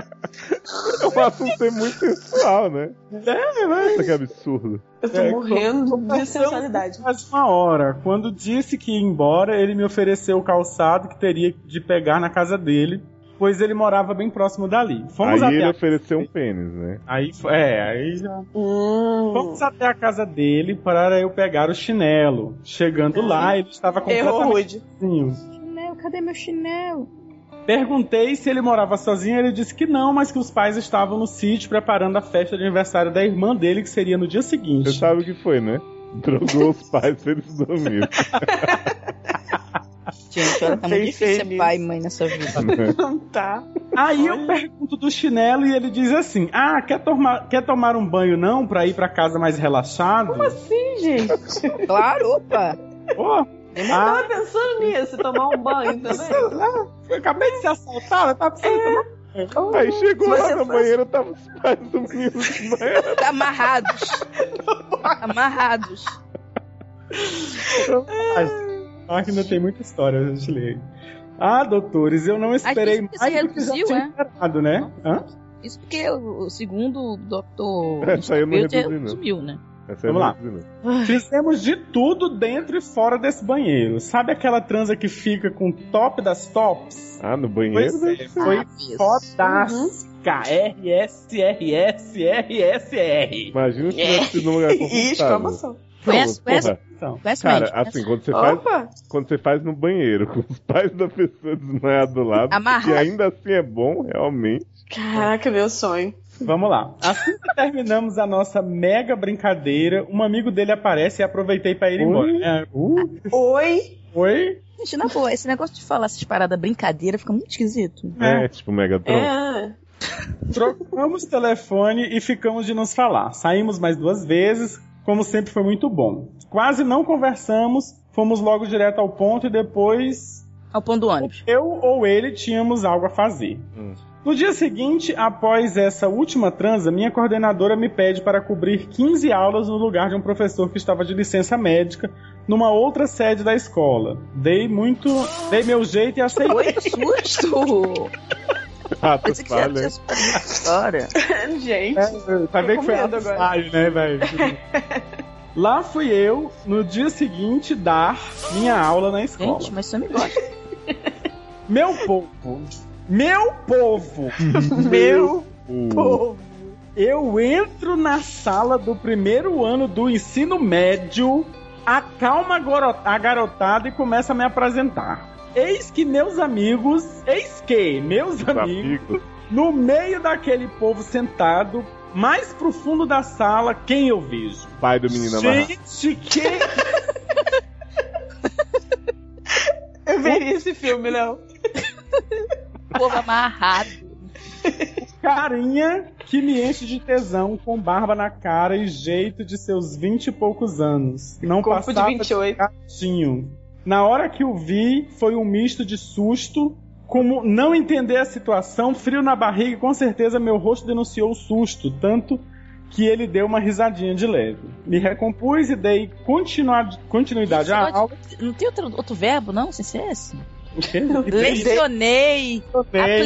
[SPEAKER 3] É um assunto é muito sensual, né?
[SPEAKER 2] É, mas-
[SPEAKER 3] Isso que é absurdo.
[SPEAKER 5] Eu tô
[SPEAKER 2] É,
[SPEAKER 5] morrendo de sensualidade.
[SPEAKER 2] Faz uma hora. Quando disse que ia embora, ele me ofereceu o calçado que teria de pegar na casa dele, pois ele morava bem próximo dali. Fomos
[SPEAKER 3] Aí
[SPEAKER 2] até.
[SPEAKER 3] ele
[SPEAKER 2] a-
[SPEAKER 3] ofereceu um pênis, né?
[SPEAKER 2] Aí, fo- é, aí já
[SPEAKER 5] Hum.
[SPEAKER 2] Fomos até a casa dele para eu pegar o chinelo. Chegando lá, ele estava
[SPEAKER 5] Errou
[SPEAKER 2] completamente
[SPEAKER 5] rude.
[SPEAKER 2] sozinho.
[SPEAKER 4] Chinelo, cadê meu chinelo?
[SPEAKER 2] Perguntei se ele morava sozinho, ele disse que não, mas que os pais estavam no sítio preparando a festa de aniversário da irmã dele, que seria no dia
[SPEAKER 3] Você
[SPEAKER 2] seguinte.
[SPEAKER 3] sabe o que foi, né? Drogou os pais pra eles dormirem.
[SPEAKER 4] Gente, olha, tá muito
[SPEAKER 5] Bem
[SPEAKER 4] difícil ser
[SPEAKER 5] feliz.
[SPEAKER 4] pai e mãe nessa vida.
[SPEAKER 3] né?
[SPEAKER 5] Não tá.
[SPEAKER 2] Aí eu pergunto do chinelo e ele diz assim: Ah, quer tomar, quer tomar um banho não pra ir pra casa mais relaxado?
[SPEAKER 5] Sim, gente.
[SPEAKER 4] Claro, opa.
[SPEAKER 2] Oh,
[SPEAKER 5] Eu
[SPEAKER 2] ah,
[SPEAKER 5] tava pensando nisso, tomar um banho também.
[SPEAKER 2] eu acabei de ser assaltada, tá precisando tomar
[SPEAKER 3] Aí chegou
[SPEAKER 5] Você
[SPEAKER 3] lá na
[SPEAKER 5] faz-
[SPEAKER 3] banheira, tava os pais dormindo. na banheira.
[SPEAKER 4] Tá amarrados. amarrados.
[SPEAKER 2] Ah, que ainda tem muita história, a gente lê. Ah, doutores, eu não esperei mais
[SPEAKER 4] isso
[SPEAKER 2] do que já
[SPEAKER 4] reduziu,
[SPEAKER 2] tinha
[SPEAKER 4] é?
[SPEAKER 2] esperado, né? Hã?
[SPEAKER 4] Isso porque o, o segundo doutor
[SPEAKER 3] Essa aí eu não reduzi, não.
[SPEAKER 4] sumiu, né?
[SPEAKER 3] Essa é
[SPEAKER 2] Vamos lá.
[SPEAKER 3] medicina.
[SPEAKER 2] Fizemos de tudo dentro e fora desse banheiro. Sabe aquela transa que fica com o top das tops?
[SPEAKER 3] Ah, no banheiro?
[SPEAKER 2] Pois é,
[SPEAKER 4] Ah,
[SPEAKER 2] foi Ah,
[SPEAKER 5] Uhum.
[SPEAKER 4] Uhum.
[SPEAKER 2] fodasca. R, S, R, S, R, S, R.
[SPEAKER 3] Imagina se tivesse sido num lugar
[SPEAKER 5] E
[SPEAKER 3] confortável.
[SPEAKER 5] exclamação.
[SPEAKER 4] Conhece, conhece,
[SPEAKER 3] Porra,
[SPEAKER 2] Então,
[SPEAKER 4] conhece,
[SPEAKER 3] Cara,
[SPEAKER 4] Mandy?
[SPEAKER 3] assim, quando você, faz,
[SPEAKER 5] Opa!
[SPEAKER 3] quando você faz no banheiro, com os pais da pessoa desmaiada do lado,
[SPEAKER 4] Amarrado.
[SPEAKER 3] e ainda assim é bom, realmente.
[SPEAKER 5] Caraca, meu sonho.
[SPEAKER 2] vamos lá. Assim que terminamos a nossa mega brincadeira, um amigo dele aparece e aproveitei pra ir
[SPEAKER 3] Oi?
[SPEAKER 2] embora. É, uh,
[SPEAKER 5] Oi?
[SPEAKER 2] Oi?
[SPEAKER 4] Gente, na boa, esse negócio de falar essas paradas brincadeira fica muito esquisito.
[SPEAKER 3] É, tipo Megatron.
[SPEAKER 5] É.
[SPEAKER 2] Trocamos telefone e ficamos de nos falar. Saímos mais duas vezes, como sempre foi muito bom. Quase não conversamos, fomos logo direto ao ponto e depois
[SPEAKER 4] Ao pão do ônibus.
[SPEAKER 2] eu ou ele tínhamos algo a fazer.
[SPEAKER 3] Hum.
[SPEAKER 2] No dia seguinte, após essa última transa, minha coordenadora me pede para cobrir 15 aulas no lugar de um professor que estava de licença médica numa outra sede da escola. Dei muito, dei meu jeito e aceitei.
[SPEAKER 4] Oi, que susto!
[SPEAKER 3] Ah, tu
[SPEAKER 4] Pensei que já
[SPEAKER 3] fala.
[SPEAKER 4] tinha super uma história.
[SPEAKER 5] Gente.
[SPEAKER 2] É, Tá bem que foi
[SPEAKER 5] medo
[SPEAKER 2] alto
[SPEAKER 5] agora.
[SPEAKER 2] ensaio, né, velho? Lá fui eu, no dia seguinte, dar minha aula na escola.
[SPEAKER 4] Gente, mas você me gosta.
[SPEAKER 2] Meu povo! Meu povo!
[SPEAKER 5] Meu
[SPEAKER 3] O-
[SPEAKER 5] povo.
[SPEAKER 2] Eu entro na sala do primeiro ano do ensino médio, acalma a goro- a garotada e começa a me apresentar. Eis que meus amigos, eis que meus
[SPEAKER 3] os
[SPEAKER 2] amigos,
[SPEAKER 3] amigos.
[SPEAKER 2] no meio daquele povo sentado, mais pro fundo da sala, quem eu vejo?
[SPEAKER 3] Pai do menino amarrado.
[SPEAKER 2] Gente, que.
[SPEAKER 5] Eu veria esse filme, não.
[SPEAKER 4] Povo amarrado.
[SPEAKER 2] Carinha que me enche de tesão, com barba na cara e jeito de seus vinte e poucos anos. Não
[SPEAKER 5] Corpo de
[SPEAKER 2] passava
[SPEAKER 5] 28.
[SPEAKER 2] gatinho. Na hora que o vi, foi um misto de susto, como não entender a situação, frio na barriga e com certeza meu rosto denunciou o susto, tanto que ele deu uma risadinha de leve. Me recompus e dei continua- continuidade à
[SPEAKER 4] Pode-
[SPEAKER 2] aula.
[SPEAKER 4] Não tem outro, outro verbo, não, sem ser esse?
[SPEAKER 2] O quê?
[SPEAKER 4] Lecionei,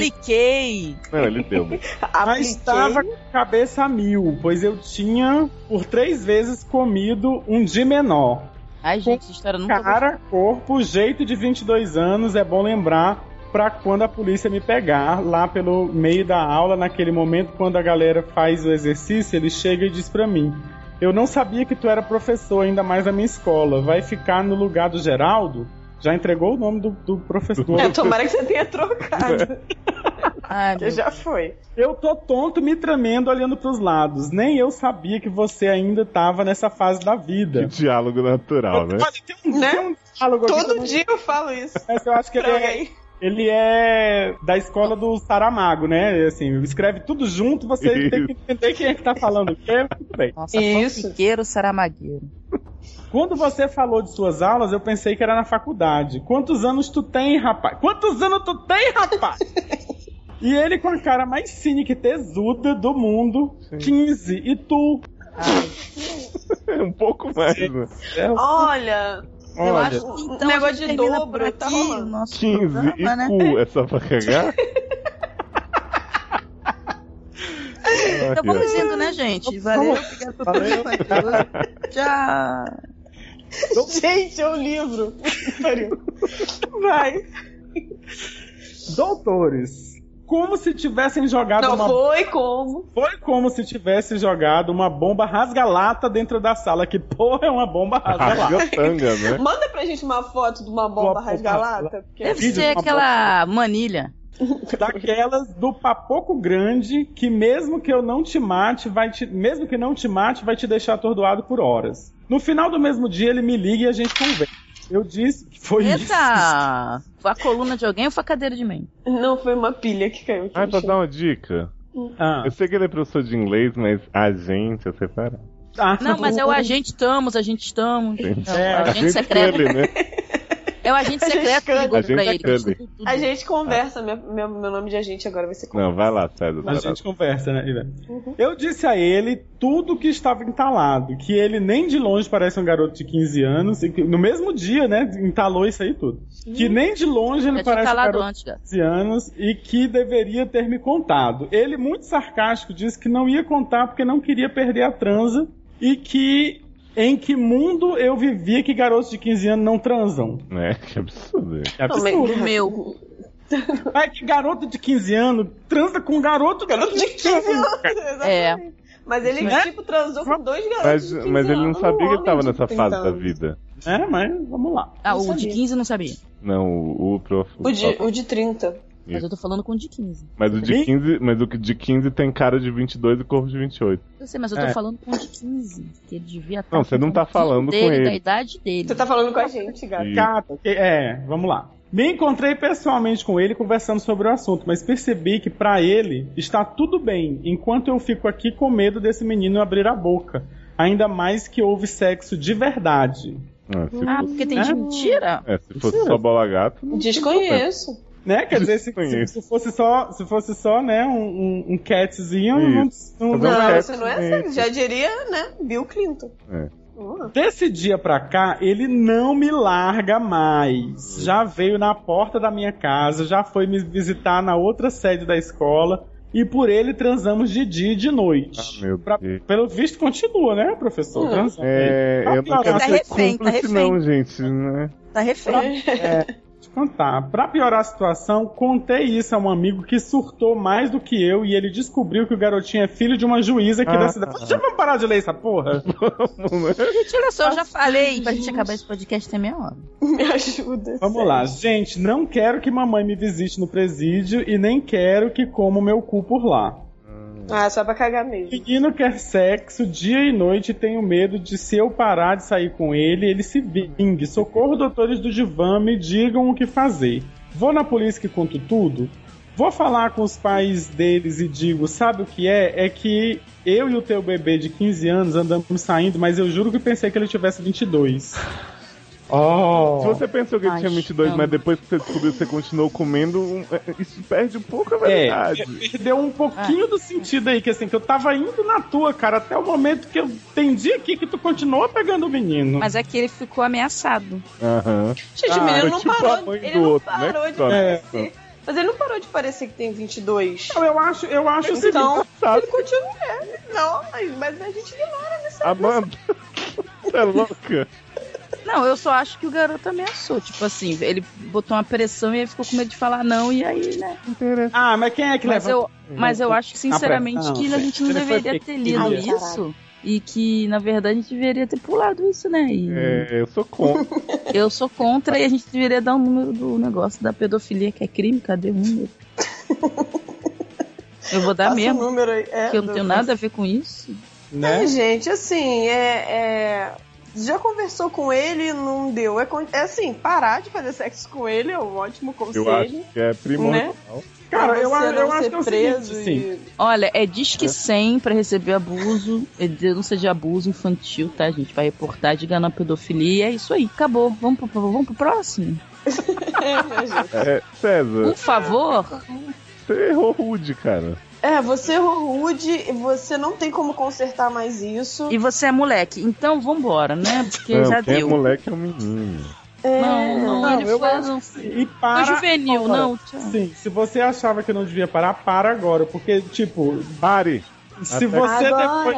[SPEAKER 4] apliquei.
[SPEAKER 3] Não, ele deu. né?
[SPEAKER 2] Mas
[SPEAKER 5] Apliquei.
[SPEAKER 2] estava com a cabeça a mil, pois eu tinha por três vezes comido um de menor.
[SPEAKER 4] Ai, gente, essa história nunca vou-
[SPEAKER 2] Cara, corpo, jeito de 22 anos, é bom lembrar pra quando a polícia me pegar lá pelo meio da aula, naquele momento quando a galera faz o exercício, ele chega e diz pra mim: "Eu não sabia que tu era professor, ainda mais na minha escola. Vai ficar no lugar do Geraldo?" Já entregou o nome do, do professor.
[SPEAKER 5] É, tomara que você tenha trocado.
[SPEAKER 4] Ai,
[SPEAKER 5] que
[SPEAKER 4] meu...
[SPEAKER 5] já foi.
[SPEAKER 2] Eu tô tonto, me tremendo, olhando pros lados. Nem eu sabia que você ainda tava nessa fase da
[SPEAKER 3] Que
[SPEAKER 2] vida.
[SPEAKER 3] diálogo natural, né?
[SPEAKER 2] Olha, tem um,
[SPEAKER 5] Né?
[SPEAKER 2] tem um diálogo aqui que eu
[SPEAKER 5] Todo
[SPEAKER 2] não
[SPEAKER 5] dia eu falo isso.
[SPEAKER 2] conheço, eu acho que ele
[SPEAKER 5] Pra
[SPEAKER 2] é,
[SPEAKER 5] alguém.
[SPEAKER 2] ele é da escola do Saramago, né? Assim, escreve tudo junto, você
[SPEAKER 3] Isso.
[SPEAKER 2] tem que entender quem é que tá falando o quê, tudo bem.
[SPEAKER 4] Nossa,
[SPEAKER 5] Isso.
[SPEAKER 4] fanfiqueiro saramagueiro.
[SPEAKER 2] Quando você falou de suas aulas, eu pensei que era na faculdade. Quantos anos tu tem, rapaz? Quantos anos tu tem, rapaz? E ele com a cara mais cínica e tesuda do mundo, 15. E tu?
[SPEAKER 3] Um pouco mais, né?
[SPEAKER 2] É,
[SPEAKER 5] Olha, eu
[SPEAKER 2] Olha.
[SPEAKER 5] acho um negócio de
[SPEAKER 4] Então, termina por
[SPEAKER 5] dobro, tá
[SPEAKER 4] aqui o
[SPEAKER 5] rolando.
[SPEAKER 4] nosso
[SPEAKER 3] 15
[SPEAKER 4] programa, né?
[SPEAKER 3] e cu, é só pra cagar?
[SPEAKER 4] Então vamos indo, né, gente? Valeu, obrigado por
[SPEAKER 2] Valeu.
[SPEAKER 4] Tchau.
[SPEAKER 5] Gente, é um livro. Sério. Vai.
[SPEAKER 2] Doutores, como se tivessem jogado
[SPEAKER 5] Não
[SPEAKER 2] uma
[SPEAKER 5] foi como.
[SPEAKER 2] foi como se tivesse jogado uma bomba rasga-lata dentro da sala. Que porra é uma bomba rasga-lata?
[SPEAKER 3] Rasga tanga, né?
[SPEAKER 5] Manda pra gente uma foto de uma
[SPEAKER 2] Uma
[SPEAKER 5] bomba
[SPEAKER 2] bomba
[SPEAKER 5] rasgalata. porque-
[SPEAKER 4] Deve
[SPEAKER 2] Vídeo de
[SPEAKER 4] ser
[SPEAKER 2] uma
[SPEAKER 4] aquela manilha.
[SPEAKER 2] Daquelas do papoco grande que mesmo que eu não te mate, vai te, mesmo que não te mate, vai te deixar atordoado por horas. No final do mesmo dia ele me liga e a gente conversa. Eu disse que foi isso. Ah.
[SPEAKER 4] Eita! Foi a coluna de alguém ou foi a cadeira de mim?
[SPEAKER 5] Não foi uma pilha que caiu. aqui
[SPEAKER 3] Ah,
[SPEAKER 5] no
[SPEAKER 3] pra
[SPEAKER 5] chão.
[SPEAKER 3] dar uma dica.
[SPEAKER 2] Ah,
[SPEAKER 3] Eu sei que ele é professor de inglês, mas a gente é separado.
[SPEAKER 2] ah,
[SPEAKER 4] Não, mas é o agente estamos, a gente estamos.
[SPEAKER 3] Entendi.
[SPEAKER 4] É o
[SPEAKER 3] A
[SPEAKER 4] agente
[SPEAKER 3] gente
[SPEAKER 4] secreto.
[SPEAKER 3] Cully, né?
[SPEAKER 4] É o agente
[SPEAKER 5] A gente
[SPEAKER 4] secreto que
[SPEAKER 5] canta.
[SPEAKER 4] ligou
[SPEAKER 3] A gente
[SPEAKER 4] pra
[SPEAKER 3] é
[SPEAKER 4] ele. que
[SPEAKER 3] Cully.
[SPEAKER 4] tudo-
[SPEAKER 5] A gente conversa, meu, meu, meu nome de agente agora vai ser como.
[SPEAKER 3] Não, vai lá, César.
[SPEAKER 2] A
[SPEAKER 3] vai lá.
[SPEAKER 2] gente conversa, né? Ivete?
[SPEAKER 4] Uhum.
[SPEAKER 2] Eu disse a ele tudo que estava entalado, que ele nem de longe parece um garoto de 15 anos, e que no mesmo dia, né, entalou isso aí tudo. Que nem de longe ele
[SPEAKER 4] Já tinha
[SPEAKER 2] parece um
[SPEAKER 4] falado
[SPEAKER 2] garoto
[SPEAKER 4] antes, cara.
[SPEAKER 2] de 15 anos e que deveria ter me contado. Ele, muito sarcástico, disse que não ia contar porque não queria perder a transa e que em que mundo eu vivia que garotos de 15 anos não transam.
[SPEAKER 3] Né? Que absurdo. hein?
[SPEAKER 2] É absurdo.
[SPEAKER 5] Também.
[SPEAKER 4] O meu.
[SPEAKER 2] Mas que garoto de 15 anos transa com garoto,
[SPEAKER 5] Garoto de 15 anos,
[SPEAKER 4] É.
[SPEAKER 5] exatamente. Mas ele,
[SPEAKER 2] Né?
[SPEAKER 5] tipo, transou com dois garotos.
[SPEAKER 3] Mas,
[SPEAKER 5] de 15
[SPEAKER 3] mas ele não
[SPEAKER 5] anos, um
[SPEAKER 3] sabia que ele
[SPEAKER 5] homem
[SPEAKER 3] tava
[SPEAKER 5] de
[SPEAKER 3] nessa
[SPEAKER 5] 30
[SPEAKER 3] fase da
[SPEAKER 5] anos.
[SPEAKER 3] vida.
[SPEAKER 2] É, mas vamos lá.
[SPEAKER 4] Ah,
[SPEAKER 5] Não
[SPEAKER 4] o de
[SPEAKER 5] sabia.
[SPEAKER 4] 15 eu não sabia.
[SPEAKER 3] Não, o, o prof.
[SPEAKER 5] O de, o de 30.
[SPEAKER 4] Mas
[SPEAKER 3] Isso.
[SPEAKER 4] eu tô falando com o de 15.
[SPEAKER 3] Mas o de
[SPEAKER 2] Ih.
[SPEAKER 3] 15, mas o que- de 15 tem cara de 22 e corpo de 28.
[SPEAKER 4] Eu sei, mas eu tô
[SPEAKER 2] É.
[SPEAKER 4] falando com o de 15. Que ele devia estar.
[SPEAKER 3] Não, você não tá falando
[SPEAKER 4] dele,
[SPEAKER 3] com ele.
[SPEAKER 4] Da idade dele.
[SPEAKER 5] Você tá falando com a gente, cara.
[SPEAKER 3] E-
[SPEAKER 2] Cata, que- é, vamos lá. Me encontrei pessoalmente com ele conversando sobre o assunto, mas percebi que pra ele está tudo bem, enquanto eu fico aqui com medo desse menino abrir a boca. Ainda mais que houve sexo de verdade.
[SPEAKER 3] Ah, se,
[SPEAKER 4] Ah,
[SPEAKER 3] fosse,
[SPEAKER 4] porque tem de
[SPEAKER 2] É.
[SPEAKER 4] mentira?
[SPEAKER 3] é, se fosse só bola gato, não
[SPEAKER 5] Desconheço.
[SPEAKER 2] Né? Quer dizer, se, se,
[SPEAKER 3] Desconheço.
[SPEAKER 2] se fosse só, se fosse só, né, um, um, um catzinho, não- não,
[SPEAKER 3] Fazer um
[SPEAKER 5] Não,
[SPEAKER 3] quero
[SPEAKER 5] isso não é sério. Já diria, né? Bill Clinton.
[SPEAKER 3] É.
[SPEAKER 5] Hum.
[SPEAKER 2] Desse dia pra cá, ele não me larga mais. Já veio na porta da minha casa, já foi me visitar na outra sede da escola. E por ele transamos de dia e de noite.
[SPEAKER 3] Ah, meu
[SPEAKER 2] Pra-
[SPEAKER 3] Deus.
[SPEAKER 2] pelo visto, continua, né, professor?
[SPEAKER 5] Hum.
[SPEAKER 2] Transando.
[SPEAKER 3] É,
[SPEAKER 2] Tá
[SPEAKER 3] eu não
[SPEAKER 2] piorando.
[SPEAKER 3] quero
[SPEAKER 4] Tá
[SPEAKER 3] ser
[SPEAKER 4] refém, tá
[SPEAKER 3] cúmplice,
[SPEAKER 4] refém.
[SPEAKER 3] não, gente, né?
[SPEAKER 4] Tá refém.
[SPEAKER 2] Deixa eu contar. Pra piorar a situação, contei isso a um amigo que surtou mais do que eu e ele descobriu que o garotinho é filho de uma juíza aqui
[SPEAKER 3] Ah.
[SPEAKER 2] da cidade. Já vamos parar de ler essa porra?
[SPEAKER 4] Gente, olha só, eu já falei pra gente acabar esse podcast é até meia hora.
[SPEAKER 5] Me ajuda.
[SPEAKER 2] Vamos lá, gente, não quero que mamãe me visite no presídio e nem quero que coma o meu cu por lá.
[SPEAKER 5] Ah, só pra cagar
[SPEAKER 2] O
[SPEAKER 5] mesmo.
[SPEAKER 2] Menino quer sexo dia e noite e tenho medo de se eu parar de sair com ele, ele se vingue. Socorro, doutores do divã, me digam o que fazer. Vou na polícia que conto tudo? Vou falar com os pais deles e digo, sabe o que é? É que eu e o teu bebê de 15 anos andamos saindo, mas eu juro que pensei que ele tivesse 22.
[SPEAKER 3] Se você pensou que ele
[SPEAKER 4] Ai,
[SPEAKER 3] tinha 22,
[SPEAKER 4] não.
[SPEAKER 3] mas depois que você descobriu, você continuou comendo, um- isso perde um pouco a
[SPEAKER 2] É,
[SPEAKER 3] verdade.
[SPEAKER 2] perdeu um
[SPEAKER 4] É.
[SPEAKER 2] pouquinho do sentido aí, que assim, que eu tava indo na tua, cara, até o momento que eu entendi aqui que tu continua pegando o menino.
[SPEAKER 4] Mas é que ele ficou ameaçado.
[SPEAKER 3] Aham.
[SPEAKER 5] Gente,
[SPEAKER 2] Ah,
[SPEAKER 5] o menino
[SPEAKER 3] É
[SPEAKER 5] não
[SPEAKER 3] tipo a
[SPEAKER 5] parou.
[SPEAKER 3] mãe
[SPEAKER 5] Ele
[SPEAKER 3] do
[SPEAKER 5] não
[SPEAKER 3] outro,
[SPEAKER 5] parou
[SPEAKER 3] né?
[SPEAKER 5] de
[SPEAKER 3] Só-
[SPEAKER 2] É.
[SPEAKER 5] parecer. Mas ele não parou de parecer que tem 22.
[SPEAKER 2] Não, Então, eu acho, eu acho o seguinte,
[SPEAKER 5] Então,
[SPEAKER 3] sabe?
[SPEAKER 5] ele continua. é, Não, mas- mas a gente ignora nessa.
[SPEAKER 3] Amanda, você é louca?
[SPEAKER 4] Não, eu só acho que o garoto ameaçou. Tipo assim, ele botou uma pressão e ele ficou com medo de falar não, e aí, né?
[SPEAKER 3] Interessante.
[SPEAKER 2] Ah, mas quem é que
[SPEAKER 4] Mas
[SPEAKER 2] leva?
[SPEAKER 4] eu, mas eu acho que, sinceramente,
[SPEAKER 2] pressão,
[SPEAKER 4] que a gente não
[SPEAKER 2] gente. Ele foi
[SPEAKER 4] deveria ter
[SPEAKER 2] pequeno.
[SPEAKER 4] lido
[SPEAKER 5] Ai, caralho.
[SPEAKER 4] isso. E que, na verdade, a gente deveria ter pulado isso, né? E
[SPEAKER 3] É, eu sou contra.
[SPEAKER 4] Eu sou contra e a gente deveria dar o número do negócio da pedofilia, que é crime. Cadê o número? Eu vou dar
[SPEAKER 5] Passa o
[SPEAKER 4] mesmo,
[SPEAKER 5] número aí. É,
[SPEAKER 4] que eu
[SPEAKER 5] do-
[SPEAKER 4] não tenho nada a ver com isso.
[SPEAKER 5] É,
[SPEAKER 2] Né?
[SPEAKER 5] gente, assim, é, é- Já conversou com ele e não deu. É, con- é assim, parar de fazer sexo com ele é um ótimo conselho. né?
[SPEAKER 3] Eu acho que é primordial.
[SPEAKER 2] Cara, eu,
[SPEAKER 5] Pra
[SPEAKER 2] a-
[SPEAKER 5] você
[SPEAKER 2] eu
[SPEAKER 5] não
[SPEAKER 2] acho
[SPEAKER 5] ser
[SPEAKER 2] que é o
[SPEAKER 5] preso
[SPEAKER 2] seguinte, assim,
[SPEAKER 5] e-
[SPEAKER 4] Olha, é disque 100 pra receber abuso, é denúncia de abuso infantil, tá, gente? Vai reportar, diga não à pedofilia, é isso aí, acabou. Vamos pro, vamos pro próximo?
[SPEAKER 5] É, né, gente?
[SPEAKER 3] É, César,
[SPEAKER 4] Por favor,
[SPEAKER 3] você errou rude, cara.
[SPEAKER 5] É, você errou rude, você não tem como consertar mais isso.
[SPEAKER 4] e você é moleque, então vambora, né? Porque
[SPEAKER 3] não,
[SPEAKER 4] já
[SPEAKER 3] quem é
[SPEAKER 4] deu.
[SPEAKER 3] moleque é um menino.
[SPEAKER 5] É,
[SPEAKER 4] Não, não,
[SPEAKER 2] Não,
[SPEAKER 4] ele
[SPEAKER 2] eu
[SPEAKER 4] foi,
[SPEAKER 2] acho
[SPEAKER 4] não,
[SPEAKER 2] e
[SPEAKER 4] foi
[SPEAKER 2] para
[SPEAKER 4] juvenil,
[SPEAKER 2] agora.
[SPEAKER 4] não, tchau.
[SPEAKER 2] Sim, se você achava que não devia parar, para agora, porque tipo,
[SPEAKER 3] Pare!
[SPEAKER 2] se
[SPEAKER 3] Até-
[SPEAKER 2] você
[SPEAKER 5] Agora.
[SPEAKER 2] depois,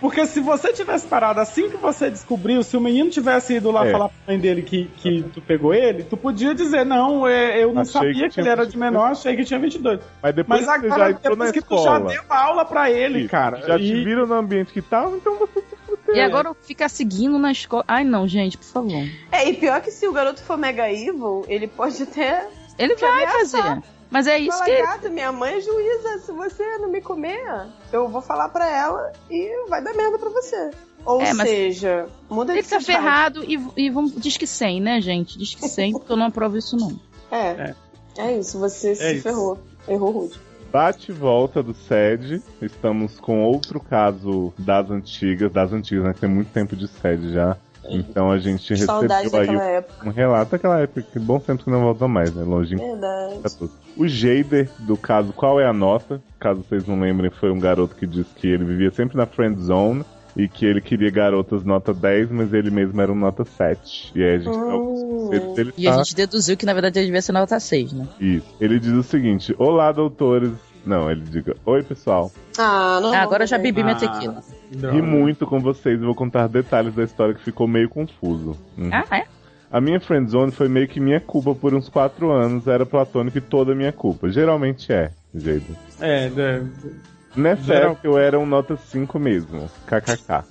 [SPEAKER 2] porque se você tivesse parado assim que você descobriu, se o menino tivesse ido lá
[SPEAKER 3] É.
[SPEAKER 2] falar pra mãe dele que, que tu pegou ele, tu podia dizer não, é, eu não
[SPEAKER 3] Achei que
[SPEAKER 2] sabia que,
[SPEAKER 3] tinha
[SPEAKER 2] ele era de menor, achei que tinha 22.
[SPEAKER 3] Mas depois
[SPEAKER 2] Mas
[SPEAKER 3] que você já
[SPEAKER 2] agora
[SPEAKER 3] entrou na
[SPEAKER 2] depois que tu já
[SPEAKER 3] escola.
[SPEAKER 2] deu aula pra ele,
[SPEAKER 3] Isso,
[SPEAKER 2] cara,
[SPEAKER 3] já te
[SPEAKER 2] e-
[SPEAKER 3] viram no ambiente que tal, então você se fudeu.
[SPEAKER 4] E agora ficar seguindo na escola. Ai não, gente, por favor.
[SPEAKER 5] É, e pior que se o garoto for mega evil, ele pode até
[SPEAKER 4] Ele
[SPEAKER 5] Te
[SPEAKER 4] vai
[SPEAKER 5] ameaçar.
[SPEAKER 4] fazer. Mas é isso
[SPEAKER 5] falar,
[SPEAKER 4] que
[SPEAKER 5] gato, minha mãe é juíza, se você não me comer, eu vou falar pra ela e vai dar merda pra você. Ou
[SPEAKER 4] É, mas-
[SPEAKER 5] seja, muda
[SPEAKER 4] Ele
[SPEAKER 5] de
[SPEAKER 4] tá
[SPEAKER 5] cidade.
[SPEAKER 4] ferrado e, e vamos, diz que 100, né, gente? Diz que 100, porque eu não aprovo isso, não.
[SPEAKER 5] É. É isso, você se
[SPEAKER 2] isso.
[SPEAKER 5] ferrou. Errou rude.
[SPEAKER 3] Bate e volta do SED. Estamos com outro caso das antigas. Das antigas, né? Que tem muito tempo de SED já. Então a gente
[SPEAKER 5] Saudade
[SPEAKER 3] recebeu aí
[SPEAKER 5] daquela época, É
[SPEAKER 3] um relato daquela época. Que bom tempo que não volta mais, né? Longe
[SPEAKER 5] verdade.
[SPEAKER 3] pra todos. O Jader, do caso Qual é a Nota? Caso vocês não lembrem, foi um garoto que disse que ele vivia sempre na friend zone e que ele queria garotas nota 10, mas ele mesmo era um nota 7. E aí a gente.
[SPEAKER 5] Hum.
[SPEAKER 3] Ele tá
[SPEAKER 4] E a gente deduziu que, na verdade, ele devia ser nota 6, né?
[SPEAKER 3] Isso. Ele diz o seguinte: Olá, doutores. Não, ele diga: Oi, pessoal.
[SPEAKER 5] Ah, não.
[SPEAKER 4] Ah, agora eu já
[SPEAKER 5] não,
[SPEAKER 4] bebi minha
[SPEAKER 2] Ah.
[SPEAKER 4] tequila.
[SPEAKER 3] Ri muito com vocês e vou contar detalhes da história que ficou meio confuso. Uhum.
[SPEAKER 4] Ah, é?
[SPEAKER 3] A minha friendzone foi meio que minha culpa por uns quatro anos. Era platônico e toda minha culpa. Geralmente é, jeito.
[SPEAKER 2] É, é,
[SPEAKER 3] Nessa
[SPEAKER 2] Geral-
[SPEAKER 3] época eu era um nota 5 mesmo. KKK.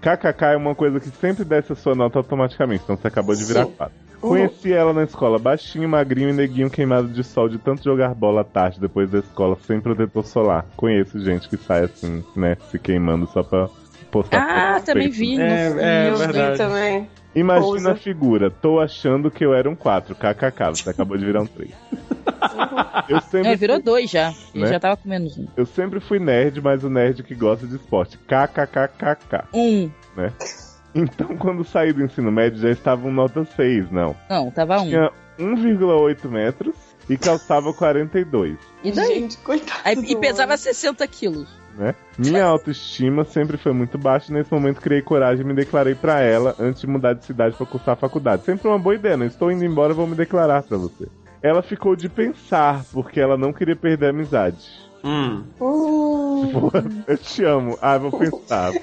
[SPEAKER 3] KKK é uma coisa que sempre desce a sua nota automaticamente, então você acabou de virar
[SPEAKER 5] Sim.
[SPEAKER 3] 4. Conheci ela na escola, baixinho, magrinho e neguinho queimado de sol de tanto jogar bola à tarde depois da escola, sem protetor solar. Conheço gente que sai assim, né, se queimando só pra postar.
[SPEAKER 4] Ah,
[SPEAKER 3] foto no
[SPEAKER 4] também
[SPEAKER 3] Facebook.
[SPEAKER 4] vi. no-
[SPEAKER 2] É, é
[SPEAKER 4] no-
[SPEAKER 2] verdade.
[SPEAKER 5] também.
[SPEAKER 3] Imagina
[SPEAKER 4] Pousa.
[SPEAKER 3] a figura, tô achando que eu era um 4, kkk, você acabou de virar um 3. Eu sempre,
[SPEAKER 4] É, virou dois já. Eu
[SPEAKER 3] Né?
[SPEAKER 4] já tava com menos um.
[SPEAKER 3] eu sempre fui nerd, mas o nerd que gosta de esporte, kkkk.
[SPEAKER 4] Um.
[SPEAKER 3] Então, quando saí do ensino médio, já estava um nota 6, não.
[SPEAKER 4] Não, tava um.
[SPEAKER 3] Tinha 1,8 metros e calçava 42.
[SPEAKER 4] E daí?
[SPEAKER 5] Gente, coitado.
[SPEAKER 4] Aí-
[SPEAKER 5] do
[SPEAKER 4] e pesava 60 quilos.
[SPEAKER 3] né? Minha autoestima sempre foi muito baixa e nesse momento criei coragem e me declarei pra ela antes de mudar de cidade pra cursar a faculdade. Sempre uma boa ideia, não estou indo embora, vou me declarar pra você. Ela ficou de pensar, porque ela não queria perder a amizade.
[SPEAKER 2] Hum.
[SPEAKER 3] Tipo, eu te amo. Ah, vou pensar.
[SPEAKER 5] homem.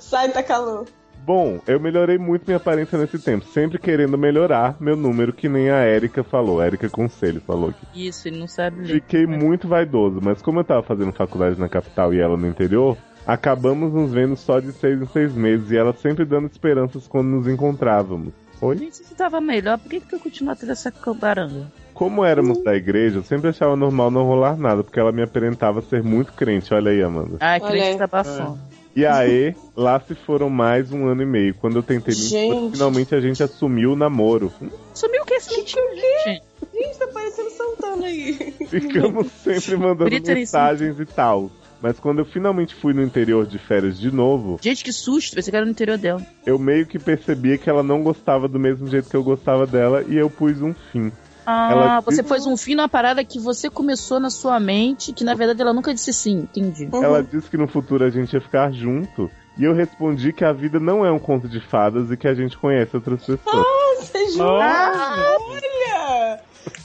[SPEAKER 5] Sai, tá calor.
[SPEAKER 3] Bom, eu melhorei muito minha aparência nesse tempo, sempre querendo melhorar meu número, que nem a Érica falou. A Érica Conselho falou aqui.
[SPEAKER 4] Isso, ele não sabe ler.
[SPEAKER 3] Fiquei muito vaidoso, mas como eu tava fazendo faculdade na capital e ela no interior, acabamos nos vendo só de seis em seis meses e ela sempre dando esperanças quando nos encontrávamos. Oi?
[SPEAKER 4] Gente, se tu tava melhor, por que, que tu continua tendo essa cambaranga?
[SPEAKER 3] Como éramos da igreja, eu sempre achava normal não rolar nada, porque ela me aparentava ser muito crente, olha aí, Amanda.
[SPEAKER 4] Ai, que
[SPEAKER 5] Olha aí.
[SPEAKER 4] leite tá abafando.
[SPEAKER 3] E aí, lá se foram mais um ano e meio. Quando eu tentei me expor,
[SPEAKER 5] Gente.
[SPEAKER 3] finalmente a gente assumiu o namoro.
[SPEAKER 4] Sumiu o que esse mentira? Gente,
[SPEAKER 5] Gente, tá parecendo Santana aí.
[SPEAKER 3] Ficamos sempre mandando
[SPEAKER 4] Britney
[SPEAKER 3] mensagens e tal. Mas quando eu finalmente fui no interior de férias de novo,
[SPEAKER 4] gente, que susto. Pensei que era no interior dela.
[SPEAKER 3] eu meio que percebia que ela não gostava do mesmo jeito que eu gostava dela e eu pus um fim.
[SPEAKER 4] Ah,
[SPEAKER 3] Ela-
[SPEAKER 4] você pôs um fim numa parada que você começou na sua mente, que na verdade ela nunca disse sim. Entendi.
[SPEAKER 5] Uhum.
[SPEAKER 3] Ela disse que no futuro a gente ia ficar junto e eu respondi que a vida não é um conto de fadas e que a gente conhece outras pessoas.
[SPEAKER 5] Você
[SPEAKER 2] Ah.
[SPEAKER 5] jura? Olha!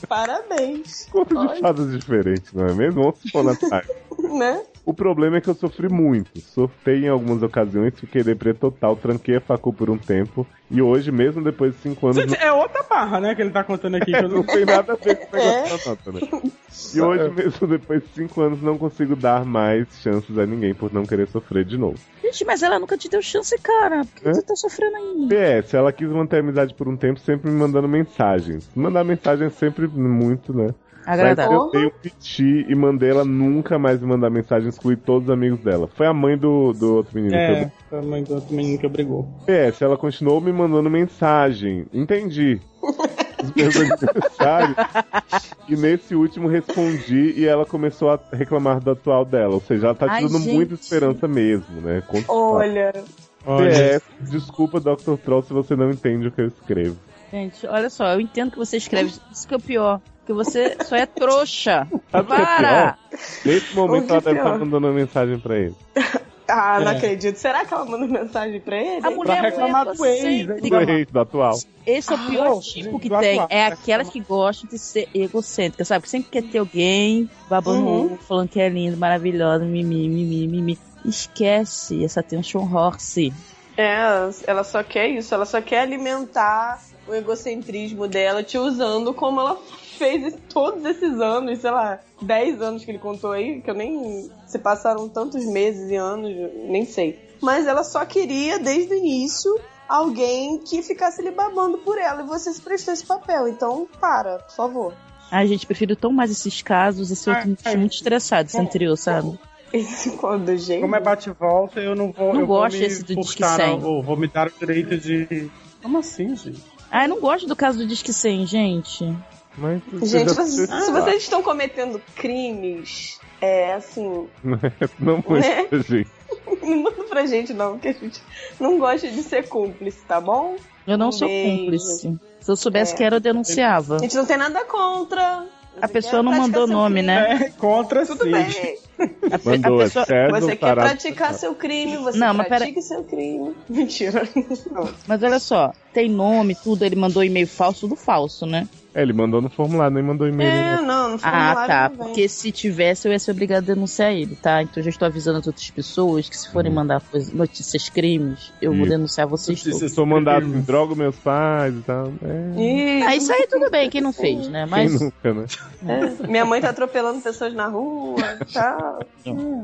[SPEAKER 5] Parabéns,
[SPEAKER 3] Um conto de fadas diferente, não é mesmo? Once upon a time.
[SPEAKER 5] né?
[SPEAKER 3] O problema é que eu sofri muito. Sofri em algumas ocasiões, fiquei deprê total, tranquei a facu por um tempo. E hoje, mesmo depois de cinco anos,
[SPEAKER 2] Gente, é outra barra, né, que ele tá contando aqui. que eu
[SPEAKER 3] não
[SPEAKER 2] não-
[SPEAKER 3] tem nada a ver com o negócio da nota, né? E hoje, mesmo depois de cinco anos, não consigo dar mais chances a ninguém por não querer sofrer de novo.
[SPEAKER 4] Gente, mas ela nunca te deu chance, cara. Por que
[SPEAKER 3] Hã?
[SPEAKER 4] você tá sofrendo ainda?
[SPEAKER 3] PS, ela quis manter a amizade por um tempo, sempre me mandando mensagens. Mandar mensagem é sempre muito, né? Mas
[SPEAKER 4] Agradável.
[SPEAKER 3] eu dei um piti e mandei ela nunca mais me mandar mensagem, excluir todos os amigos dela. Foi a mãe do, do outro menino que eu
[SPEAKER 2] É, foi a mãe do outro menino que brigou.
[SPEAKER 3] PS, É, ela continuou me mandando mensagem. Entendi. Os meus aniversários. E nesse último respondi e ela começou a reclamar do atual dela. Ou seja, ela tá te
[SPEAKER 4] Ai,
[SPEAKER 3] dando
[SPEAKER 4] gente.
[SPEAKER 3] muita esperança mesmo, né? Conta-
[SPEAKER 5] Olha,
[SPEAKER 2] É,
[SPEAKER 3] PS, desculpa, Dr. Troll, se você não entende o que eu escrevo.
[SPEAKER 4] Gente, olha só, eu entendo que você escreve. Isso que é o pior. Que você só é trouxa.
[SPEAKER 3] Sabe o que é
[SPEAKER 4] Para!
[SPEAKER 3] pior? Nesse
[SPEAKER 5] O
[SPEAKER 3] momento
[SPEAKER 5] que
[SPEAKER 3] ela deve
[SPEAKER 5] pior?
[SPEAKER 3] estar mandando uma mensagem pra ele.
[SPEAKER 5] ah, não
[SPEAKER 2] É.
[SPEAKER 5] acredito. Será que ela mandou mensagem pra ele?
[SPEAKER 4] A mulher
[SPEAKER 2] reclamar
[SPEAKER 4] aguenta
[SPEAKER 2] do ex,
[SPEAKER 4] sempre
[SPEAKER 2] hein?
[SPEAKER 3] Do ex, né? do atual.
[SPEAKER 4] Esse é o pior tipo
[SPEAKER 2] gente,
[SPEAKER 4] que
[SPEAKER 2] vai
[SPEAKER 4] tem.
[SPEAKER 2] lá.
[SPEAKER 4] É aquelas que gostam de ser egocêntricas, sabe? Que sempre quer ter alguém babando
[SPEAKER 5] Uhum.
[SPEAKER 4] o ovo, falando que é lindo, maravilhosa, mimimi, mimimi, mimimi. Esquece essa tension horse.
[SPEAKER 5] É, ela só quer isso, ela só quer alimentar o egocentrismo dela, te usando como ela fez em todos esses anos, sei lá, 10 anos que ele contou aí, que eu nem. Se passaram tantos meses e anos, eu nem sei. Mas ela só queria, desde o início, alguém que ficasse lhe babando por ela e você se prestou esse papel. Então, para, por favor.
[SPEAKER 4] Ai, gente, prefiro tão mais esses casos. Esse outro me deixa muito estressado, esse anterior, sabe?
[SPEAKER 5] Esse quando, gente.
[SPEAKER 2] Como é bate-volta, eu não vou.
[SPEAKER 4] Não
[SPEAKER 2] eu vou
[SPEAKER 4] gosto
[SPEAKER 2] me
[SPEAKER 4] esse do disque
[SPEAKER 2] furtar,
[SPEAKER 4] cem.
[SPEAKER 2] Ou vou me dar o direito de. Como assim, gente?
[SPEAKER 4] Ai, não gosto do caso do Disque 100, gente.
[SPEAKER 3] Mas
[SPEAKER 5] Gente,
[SPEAKER 3] já-
[SPEAKER 5] vocês- se vocês estão cometendo crimes, é assim,
[SPEAKER 3] Não muito, gente.
[SPEAKER 5] Não manda pra gente, não, que a gente não gosta de ser cúmplice, tá bom?
[SPEAKER 4] Eu não sou
[SPEAKER 5] Beijo.
[SPEAKER 4] cúmplice. Se eu soubesse
[SPEAKER 5] É.
[SPEAKER 4] que era, eu denunciava.
[SPEAKER 5] A gente não tem nada contra.
[SPEAKER 4] A pessoa não mandou nome, né?
[SPEAKER 2] É, contra
[SPEAKER 5] Tudo
[SPEAKER 2] sim.
[SPEAKER 5] bem.
[SPEAKER 4] A, pe- a
[SPEAKER 3] Mandou, é tá
[SPEAKER 4] pessoa-
[SPEAKER 3] certo,
[SPEAKER 5] Você quer
[SPEAKER 3] parado.
[SPEAKER 5] praticar seu crime, você
[SPEAKER 4] Não, mas
[SPEAKER 5] pratica seu crime. Mentira. Não.
[SPEAKER 4] Mas olha só, tem nome, tudo, ele mandou e-mail falso, tudo falso, né?
[SPEAKER 3] É, ele mandou no formulário, nem mandou e-mail. né?
[SPEAKER 5] É, não, não foi
[SPEAKER 4] Ah, tá.
[SPEAKER 5] não vem.
[SPEAKER 4] Porque se tivesse, eu ia ser obrigado a denunciar ele, tá? Então eu já estou avisando as outras pessoas que se forem
[SPEAKER 3] Hum.
[SPEAKER 4] mandar coisa- notícias, crimes, eu vou
[SPEAKER 3] Isso.
[SPEAKER 4] denunciar vocês
[SPEAKER 2] Notícias.
[SPEAKER 4] todos.
[SPEAKER 3] Se eu mandar assim, drogo meus pais e tal. É,
[SPEAKER 5] Ih,
[SPEAKER 4] Ah, isso aí tudo bem, quem não fez, né? Mas
[SPEAKER 3] Quem nunca, né?
[SPEAKER 5] é. Minha mãe tá atropelando pessoas na rua, tá?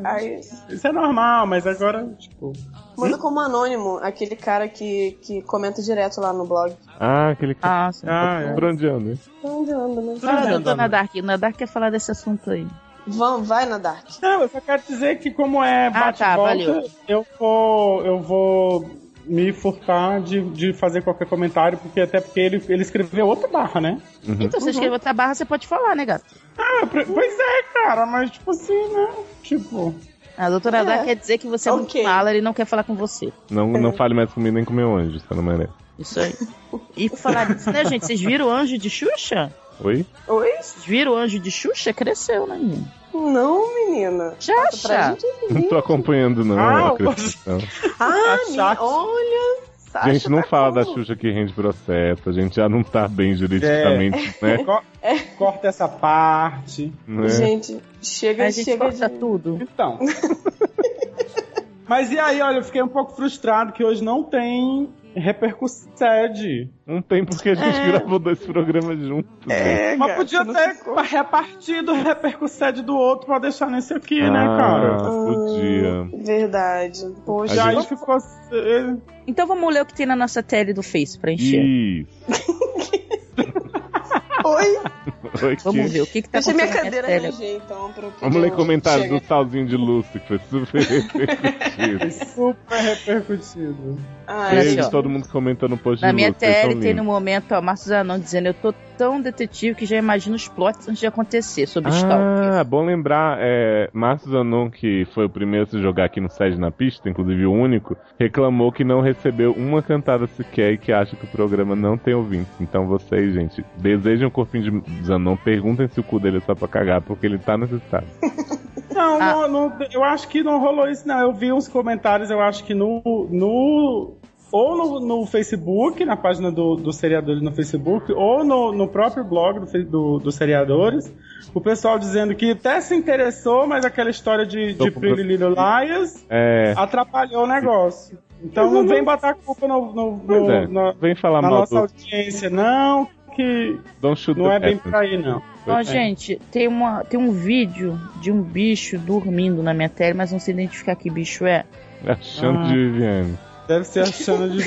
[SPEAKER 5] Aí,
[SPEAKER 2] Isso é normal, mas agora, tipo.
[SPEAKER 5] Manda como anônimo, aquele cara que, que comenta direto lá no blog.
[SPEAKER 3] Ah, aquele que
[SPEAKER 4] Ah, sim.
[SPEAKER 2] Ah, é.
[SPEAKER 3] Pra onde anda?
[SPEAKER 5] Tá onde anda, né?
[SPEAKER 2] Tá
[SPEAKER 4] Fala,
[SPEAKER 2] vendo,
[SPEAKER 4] dona
[SPEAKER 2] Ana?
[SPEAKER 4] Dark. Na Dark quer falar desse assunto aí.
[SPEAKER 5] Vão, vai na Dark.
[SPEAKER 2] Não, eu só quero dizer que como é bate
[SPEAKER 4] tá,
[SPEAKER 2] volta,
[SPEAKER 4] valeu.
[SPEAKER 2] eu vou eu vou me furtar de, de fazer qualquer comentário, porque até porque ele, ele escreveu outra barra, né?
[SPEAKER 4] Então,
[SPEAKER 5] Uhum.
[SPEAKER 4] se escrever outra barra, você pode falar, né, gato?
[SPEAKER 2] Ah, pre- pois é, cara, mas tipo assim, né? Tipo,
[SPEAKER 4] A doutora
[SPEAKER 5] É.
[SPEAKER 4] Dark quer dizer que você
[SPEAKER 5] Ok.
[SPEAKER 4] não fala, ele não quer falar com você.
[SPEAKER 3] Não, não fale mais comigo nem com meu anjo, você não merece.
[SPEAKER 4] Isso aí. E por falar disso, né, gente? Vocês viram o anjo de Xuxa?
[SPEAKER 3] Oi?
[SPEAKER 5] Oi?
[SPEAKER 4] Vocês viram o anjo de Xuxa? Cresceu, né, menino?
[SPEAKER 5] Não, menina.
[SPEAKER 4] Já,
[SPEAKER 5] Passa pra
[SPEAKER 4] já.
[SPEAKER 5] gente
[SPEAKER 3] Não tô acompanhando, não.
[SPEAKER 2] Ah,
[SPEAKER 3] a acreditação.
[SPEAKER 5] Ah,
[SPEAKER 2] Tá
[SPEAKER 5] minha,
[SPEAKER 2] chato.
[SPEAKER 5] olha. Sasha
[SPEAKER 3] gente não
[SPEAKER 5] tá
[SPEAKER 3] fala da
[SPEAKER 5] como?
[SPEAKER 3] Xuxa que rende processo, a gente já não tá bem juridicamente,
[SPEAKER 4] É,
[SPEAKER 3] né?
[SPEAKER 2] co- corta essa parte.
[SPEAKER 3] Né?
[SPEAKER 5] Gente, chega,
[SPEAKER 4] A gente
[SPEAKER 5] chega
[SPEAKER 4] corta
[SPEAKER 5] de...
[SPEAKER 4] tudo.
[SPEAKER 2] Então. mas e aí, olha, eu fiquei um pouco frustrado que hoje não tem repercussão.
[SPEAKER 3] Não tem porque Um a gente gravou dois programas juntos. né?
[SPEAKER 5] É,
[SPEAKER 2] Mas
[SPEAKER 5] gata,
[SPEAKER 2] podia
[SPEAKER 5] não
[SPEAKER 2] ter
[SPEAKER 5] se-
[SPEAKER 2] repartido o repercussão do outro pra deixar nesse aqui, né,
[SPEAKER 3] Ah,
[SPEAKER 2] cara?
[SPEAKER 3] Podia.
[SPEAKER 5] Verdade. Poxa,
[SPEAKER 2] Já
[SPEAKER 3] A
[SPEAKER 2] aí
[SPEAKER 3] gente-
[SPEAKER 2] ficou. eh,
[SPEAKER 4] Então vamos ler o que tem na nossa tele do Face pra encher.
[SPEAKER 3] Isso.
[SPEAKER 5] oi.
[SPEAKER 4] Tá
[SPEAKER 3] Oi,
[SPEAKER 4] Vamos
[SPEAKER 3] que-
[SPEAKER 4] ver o que, que tá
[SPEAKER 5] Deixa
[SPEAKER 4] acontecendo
[SPEAKER 5] minha
[SPEAKER 4] na
[SPEAKER 5] cadeira
[SPEAKER 4] tele.
[SPEAKER 5] eleger, então. Pra eu poder-
[SPEAKER 3] Vamos ler comentários
[SPEAKER 5] Chega.
[SPEAKER 3] do Salzinho de Lúcio, que foi super repercutido.
[SPEAKER 2] Super repercutido.
[SPEAKER 5] Ai,
[SPEAKER 4] Ah, Olha
[SPEAKER 3] Beijo
[SPEAKER 4] só.
[SPEAKER 3] todo mundo que comenta no post
[SPEAKER 4] Na
[SPEAKER 3] de
[SPEAKER 4] minha
[SPEAKER 3] Lúcio, vocês são
[SPEAKER 4] tele tem no
[SPEAKER 3] lindos.
[SPEAKER 4] momento, ó, Márcio Zanon dizendo: Eu tô tão detetive que já imagino os plots antes de acontecer sobre Stalker.
[SPEAKER 3] Ah, bom lembrar, é, Márcio Zanon, que foi o primeiro a se jogar aqui no Sede na Pista, inclusive o único, reclamou que não recebeu uma cantada sequer e que acha que o programa não tem ouvintes. Então vocês, gente, desejem o corpinho de Zanon, perguntem se o cu dele é só pra cagar, porque ele tá necessitado.
[SPEAKER 2] Não,
[SPEAKER 4] Ah.
[SPEAKER 2] não, não, eu acho que não rolou isso, não. Eu vi uns comentários, eu acho que no. no ou no, no Facebook, na página do, dos Seriadores no Facebook, ou no, no próprio blog do, fe- do, dos Seriadores, o pessoal dizendo que até se interessou, mas aquela história de,
[SPEAKER 3] Tô
[SPEAKER 2] de
[SPEAKER 3] com-
[SPEAKER 2] Pretty Little Liars
[SPEAKER 3] É,
[SPEAKER 2] atrapalhou o negócio. Então não vem botar culpa no, no-
[SPEAKER 3] Pois
[SPEAKER 2] no-
[SPEAKER 3] é.
[SPEAKER 2] na,
[SPEAKER 3] vem falar
[SPEAKER 2] na
[SPEAKER 3] mal
[SPEAKER 2] nossa
[SPEAKER 3] do
[SPEAKER 2] audiência, não, que
[SPEAKER 3] Don't Shoot
[SPEAKER 2] não
[SPEAKER 3] the
[SPEAKER 2] é bem por
[SPEAKER 3] Passenger.
[SPEAKER 2] aí, não.
[SPEAKER 4] Ó,
[SPEAKER 3] É.
[SPEAKER 4] gente, tem, uma, tem um vídeo de um bicho dormindo na minha tele, mas não sei identificar que bicho é.
[SPEAKER 3] Achando
[SPEAKER 2] Ah.
[SPEAKER 3] de Viviane.
[SPEAKER 2] Deve ser a chama de.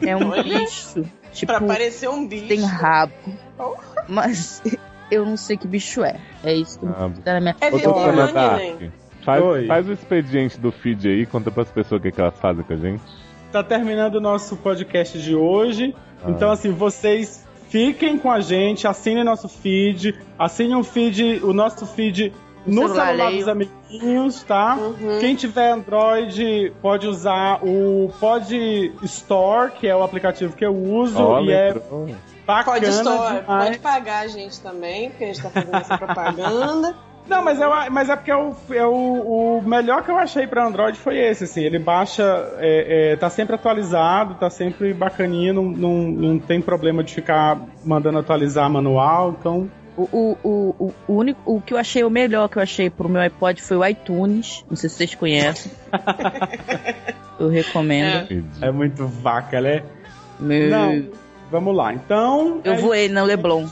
[SPEAKER 4] É um
[SPEAKER 5] Olha.
[SPEAKER 4] bicho. Tipo,
[SPEAKER 5] pra parecer um bicho.
[SPEAKER 4] tem rabo.
[SPEAKER 5] Oh.
[SPEAKER 4] Mas eu não sei que bicho é. É isso que eu
[SPEAKER 3] Ah,
[SPEAKER 4] me dá na minha
[SPEAKER 5] É
[SPEAKER 3] Ô,
[SPEAKER 5] vegano,
[SPEAKER 3] Tatiana
[SPEAKER 5] né?
[SPEAKER 3] Dark, faz,
[SPEAKER 2] Oi.
[SPEAKER 3] faz o expediente do feed aí, conta pras pessoas o que, que elas fazem com a gente.
[SPEAKER 2] tá terminando o nosso podcast de hoje. Então, assim, vocês fiquem com a gente, assinem nosso feed, assinem o feed, o nosso feed no
[SPEAKER 4] celular
[SPEAKER 2] celular,
[SPEAKER 4] alheio.
[SPEAKER 2] dos amiguinhos, tá?
[SPEAKER 5] Uhum.
[SPEAKER 2] Quem tiver Android pode usar o Pod Store, que é o aplicativo que eu uso
[SPEAKER 3] Ó,
[SPEAKER 2] e é
[SPEAKER 3] lembrou.
[SPEAKER 2] bacana
[SPEAKER 5] Pode store,
[SPEAKER 2] demais.
[SPEAKER 5] pode pagar a gente também, porque a gente tá fazendo essa propaganda.
[SPEAKER 2] Não, mas, eu, a- mas é porque é o, é o, o melhor que eu achei pra Android foi esse, assim. Ele baixa, é, é, tá sempre atualizado, tá sempre bacaninha, não, não, não tem problema de ficar mandando atualizar manual, então.
[SPEAKER 4] O, o, o, o único, o que eu achei, o melhor que eu achei pro meu iPod foi o iTunes. Não sei se vocês conhecem. eu recomendo.
[SPEAKER 2] É muito vaca, né?
[SPEAKER 4] Meu-
[SPEAKER 2] Não. Vamos lá, então.
[SPEAKER 4] Eu
[SPEAKER 2] é-
[SPEAKER 4] voei no Leblon.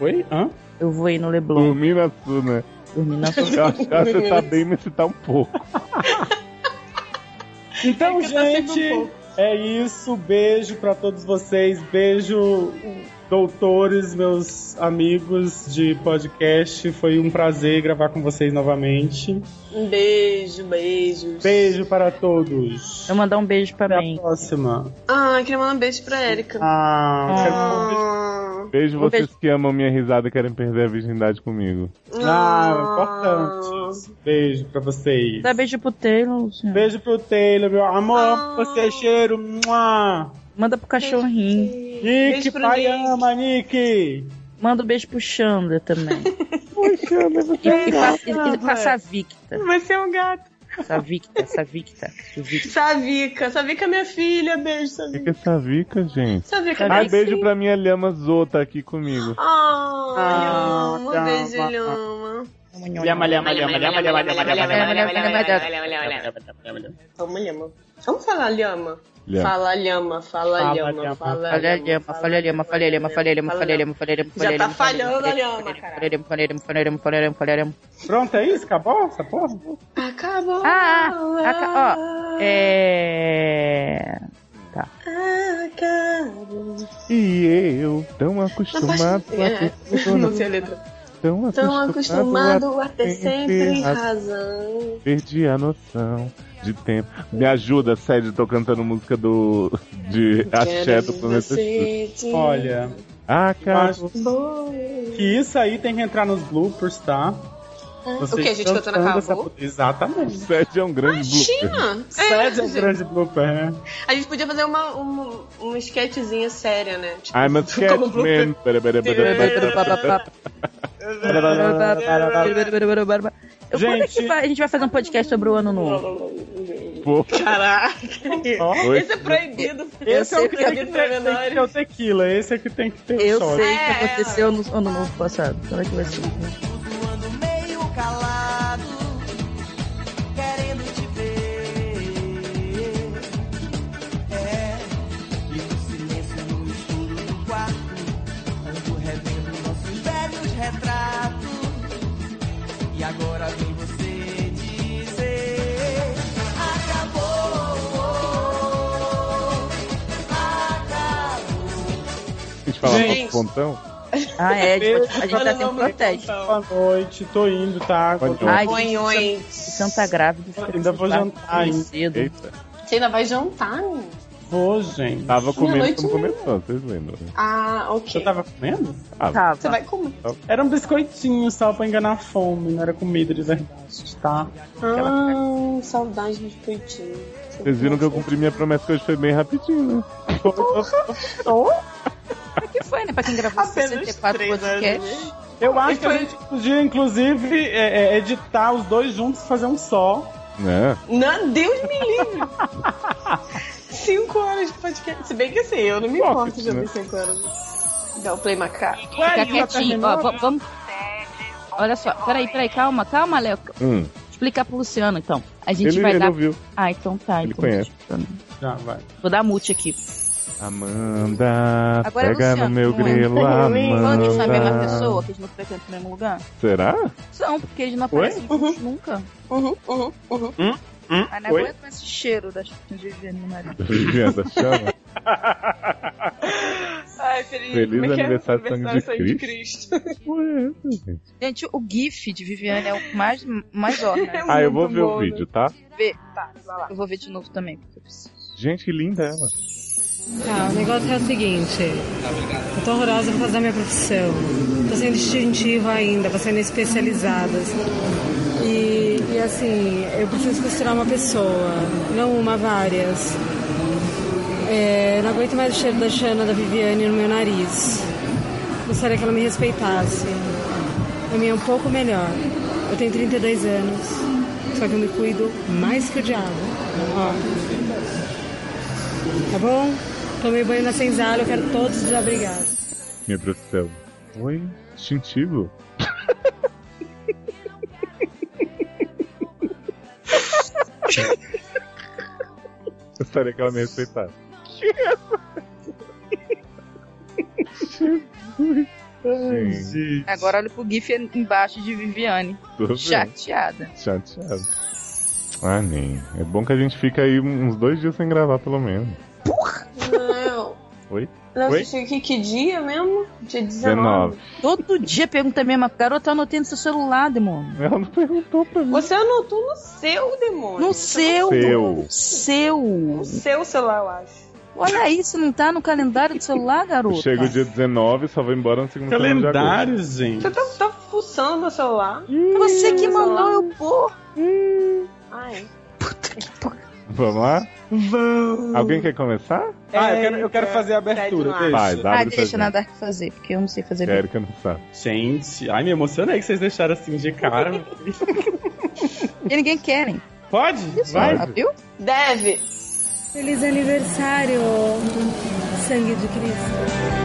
[SPEAKER 2] Oi? Hã?
[SPEAKER 4] Eu voei no
[SPEAKER 2] Hum.
[SPEAKER 4] Leblon.
[SPEAKER 3] Dormir na sua, né?
[SPEAKER 4] Dormi na
[SPEAKER 3] Eu acho que você tá bem, mas você tá um pouco.
[SPEAKER 2] Então,
[SPEAKER 5] É que tá sempre
[SPEAKER 2] gente,
[SPEAKER 5] um pouco.
[SPEAKER 2] é isso. Beijo pra todos vocês. Beijo, doutores, meus amigos de podcast. Foi um prazer gravar com vocês novamente.
[SPEAKER 5] Um beijo, beijos.
[SPEAKER 2] Beijo para todos.
[SPEAKER 5] É
[SPEAKER 4] Eu mandar um beijo pra
[SPEAKER 2] Até
[SPEAKER 4] mim.
[SPEAKER 2] a próxima.
[SPEAKER 5] Ah, queria mandar um beijo pra Erika.
[SPEAKER 2] Ah,
[SPEAKER 5] Ah,
[SPEAKER 3] Beijo
[SPEAKER 4] Um
[SPEAKER 3] vocês
[SPEAKER 4] beijo.
[SPEAKER 3] que amam minha risada e querem perder a virgindade comigo.
[SPEAKER 2] Ah, importante. Beijo pra vocês.
[SPEAKER 5] Tá
[SPEAKER 4] Dá beijo pro Taylor. Luciano.
[SPEAKER 2] Beijo pro Taylor, meu amor.
[SPEAKER 5] Ah.
[SPEAKER 2] Você é cheiro. Mua.
[SPEAKER 4] Manda pro cachorrinho.
[SPEAKER 2] Nick,
[SPEAKER 5] pro
[SPEAKER 2] pai
[SPEAKER 5] Nick.
[SPEAKER 2] ama, Nick.
[SPEAKER 4] Manda um beijo pro Chandler também. E,
[SPEAKER 2] é
[SPEAKER 4] e, pra, e, e pra Savicta.
[SPEAKER 5] Você é um gato.
[SPEAKER 4] Savicta, Savicta. Savicta.
[SPEAKER 5] Savica, Savica é minha filha,
[SPEAKER 3] O
[SPEAKER 5] beijo,
[SPEAKER 3] que,
[SPEAKER 5] Savica.
[SPEAKER 3] que é essa vica, gente?
[SPEAKER 5] Savica,
[SPEAKER 3] Ai,
[SPEAKER 5] minha
[SPEAKER 3] beijo
[SPEAKER 5] filha.
[SPEAKER 3] pra minha lhama Zô, tá aqui comigo.
[SPEAKER 5] Ah,
[SPEAKER 2] Ah,
[SPEAKER 5] Lhama,
[SPEAKER 2] Lhama.
[SPEAKER 5] beijo, Lhama.
[SPEAKER 2] Lhama, lhama, lhama, lhama, lhama, lhama, lhama, lhama.
[SPEAKER 5] Vamos, Lhama. Vamos falar Lhama?
[SPEAKER 3] Lhama.
[SPEAKER 5] Fala Lhama, fala
[SPEAKER 2] Fala,
[SPEAKER 5] Lhama,
[SPEAKER 2] Lhama.
[SPEAKER 5] fala
[SPEAKER 4] Falha
[SPEAKER 5] Lhama.
[SPEAKER 4] lhama, falha lhama, falha lhama, falha lhama, falha lhama, falha lhama,
[SPEAKER 5] Já
[SPEAKER 4] falha
[SPEAKER 5] tá
[SPEAKER 4] lhama, falha lhama,
[SPEAKER 5] falhando a
[SPEAKER 4] falha
[SPEAKER 5] lhama,
[SPEAKER 4] lhama,
[SPEAKER 5] cara.
[SPEAKER 4] falha lhama, falha lhama, falha lhama, falha lhama, falha lhama.
[SPEAKER 2] Pronto, é isso? Acabou essa porra?
[SPEAKER 5] Acabou.
[SPEAKER 4] Ah, ah,
[SPEAKER 5] a
[SPEAKER 4] aca-
[SPEAKER 5] lama.
[SPEAKER 4] É.
[SPEAKER 3] E eu, tão acostumado
[SPEAKER 5] É, Não sei a letra.
[SPEAKER 3] Tão
[SPEAKER 8] Tão
[SPEAKER 3] acostumado,
[SPEAKER 8] acostumado a ter sempre razão.
[SPEAKER 3] Perdi a noção de tempo. Me ajuda, Sede, tô cantando música do. de Axé do Planeta X.
[SPEAKER 2] Olha,
[SPEAKER 3] Ah, cara.
[SPEAKER 2] acho que isso aí tem que entrar nos bloopers, tá? Vocês
[SPEAKER 5] É. O quê? A gente cantando
[SPEAKER 2] cantando
[SPEAKER 5] acabou?
[SPEAKER 2] essa- Exatamente.
[SPEAKER 3] Sede é um grande blooper.
[SPEAKER 8] Imagina!
[SPEAKER 2] Sede é um grande blooper, né?
[SPEAKER 8] A gente podia fazer uma, um, uma, uma sketchzinha séria, né? Tipo,
[SPEAKER 3] I'm a Scatman. Pera, pera, pera, pera, pera.
[SPEAKER 5] É.
[SPEAKER 4] Eu- Quando é que
[SPEAKER 2] Gente.
[SPEAKER 4] vai- a gente vai fazer um podcast sobre o ano novo?
[SPEAKER 3] Pô,
[SPEAKER 5] Caraca.
[SPEAKER 3] Oi.
[SPEAKER 5] Esse é proibido.
[SPEAKER 2] Esse é o que tem que
[SPEAKER 5] proibido pra
[SPEAKER 2] ter, tem que ter
[SPEAKER 5] menores.
[SPEAKER 2] o tequila, esse é que tem que ter
[SPEAKER 4] Eu
[SPEAKER 2] o shot.
[SPEAKER 4] sei o que aconteceu no ano novo passado. Como é que vai ser?
[SPEAKER 1] Zoando meio calado, querendo te ver. É, e no silêncio, no escuro do quarto, ando revendo nossos velhos retratos. E agora vem você dizer: Acabou, acabou.
[SPEAKER 3] quis falar
[SPEAKER 2] Gente.
[SPEAKER 3] com pontão?
[SPEAKER 4] Ah, é. A gente, a gente tá
[SPEAKER 2] um
[SPEAKER 5] Olha
[SPEAKER 4] tendo
[SPEAKER 5] o
[SPEAKER 2] né?
[SPEAKER 5] nome do
[SPEAKER 4] protesto.
[SPEAKER 5] cantão.
[SPEAKER 2] Boa noite, tô indo, tá?
[SPEAKER 3] Boa noite.
[SPEAKER 4] Ai,
[SPEAKER 8] oi,
[SPEAKER 4] gente,
[SPEAKER 8] oi.
[SPEAKER 4] Santa grávida.
[SPEAKER 2] Eu ainda vou
[SPEAKER 4] Santa
[SPEAKER 2] jantar, hein?
[SPEAKER 4] cedo.
[SPEAKER 3] Eita.
[SPEAKER 2] tá-
[SPEAKER 8] Você ainda vai jantar? hein?
[SPEAKER 2] Vou, um gente.
[SPEAKER 3] Tava comendo
[SPEAKER 8] noite
[SPEAKER 3] quando começou, vocês lembram? né?
[SPEAKER 8] Ah,
[SPEAKER 2] Você tá-
[SPEAKER 8] ok.
[SPEAKER 2] tava comendo?
[SPEAKER 3] Ah,
[SPEAKER 4] Tava.
[SPEAKER 8] Você vai comer.
[SPEAKER 2] Era um biscoitinho só pra enganar a fome, não era comida de verdade, tá?
[SPEAKER 8] Ah, saudade do peitinho.
[SPEAKER 3] vocês viram que eu cumpri minha promessa que hoje foi bem rapidinho, né?
[SPEAKER 4] Pra que foi, né? Pra quem gravou
[SPEAKER 5] Apenas
[SPEAKER 4] 64
[SPEAKER 2] né,
[SPEAKER 5] três
[SPEAKER 4] podcasts.
[SPEAKER 2] Eu acho que a gente podia, inclusive, é, é, editar os dois juntos e fazer um só.
[SPEAKER 3] Né?
[SPEAKER 5] Não, Deus me livre. Cinco horas de podcast. Se bem que assim, eu não me
[SPEAKER 3] Pocket,
[SPEAKER 5] importo de ouvir
[SPEAKER 3] né?
[SPEAKER 5] cinco horas. Dá o play macaco.
[SPEAKER 4] Fica
[SPEAKER 2] Ué, tá Nil, já
[SPEAKER 4] quietinho.
[SPEAKER 2] terminou?
[SPEAKER 4] Ó, tá va- vamos. Olha só. Peraí, peraí. Calma, calma, Léo.
[SPEAKER 3] Hum.
[SPEAKER 4] Explicar pro Luciano, então. A gente
[SPEAKER 3] Ele,
[SPEAKER 4] vai
[SPEAKER 3] ele
[SPEAKER 4] dar.
[SPEAKER 3] ouviu.
[SPEAKER 4] Ah, então tá.
[SPEAKER 3] Ele
[SPEAKER 4] então.
[SPEAKER 3] conhece.
[SPEAKER 2] Já, vai.
[SPEAKER 4] Vou dar mute aqui.
[SPEAKER 3] Amanda,
[SPEAKER 4] Agora é
[SPEAKER 3] pega
[SPEAKER 4] Luciano,
[SPEAKER 3] no meu
[SPEAKER 4] não é?
[SPEAKER 3] grilo, Ah.
[SPEAKER 4] Falando isso, não é a mesma
[SPEAKER 3] Amanda.
[SPEAKER 4] pessoa que eles não frequentam no mesmo lugar?
[SPEAKER 3] Será?
[SPEAKER 4] São, porque eles não aparecem juntos nunca.
[SPEAKER 8] Uhum, uhum, uhum.
[SPEAKER 3] Hum?
[SPEAKER 4] Aí Ah, não é
[SPEAKER 2] Oi?
[SPEAKER 4] aguento esse cheiro das Viviane no nariz.
[SPEAKER 3] Viviana, chama.
[SPEAKER 5] Ai, feliz,
[SPEAKER 3] Feliz
[SPEAKER 5] como é que é?
[SPEAKER 3] aniversário, sangue de
[SPEAKER 5] sangue de Cristo.
[SPEAKER 3] Ué, gente.
[SPEAKER 4] Gente, o GIF de Viviane é o mais, mais orna.
[SPEAKER 3] Ah, eu vou
[SPEAKER 5] Muito
[SPEAKER 3] ver
[SPEAKER 5] bom,
[SPEAKER 3] o
[SPEAKER 5] né?
[SPEAKER 3] vídeo, tá?
[SPEAKER 4] Vê. Tá, vai lá. Eu vou ver de novo também, porque eu preciso.
[SPEAKER 3] Gente, que linda ela.
[SPEAKER 11] Tá, o negócio é o seguinte. Eu tô horrorosa por causa da minha profissão. Tô sendo instintiva ainda, tô sendo especializada. assim. E, e assim, eu preciso costurar uma pessoa, não uma, várias. É, eu não aguento mais o cheiro da Xana, da Viviane no meu nariz. Gostaria que ela me respeitasse. A minha é um pouco melhor. Eu tenho 32 anos, só que eu me cuido mais que o diabo. Ó, tá bom? Tomei banho na senzala, eu quero todos desabrigados.
[SPEAKER 3] Minha profissão. Oi, distintivo. Gostaria que ela me respeitasse. Jesus. Gente,
[SPEAKER 4] Agora olha pro GIF embaixo de Viviane.
[SPEAKER 3] tô vendo.
[SPEAKER 4] Chateada.
[SPEAKER 3] Chateado. Ah, nem. É bom que a gente fica aí uns dois dias sem gravar, pelo menos.
[SPEAKER 8] Não.
[SPEAKER 3] Oi?
[SPEAKER 8] Não,
[SPEAKER 3] Oi?
[SPEAKER 8] você- que, que dia mesmo? Dia 19.
[SPEAKER 3] 19.
[SPEAKER 4] Todo dia pergunta a mesma garota, eu anotei no seu celular, demônio.
[SPEAKER 3] Ela não perguntou pra mim.
[SPEAKER 5] Você anotou no seu demônio.
[SPEAKER 4] No seu.
[SPEAKER 3] Seu.
[SPEAKER 5] No
[SPEAKER 4] Seu.
[SPEAKER 5] seu celular, eu acho.
[SPEAKER 4] Olha isso, não tá no calendário do celular, garota?
[SPEAKER 3] Chega o dia 19 e só vou embora no segundo
[SPEAKER 2] Então,
[SPEAKER 3] semana de agosto.
[SPEAKER 2] Calendário, gente.
[SPEAKER 5] Você tá, tá fuçando o celular?
[SPEAKER 4] É Você que mandou eu pôr.
[SPEAKER 5] Ai.
[SPEAKER 3] Vamos lá? Vamos. Alguém quer começar?
[SPEAKER 2] Ah, eu quero, eu quero fazer a abertura,
[SPEAKER 5] Sede
[SPEAKER 2] deixa.
[SPEAKER 3] Vai, dá
[SPEAKER 4] Ah,
[SPEAKER 3] pra
[SPEAKER 4] deixa
[SPEAKER 3] gente.
[SPEAKER 4] na Dark fazer, porque eu não sei fazer.
[SPEAKER 3] Érica não sabe.
[SPEAKER 2] Gente, ai, me emocionei que vocês deixaram assim de cara.
[SPEAKER 4] E ninguém querem.
[SPEAKER 2] Pode? Vai.
[SPEAKER 3] Pode.
[SPEAKER 4] Viu?
[SPEAKER 5] Deve.
[SPEAKER 11] Feliz aniversário, sangue de Cristo.